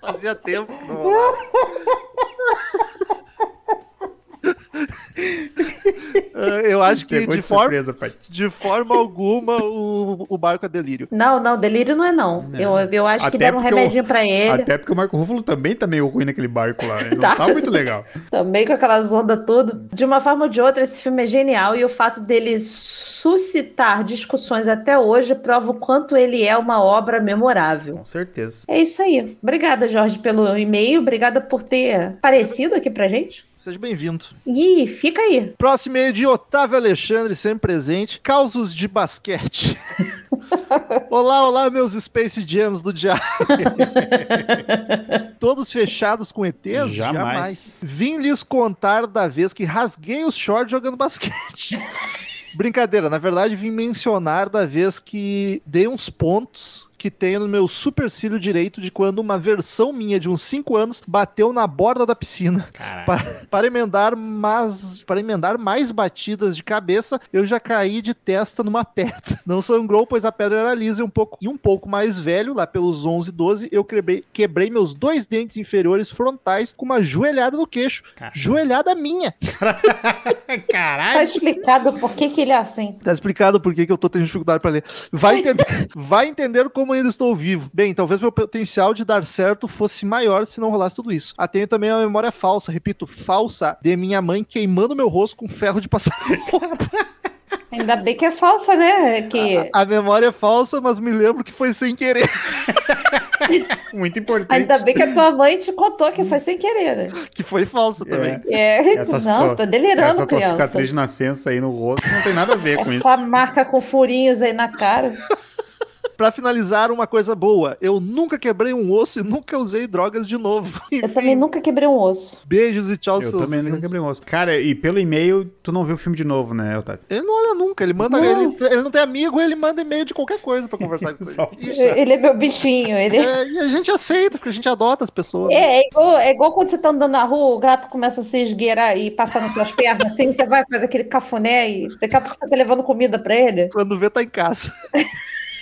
S1: Fazia tempo. que não rolava. Ah, eu acho que
S2: Pegou
S1: de
S2: de
S1: forma
S2: surpresa, Paty.
S1: De forma alguma, o, o barco é delírio.
S3: Não, não, delírio não é não. Eu, eu acho
S2: Até
S3: que deram um
S2: porque eu-
S3: remedinho pra ele.
S2: Até porque o Marco Ruffalo também tá meio ruim naquele barco lá. Ele
S3: Tá.
S2: não tá muito legal.
S3: Também com aquelas ondas tudo. De uma forma ou de outra, esse filme é genial e o fato dele suscitar discussões até hoje prova o quanto ele é uma obra memorável.
S2: Com certeza.
S3: É isso aí. Obrigada, Jorge, pelo e-mail. Obrigada por ter aparecido aqui pra gente.
S1: Seja bem-vindo.
S3: E fica aí.
S1: Próximo e-mail de Otávio Alexandre, sempre presente. Causos de basquete. olá, olá, meus Space Jams do diabo. Todos fechados com ETs?
S2: Jamais.
S1: Vim lhes contar da vez que rasguei os shorts jogando basquete. Brincadeira, na verdade vim mencionar da vez que dei uns pontos que tenho no meu supercílio direito de quando uma versão minha de uns 5 anos bateu na borda da piscina.
S2: Caraca.
S1: Pa- para emendar mas para emendar mais batidas de cabeça, eu já caí de testa numa pedra. Não sangrou, pois a pedra era lisa e um pouco e um pouco mais velho, lá pelos 11, 12, eu quebrei, quebrei meus dois dentes inferiores frontais com uma joelhada no queixo.
S2: Caralho.
S1: Joelhada minha.
S3: Tá
S2: Caralho.
S3: explicado por que, que ele é assim.
S1: Tá explicado por que, que eu tô tendo dificuldade pra ler. Vai entender, vai entender como ainda estou vivo. Bem, então, talvez meu potencial de dar certo fosse maior se não rolasse tudo isso. Ah, tenho também uma memória falsa, repito, falsa, de minha mãe queimando meu rosto com ferro de passar.
S3: Ainda bem que é falsa, né?
S2: Ah,
S3: Que
S1: A memória é falsa, mas me lembro que foi sem querer.
S2: Muito importante.
S3: ainda bem que a tua mãe te contou que foi sem querer. né?
S1: Que foi falsa também.
S3: É,
S2: Essas
S3: não,
S2: tua-
S3: tá delirando,
S2: Essa tua
S3: criança. É
S2: cicatriz de nascença aí no rosto não tem nada a ver com isso.
S3: Essa marca com furinhos aí na cara.
S1: Pra finalizar, uma coisa boa. Eu nunca quebrei um osso e nunca usei drogas de novo.
S3: Eu também nunca quebrei um osso.
S1: Beijos e tchau,
S2: Eu
S1: seus
S2: também nunca
S1: lindos.
S2: quebrei o osso. Cara, e pelo e-mail, tu não viu o filme de novo, né, Otávio?
S1: Ele não olha nunca, ele manda.
S3: Não.
S1: Ele, ele não tem amigo, ele manda e-mail de qualquer coisa pra conversar com
S2: Só
S1: ele. Isso.
S3: Ele é meu bichinho. Ele...
S1: É, e a gente aceita, porque a gente adota as pessoas. né?
S3: É, é igual, é igual quando você tá andando na rua, o gato começa a se esgueirar e passar nas tuas pernas, assim, você vai fazer aquele cafuné e daqui a pouco você tá levando comida pra ele.
S1: Quando vê, tá em casa.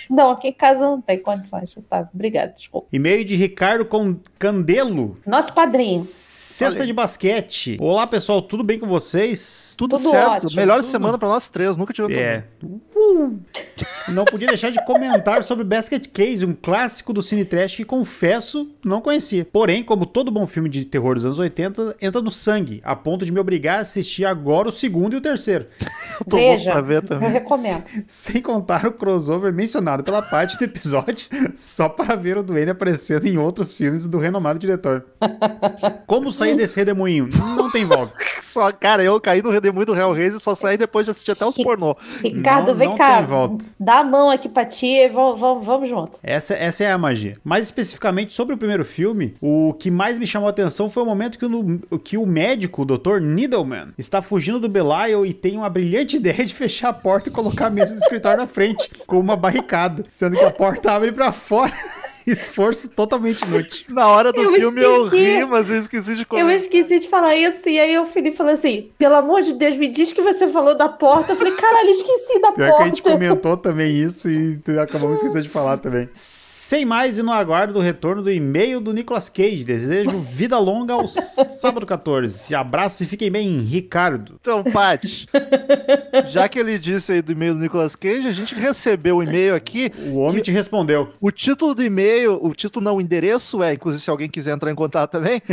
S3: Não, aqui em casa não tem condições, tá? Obrigada, desculpa.
S2: E-mail de Ricardo Con- Candelo.
S3: Nosso padrinho.
S2: Cesta
S1: Olha aí.
S2: de basquete. Olá, pessoal, tudo bem com vocês?
S1: Tudo,
S3: Tudo
S1: certo.
S3: ótimo,
S1: Melhor
S3: tudo.
S1: semana pra nós três, nunca tive
S2: É. Uh! Não podia deixar de comentar sobre Basket Case, um clássico do Cine Trash que confesso não conhecia. Porém, como todo bom filme de terror dos anos 80, entra no sangue, a ponto de me obrigar a assistir agora o segundo e o terceiro.
S1: Eu tô louco
S3: Veja,
S1: pra ver
S3: eu
S1: também.
S3: recomendo.
S2: Sem contar o crossover mencionado pela parte do episódio, só para ver o Duane aparecendo em outros filmes do renomado diretor. Como sair desse redemoinho? Não tem volta.
S1: Só, cara, eu caí no redemoinho do Hellraiser e só saí depois de assistir até os pornô.
S3: Ricardo,
S2: Não-
S3: vem
S2: não
S3: cá.
S2: tem volta.
S3: Dá a mão aqui pra tia e vamos, vamos, vamos junto.
S2: Essa, essa é a magia. Mais especificamente sobre o primeiro filme, o que mais me chamou a atenção foi o momento que o, que o médico, o Dr. Needleman, está fugindo do Belial e tem uma brilhante ideia de fechar a porta e colocar a mesa do escritório na frente, com uma barricada, sendo que a porta abre para fora. Esforço totalmente inútil.
S1: Na hora do
S3: Eu
S1: filme eu
S3: esqueci.
S1: ri, mas eu esqueci de
S3: Eu
S1: comentar.
S2: é?
S3: esqueci de falar isso, e aí o Felipe falou assim: pelo amor de Deus, me diz que você falou da porta. Eu falei, caralho, esqueci da
S2: Pior que a gente
S3: porta.
S2: comentou também isso e acabamos esquecendo de falar também. Sem mais e no aguardo o retorno do e-mail do Nicolas Cage. Desejo vida longa ao sábado 14. Abraço e fiquem bem, Ricardo.
S1: Então, Paty, Já que ele disse aí do e-mail do Nicolas Cage, a gente recebeu um e-mail aqui.
S2: O homem te respondeu.
S1: O título do e-mail, o título não, o endereço é, inclusive se alguém quiser entrar em contato também,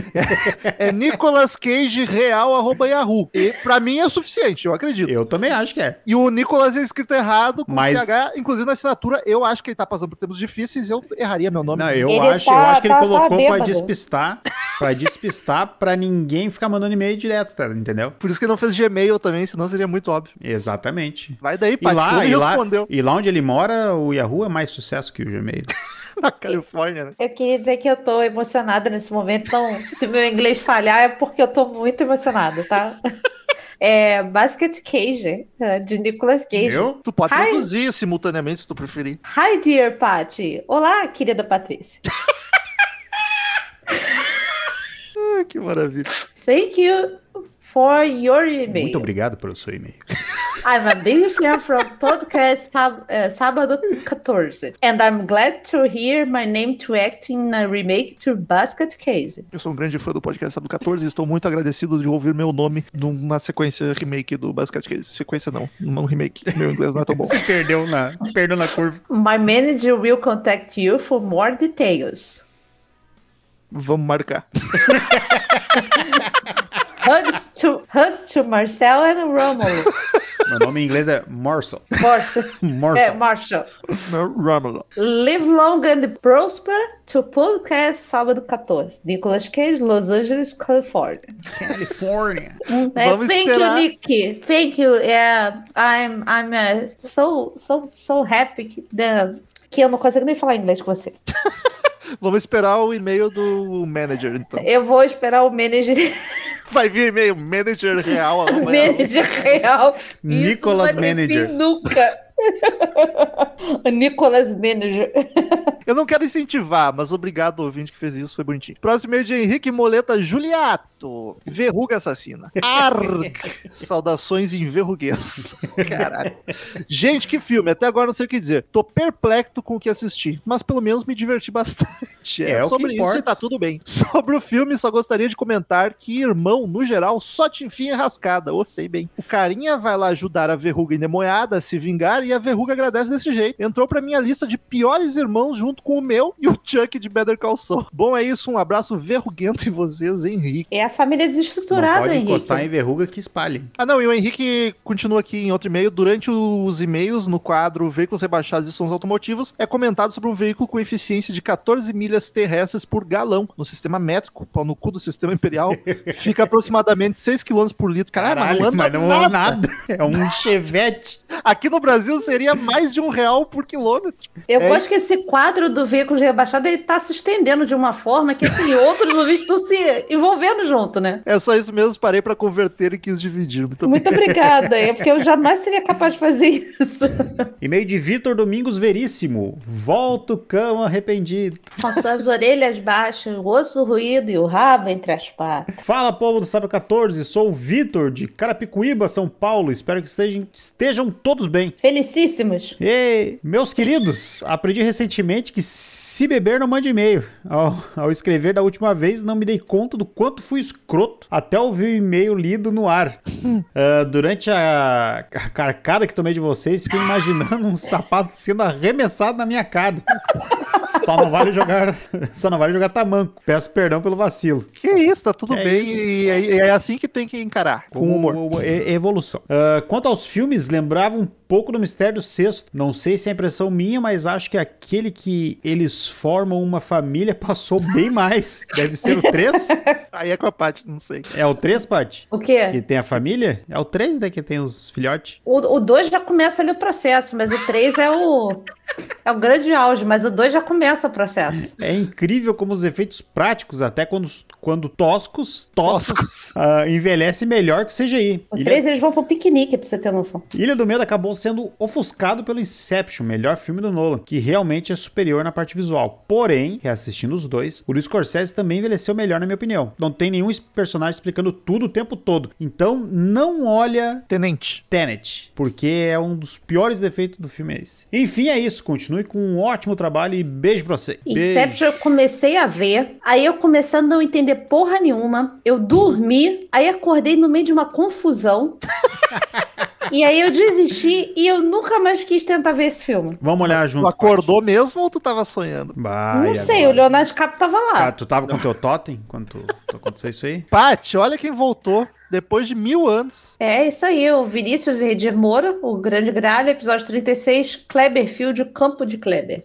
S1: é, é nicolascagereal.yahoo. E pra mim é suficiente, eu acredito.
S2: Eu também acho que é.
S1: E o Nicolas é escrito errado, com
S2: Mas-
S1: CH, inclusive na assinatura, eu acho que ele tá passando por tempos difíceis, eu erraria meu nome.
S2: Não, eu
S3: Ele
S2: acho, eu
S3: tá-
S2: acho que ele
S3: tá- tá
S2: colocou pra
S3: bêbado.
S2: despistar, pra despistar, pra ninguém ficar mandando e-mail direto, tá, entendeu?
S1: Por isso que ele não fez Gmail também, senão seria muito óbvio.
S2: Exatamente.
S1: Vai daí,
S2: E
S1: pai.
S2: lá,
S1: Ele
S2: e, lá,
S1: respondeu
S2: e lá onde ele mora, o Yahoo é mais sucesso que o Gmail.
S1: na Califórnia, né?
S3: Eu queria dizer que eu tô emocionada nesse momento, então se meu inglês falhar é porque eu tô muito emocionada, tá? É Basket Cage, é, de Nicolas Cage.
S2: Viu?
S1: Tu pode
S3: Hi.
S1: traduzir simultaneamente se tu preferir.
S3: Hi, dear Patty. Olá, querida Patrícia.
S1: Ah, que maravilha.
S3: Thank you for your email.
S2: Muito obrigado pelo seu e-mail.
S3: I'm a big fan from podcast Sab eh, Sábado 14. And I'm glad to hear my name to act in a remake to Basket Case.
S1: Eu sou um grande fã do podcast Sábado 14 e estou muito agradecido de ouvir meu nome numa sequência remake do Basket Case. Sequência não, não remake. Meu inglês não é tão bom.
S2: perdeu na, perdeu na curva.
S3: My manager will contact you for more details.
S1: Vamos marcar.
S3: Hugs to, hugs to Marcel and Romulo.
S2: Meu nome em inglês é Morsel.
S3: Marshall.
S2: Morsel.
S3: É, Marshall.
S1: Meu Romulo.
S3: Uh, Live long and prosper to podcast Sábado 14. Nicolas Cage, Los Angeles, California.
S2: Califórnia.
S3: É,
S1: Vamos
S3: thank
S1: esperar.
S3: you, Nick. Thank you. É, I'm, I'm uh, so, so, so happy que, da- que eu não consigo nem falar inglês com você.
S1: Vamos esperar o e-mail do manager, então.
S3: Eu vou esperar o manager,
S1: Vai vir e-mail, manager real. amanhã.
S3: manager real. Isso
S2: Nicolas
S3: não vai ter
S2: Manager.
S3: fim Nunca. O Nicolas Manager.
S1: Eu não quero incentivar, mas obrigado, ouvinte, que fez isso, foi bonitinho. Próximo e-mail de Henrique Moleta Juliato. Verruga assassina. Arg. Saudações em verruguês. Caralho. Gente, que filme. Até agora não sei o que dizer. Tô perplexo com o que assisti, mas pelo menos me diverti bastante.
S2: É o que
S1: sobre isso
S2: importa.
S1: e tá tudo bem. Sobre o filme, só gostaria de comentar que irmão, no geral, só te enfia em rascada. Ô, sei bem. O carinha vai lá ajudar a verruga endemoniada a se vingar e a verruga agradece desse jeito. Entrou pra minha lista de piores irmãos junto com o meu e o Chuck de Better Call Saul. Bom, é isso. Um abraço verruguento em vocês, Henrique.
S3: É a família
S2: Não
S3: desestruturada,
S2: pode
S3: Henrique.
S2: encostar em verruga que espalhe.
S1: Ah, não, e o Henrique continua aqui em outro e-mail. Durante os e-mails, no quadro Veículos Rebaixados e Sons Automotivos, é comentado sobre um veículo com eficiência de 14 milhas terrestres por galão no sistema métrico, pau no cu do sistema imperial. fica aproximadamente 6 km por litro. Caralho, mas não anda nada.
S2: É um chevette.
S1: Aqui no Brasil seria mais de um real por quilômetro.
S3: Eu
S1: É.
S3: gosto que esse quadro do veículo rebaixado ele tá se estendendo de uma forma que assim, outros ouvintes estão se envolvendo junto, né?
S1: É só isso mesmo, parei pra converter e quis dividir. Muito
S3: Muito obrigada, é porque eu jamais seria capaz de fazer isso.
S2: E-mail de Vitor Domingos Veríssimo. Volto cão arrependido.
S3: Com suas orelhas baixas, o osso ruído e o rabo entre as patas.
S2: Fala, povo do Sábado 14. Sou o Vitor de Carapicuíba, São Paulo. Espero que estejam, estejam todos bem.
S3: Felicíssimos.
S2: Ei, meus queridos, aprendi recentemente que se beber não mande e-mail. Ao, ao escrever da última vez, não me dei conta do quanto fui escroto até ouvir o e-mail lido no ar. Ah, durante a, a carcada que tomei de vocês, fiquei imaginando um sapato sendo arremessado na minha cara. Só não vale jogar, só não vale jogar tamanco. Peço perdão pelo vacilo.
S1: Que isso, tá tudo
S2: É
S1: bem.
S2: isso.
S1: E é, é assim que tem que encarar, com humor.
S2: O- o- e- Evolução. Ah, quanto aos filmes, lembrava um pouco do Mistério do Sexto. Não sei se é impressão minha, mas acho que aquele que eles formam uma família passou bem mais. Deve ser o 3?
S1: Aí é com a Paty, não sei.
S2: É o 3, Paty?
S3: O quê?
S2: Que tem a família? É o 3, né? Que tem os filhotes.
S3: O 2 já começa ali o processo, mas o 3 é o. É o grande auge, mas o 2 já começa o processo.
S2: É incrível como os efeitos práticos, até quando, quando toscos, toscos, ah, envelhece melhor que o CGI.
S3: O
S2: Ele- é
S3: 3 eles vão pro piquenique, pra você ter noção.
S2: Ilha do Medo acabou sendo ofuscado pelo Inception, melhor filme do Nolan, que realmente é superior na parte visual. Porém, reassistindo os dois, o Scorsese também envelheceu melhor, na minha opinião. Não tem nenhum es- personagem explicando tudo o tempo todo. Então, não olha
S1: Tenente.
S2: Tenet, porque é um dos piores defeitos do filme é esse. Enfim, é isso. Continue com um ótimo trabalho e beijo pra você.
S3: Inception eu comecei a ver, aí eu comecei a não entender porra nenhuma, eu dormi, aí acordei no meio de uma confusão. E aí eu desisti e eu nunca mais quis tentar ver esse filme.
S2: Vamos olhar junto.
S1: Tu acordou mesmo ou tu tava sonhando?
S2: Bah,
S3: não
S2: e
S3: sei,
S2: agora?
S3: o Leonardo DiCaprio tava lá.
S2: Ah, tu tava com teu totem quando tu- aconteceu isso aí?
S1: Paty, olha quem voltou depois de mil anos.
S3: É isso aí, o Vinícius Redir Moura, o Grande Gralha, episódio 36, Kleberfield, o Campo de Kleber.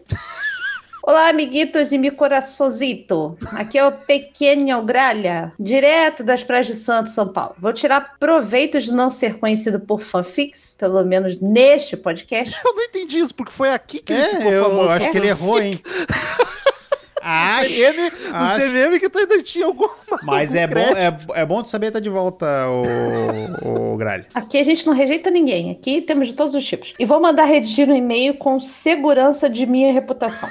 S3: Olá, amiguitos e mi coraçãozito. Aqui é o Pequeno Gralha, direto das praias de Santo, São Paulo. Vou tirar proveito de não ser conhecido por fanfics, pelo menos neste podcast.
S1: Eu não entendi isso, porque foi aqui que ele
S2: É,
S1: ficou
S2: eu
S1: famoso.
S2: acho que ele errou, hein?
S1: No
S2: acho,
S1: CVM, no
S2: acho.
S1: CVM que tu ainda tinha alguma.
S2: Mas é bom,
S1: crédito.
S2: é, é bom tu saber estar de volta, o, o Gralho.
S3: Aqui a gente não rejeita ninguém, aqui temos de todos os tipos. E vou mandar redigir um e-mail com segurança de minha reputação.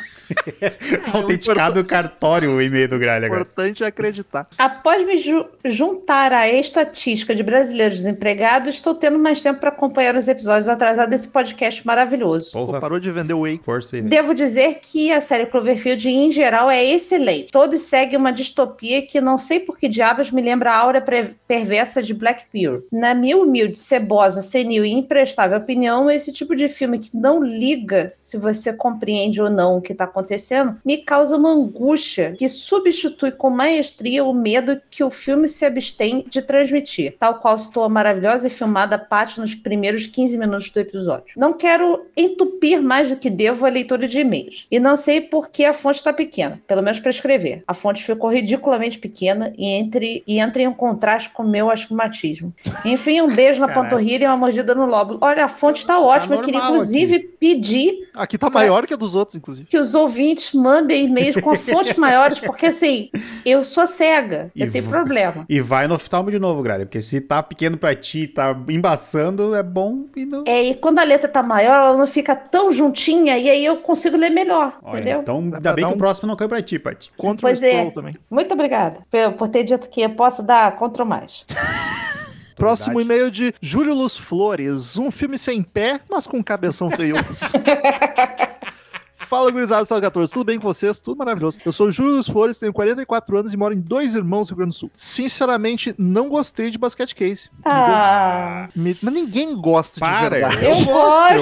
S1: É,
S2: Autenticado cartório o e-mail do Gralho
S1: O
S2: agora.
S1: importante é acreditar.
S3: Após me ju- juntar à estatística de brasileiros desempregados, estou tendo mais tempo para acompanhar os episódios atrasados desse podcast maravilhoso.
S1: Pô,
S2: Porra,
S1: parou de vender whey.
S2: força aí. velho.
S3: Devo dizer que a série Cloverfield, em geral, é excelente. Todos seguem uma distopia que não sei por que diabos me lembra a aura pre- perversa de Black Mirror. Na minha humilde, cebosa, senil e imprestável opinião, esse tipo de filme que não liga se você compreende ou não o que está acontecendo, me causa uma angústia que substitui com maestria o medo que o filme se abstém de transmitir, tal qual citou a maravilhosa e filmada parte nos primeiros 15 minutos do episódio. Não quero entupir mais do que devo a leitura de e-mails. E não sei por que a fonte está pequena, pelo menos para escrever. A fonte ficou ridiculamente pequena e, entre, e entra em um contraste com o meu astigmatismo. Enfim, um beijo na
S2: Caralho.
S3: panturrilha e uma mordida no lóbulo. Olha, a fonte está ótima. Eu queria,
S2: normal
S3: inclusive, pedir
S1: Aqui tá maior que a dos outros, inclusive.
S3: que os ouvintes mandem e-mails com fontes maiores, porque assim, eu sou cega,
S2: E
S3: eu tenho
S2: vo-
S3: problema.
S2: E vai no oftalmo de novo, Gralho, porque se tá pequeno pra ti, tá embaçando, é bom e não...
S3: É, e quando a letra tá maior, ela não fica tão juntinha, e aí eu consigo ler melhor,
S2: Olha,
S3: É, entendeu?
S2: então
S1: Dá
S2: ainda
S1: pra
S2: bem
S1: dar
S2: que
S1: um-
S2: o próximo não caiu pra ti, Paty.
S1: Contra
S3: Pois
S1: o Stroll
S3: é.
S1: também.
S3: Muito obrigada pe- por ter dito que eu posso dar contra o mais.
S1: Próximo
S2: Verdade.
S1: e-mail de Júlio Luz Flores. Um filme sem pé, mas com cabeção feioso. Fala, gurizada, salve 14. Tudo bem com vocês? Tudo maravilhoso. Eu sou Júlio Luz Flores, tenho 44 anos e moro em Dois Irmãos, Rio Grande do Sul. Sinceramente, não gostei de basquete case.
S3: Ah,
S1: Me- Mas ninguém gosta de
S2: Para!
S1: verdade.
S3: Eu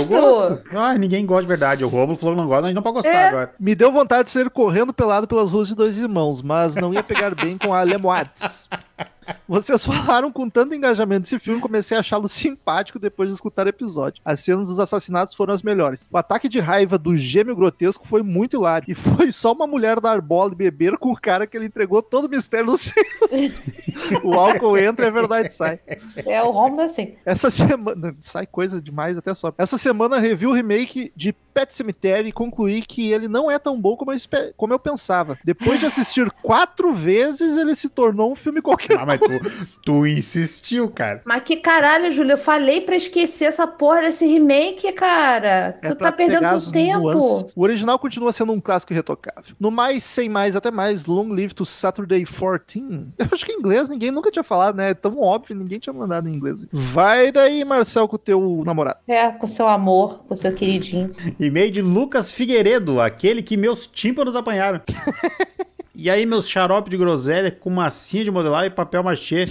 S3: gosto. É.
S2: Ah, ninguém gosta de verdade. O Romulo falou que não gosta, a gente não pode gostar agora.
S1: Me deu vontade de sair correndo pelado pelas ruas de dois irmãos, mas não ia pegar bem com a Lemoades. Vocês falaram com tanto engajamento desse filme, comecei a achá-lo simpático depois de escutar o episódio. As cenas dos assassinatos foram as melhores. O ataque de raiva do gêmeo grotesco foi muito hilário. E foi só uma mulher dar bola e beber com o cara que ele entregou todo o mistério no cesto. o álcool entra e a verdade sai.
S3: é o Romulo assim.
S1: Essa semana. Sai coisa demais até só. Essa semana revi o remake de Pet Cemetery e concluí que ele não é tão bom como eu, espe- como eu pensava. Depois de assistir quatro vezes, ele se tornou um filme qualquer.
S2: Ah, mas tu, tu insistiu, cara.
S3: Mas que caralho, Júlio, eu falei pra esquecer essa porra desse remake, cara.
S1: É
S3: tu
S1: pra
S3: tá perdendo
S1: pegar
S3: teu
S1: as
S3: tempo.
S1: nuances. O original continua sendo um clássico irretocável. No mais, sem mais, até mais, Long Live to Saturday 14. Eu acho que em inglês ninguém nunca tinha falado, né? É tão óbvio, ninguém tinha mandado em inglês. Vai daí, Marcel, com o teu namorado.
S3: É, com seu amor, com seu queridinho.
S2: E-mail de Lucas Figueiredo, aquele que meus tímpanos apanharam. E aí, meus xarope de groselha com massinha de modelar e papel machê,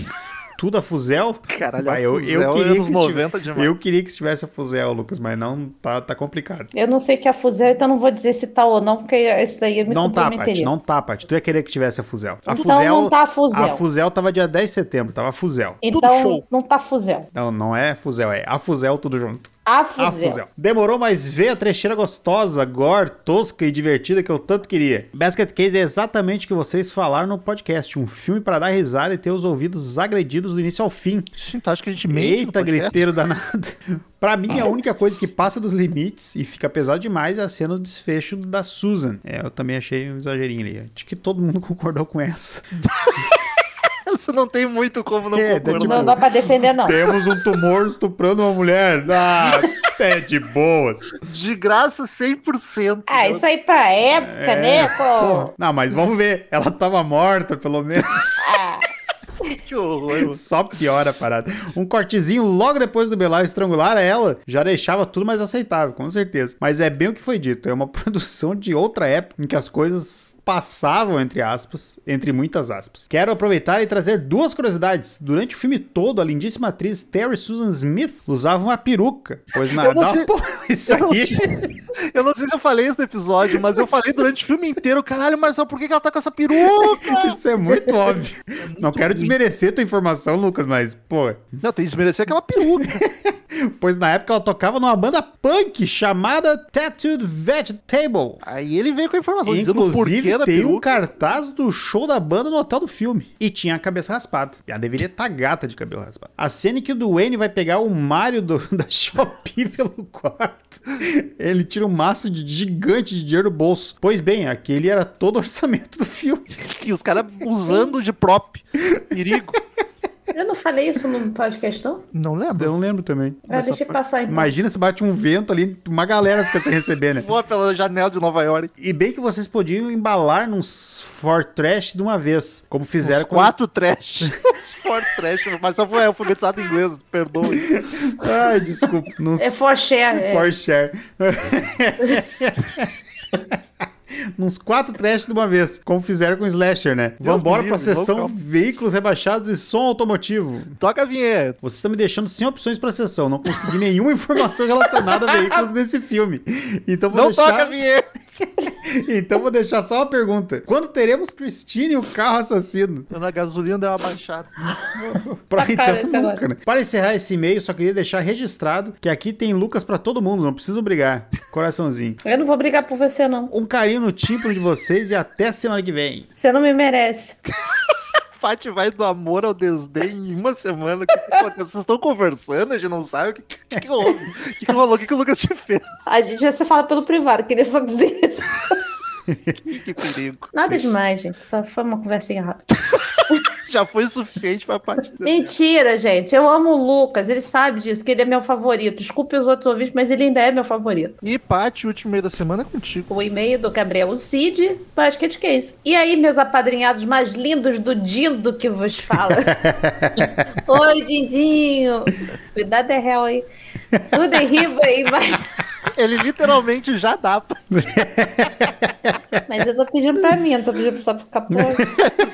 S2: tudo a fuzel.
S1: Caralho,
S2: Vai, eu- eu
S1: Fuzel,
S2: queria que
S1: anos
S2: estivesse-
S1: 90 demais.
S2: Eu queria que estivesse a fuzel, Lucas, mas não, tá, tá complicado.
S3: Eu não sei o que é fuzel, então não vou dizer se tá ou não, porque isso daí é eu me
S2: não tá, Paty,
S3: comprometeria.
S2: não tá, Paty. Tu ia querer que tivesse a fuzel. A
S3: então
S2: fuzel,
S3: não tá
S2: a
S3: fuzel.
S2: fuzel tava dia 10 de setembro, tava a fuzel.
S1: Tudo
S3: Então
S1: show.
S3: não tá fuzel.
S2: Não, não é fuzel, é a fuzel tudo junto.
S3: A
S2: A
S3: fuzel.
S2: fuzel. Demorou, mas veio a trecheira gostosa, gore, tosca e divertida que eu tanto queria. Basket Case é exatamente o que vocês falaram no podcast. Um filme pra dar risada e ter os ouvidos agredidos do início ao fim.
S1: Sim, tu acha que a gente mente? no
S2: Eita,
S1: podcast?
S2: griteiro danado. pra mim, a única coisa que passa dos limites e fica pesado demais é a cena do desfecho da Susan. É, eu também achei um exagerinho ali. Acho que todo mundo concordou com essa.
S1: Você não tem muito como não
S2: É, dá
S1: concordar.
S2: tipo-
S3: Não dá pra defender, não.
S2: Temos um tumor estuprando uma mulher. Ah, é de boas.
S1: De graça, 100%.
S3: Ah, isso aí pra época, né? Pô.
S2: Não, mas vamos ver. Ela tava morta, pelo menos.
S3: Ah.
S1: Que horror.
S2: Só piora a parada. Um cortezinho logo depois do Belau estrangular ela já deixava tudo mais aceitável, com certeza. Mas é bem o que foi dito. É uma produção de outra época em que as coisas passavam, entre aspas, entre muitas aspas. Quero aproveitar e trazer duas curiosidades. Durante o filme todo, a lindíssima atriz Terry Susan Smith usava uma peruca. Pois na
S1: Eu não
S2: dá-
S1: sei-
S2: Pô, isso
S1: Eu não,
S2: aí-
S1: sei, eu não sei se eu falei isso no episódio, mas eu falei durante o filme inteiro, caralho, Marcelo, por que, que ela tá com essa peruca?
S2: Isso é muito óbvio. Não quero desmerecer tua informação, Lucas, mas, pô,
S1: Não, tem que desmerecer aquela peruca.
S2: pois na época ela tocava numa banda punk chamada Tattooed Vegetable.
S1: Aí ele veio com a informação, dizendo o porquê
S2: Inclusive,
S1: da
S2: tem um
S1: peruca.
S2: cartaz do show da banda no hotel do filme. E tinha a cabeça raspada. Ela deveria estar gata de cabelo raspado. A cena em que o Duane vai pegar o Mario do- da Shopee pelo quarto. Ele tira um maço de gigante de dinheiro do bolso. Pois bem, aquele era todo o orçamento do filme.
S1: E os caras usando de prop. Perigo.
S3: Eu não falei isso no podcast, não?
S1: Não lembro.
S2: Eu não lembro também.
S3: Ah, deixa eu passar então.
S2: Imagina se bate um vento ali, uma galera fica sem receber, né?
S1: Voa pela janela de Nova York.
S2: E bem que vocês podiam embalar num for trash de uma vez, como fizeram
S1: Os quatro trash. Os four trash. Mas só foi alfabetizado em inglês, perdoa.
S2: com... Ai, desculpa, não
S3: É for share. é.
S2: For share. Uns quatro trash de uma vez, como fizeram com o Slasher, né?
S1: Deus
S2: Vambora
S1: me
S2: pra
S1: livre,
S2: sessão
S1: vamos,
S2: veículos rebaixados e som automotivo.
S1: Toca a vinheta.
S2: Vocês estão me deixando sem opções pra sessão. Não consegui nenhuma informação relacionada a veículos nesse filme. Então vou
S1: Não
S2: deixar...
S1: toca a vinheta.
S2: Então vou deixar só uma pergunta. Quando teremos Christine e o carro assassino?
S1: Quando a gasolina deu uma baixada.
S2: Pra
S3: Tá caro esse agora.
S2: né? Para encerrar esse e-mail, só queria deixar registrado que aqui tem Lucas pra todo mundo, não preciso brigar. Coraçãozinho.
S3: Eu não vou brigar por você, não.
S2: Um carinho no tímpano de vocês e até semana que vem.
S3: Você não me merece.
S1: Fati vai do amor ao desdém em uma semana. O que que aconteceu? Vocês estão conversando, a gente não sabe o que, que, que houve. O que, que rolou? O que, que o Lucas te fez?
S3: A gente já se fala pelo privado, queria só dizer isso.
S1: Que, que perigo.
S3: Nada demais, gente. Só foi uma conversinha rápida.
S1: Já foi o suficiente pra Fati.
S3: Mentira, gente. Eu amo o Lucas. Ele sabe disso, que ele é meu favorito. Desculpe os outros ouvintes, mas ele ainda é meu favorito.
S1: E Pati, o último meio da semana é contigo.
S3: O e-mail do Gabriel Cid, Basket Case. E aí, meus apadrinhados mais lindos do Dindo que vos fala. Oi, Dindinho. Cuidado é réu aí. Tudo derriba aí, mas...
S1: Ele literalmente já dá pra
S3: mas eu tô pedindo pra mim, não tô pedindo só pro capô.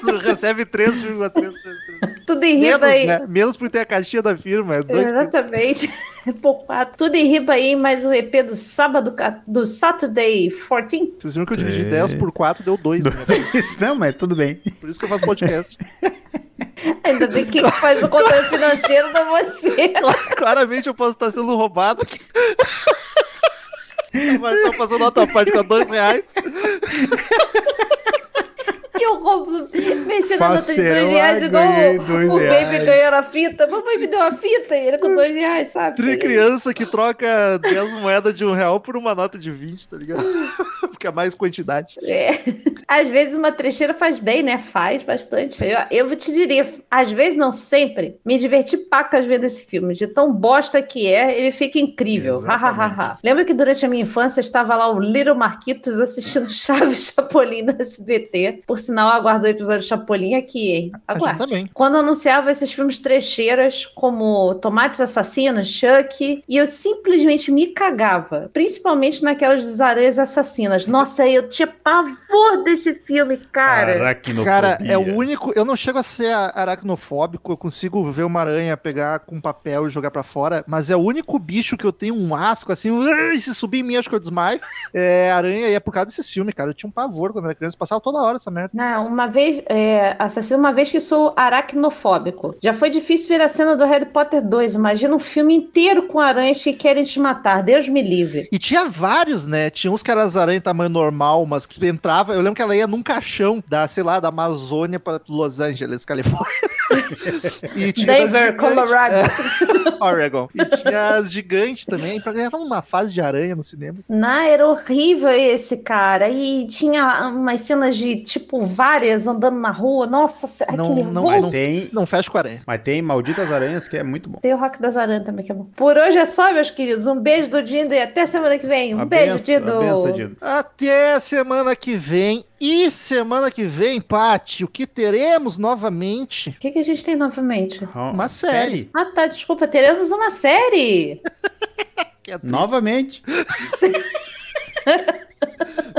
S1: Tu recebe 3,3.
S3: Tudo derriba aí.
S1: Menos, né? Menos por ter a caixinha da firma. É dois
S3: Exatamente. Por quatro. Tudo em riba aí, mais um EP do sábado, ca- do Saturday 14.
S1: Vocês viram que eu dividi 10 por 4, deu 2. Né?
S2: Isso não, mas tudo bem.
S1: Por isso que eu faço podcast.
S3: Ainda bem que quem faz o controle financeiro da você.
S1: Cla- Claramente eu posso estar sendo roubado aqui. Mas só passando outra parte com 2 reais.
S3: E eu compro, mexendo na nota de
S2: Parceiro,
S3: dois reais,
S2: ah,
S3: igual
S2: ganhei dois
S3: o, o
S2: reais.
S3: Baby ganhou na fita. Mamãe me deu uma fita e ele com dois reais, sabe?
S1: Tri criança que troca 10 moedas de 1 real por uma nota de 20, tá ligado? Porque é mais quantidade.
S3: É. Às vezes uma trecheira faz bem, né? Faz bastante. Eu, eu te diria, às vezes não sempre, me diverti pacas vendo esse filme. De tão bosta que é, ele fica incrível. Ha, ha, ha, ha. Lembro que durante a minha infância estava lá o Little Marquitos assistindo Chaves Chapolin no SBT. Por sinal, aguardo o episódio Chapolin aqui, hein?
S1: gente
S3: Aguardo.
S1: também.
S3: Quando anunciava esses filmes trecheiras, como Tomates Assassinos, Chuck, e eu simplesmente me cagava, principalmente naquelas dos Aranhas Assassinas. Nossa, eu tinha pavor desse filme, cara.
S1: Cara, é o único. Eu não chego a ser a- aracnofóbico, eu consigo ver uma aranha pegar com papel e jogar pra fora, mas é o único bicho que eu tenho um asco assim, "Ui", se subir em mim, acho que eu desmaio. É aranha, e é por causa desses filmes, cara. Eu tinha um pavor quando era criança, passava toda hora essa merda.
S3: Não, Né, uma vez, é, assassino, uma vez que sou aracnofóbico. Já foi difícil ver a cena do Harry Potter 2. Imagina um filme inteiro com aranhas que querem te matar. Deus me livre.
S1: E tinha vários, né? Tinha uns que eram as aranhas tamanho normal, mas que entrava. Eu lembro que ela ia num caixão da, sei lá, da Amazônia pra Los Angeles, Califórnia. e tinha das
S3: Denver,
S1: gigantes. É,
S3: Colorado.
S1: Oregon. E tinha as gigantes também. Era uma fase de aranha no cinema.
S3: Não, Né? era horrível esse cara. E tinha umas cenas de, tipo, várias andando na rua. Nossa, se- ai,
S1: Não-
S3: que
S1: não-
S3: nervoso.
S2: Mas tem,
S1: Não fecha com aranha.
S2: mas tem Malditas Aranhas que é muito bom.
S3: Tem o Rock das Aranhas também, que é bom. Por hoje é só, meus queridos. Um beijo do Dindo e até semana que vem. Um
S2: A
S3: beijo,
S2: benção, a benção,
S3: Dindo.
S2: Dido.
S1: Até semana que vem. E semana que vem, Paty, o que teremos novamente?
S3: O que, que a gente tem novamente?
S1: Uma série.
S3: Ah, tá, desculpa, teremos uma série.
S1: Que é triste.
S2: Novamente.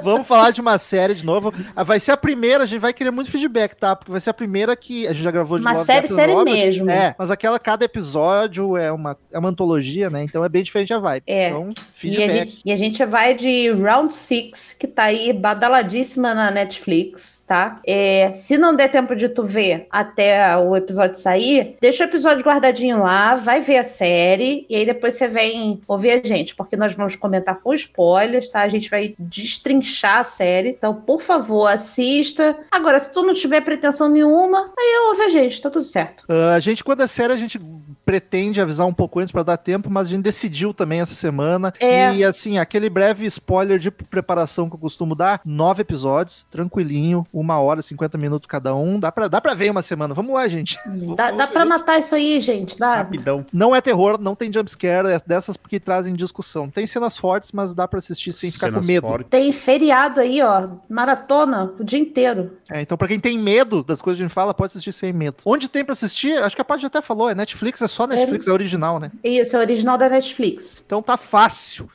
S1: Vamos falar de uma série de novo. Ah, Vai ser a primeira, a gente vai querer muito feedback, tá? Porque vai ser a primeira que a gente já gravou de
S3: Uma
S1: Love,
S3: série,
S1: Death and
S3: série
S1: Robots.
S3: mesmo.
S1: É, mas aquela, cada episódio é uma, é uma antologia, né? Então é bem diferente a vibe.
S3: É.
S1: Então,
S3: E a,
S1: feedback.
S3: gente, e a gente vai de Round Six que tá aí badaladíssima na Netflix, tá? É, se não der tempo de tu ver até o episódio sair, deixa o episódio guardadinho lá, vai ver a série e aí depois você vem ouvir a gente, porque nós vamos comentar com spoilers, tá? A gente vai destrinchar a série. Então, por favor, assista. Agora, se tu não tiver pretensão nenhuma, aí ouve a gente, tá tudo certo.
S1: Ah, a gente, quando é série, a gente pretende avisar um pouco antes pra dar tempo, mas a gente decidiu também essa semana.
S3: É.
S1: E assim, aquele breve spoiler de preparação que eu costumo dar, nove episódios, tranquilinho, uma hora, e 50 minutos cada um. Dá pra, dá pra ver uma semana. Vamos lá, gente.
S3: Dá, dá pra matar isso aí, gente. Dá.
S2: Rapidão.
S1: Não é terror, não tem jumpscare, é dessas que trazem discussão. Tem cenas fortes, mas dá pra assistir sem ficar
S2: Cenas
S1: com medo.
S2: fortes.
S3: Tem feriado aí, ó, maratona o dia inteiro.
S1: É, então, pra quem tem medo das coisas que a gente fala, pode assistir sem medo. Onde tem pra assistir, acho que a Paty até falou, é Netflix, é só Netflix, é, original, né?
S3: Isso, é original da Netflix.
S1: Então tá fácil.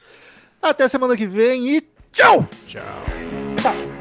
S1: Até semana que vem e tchau!
S3: Tchau.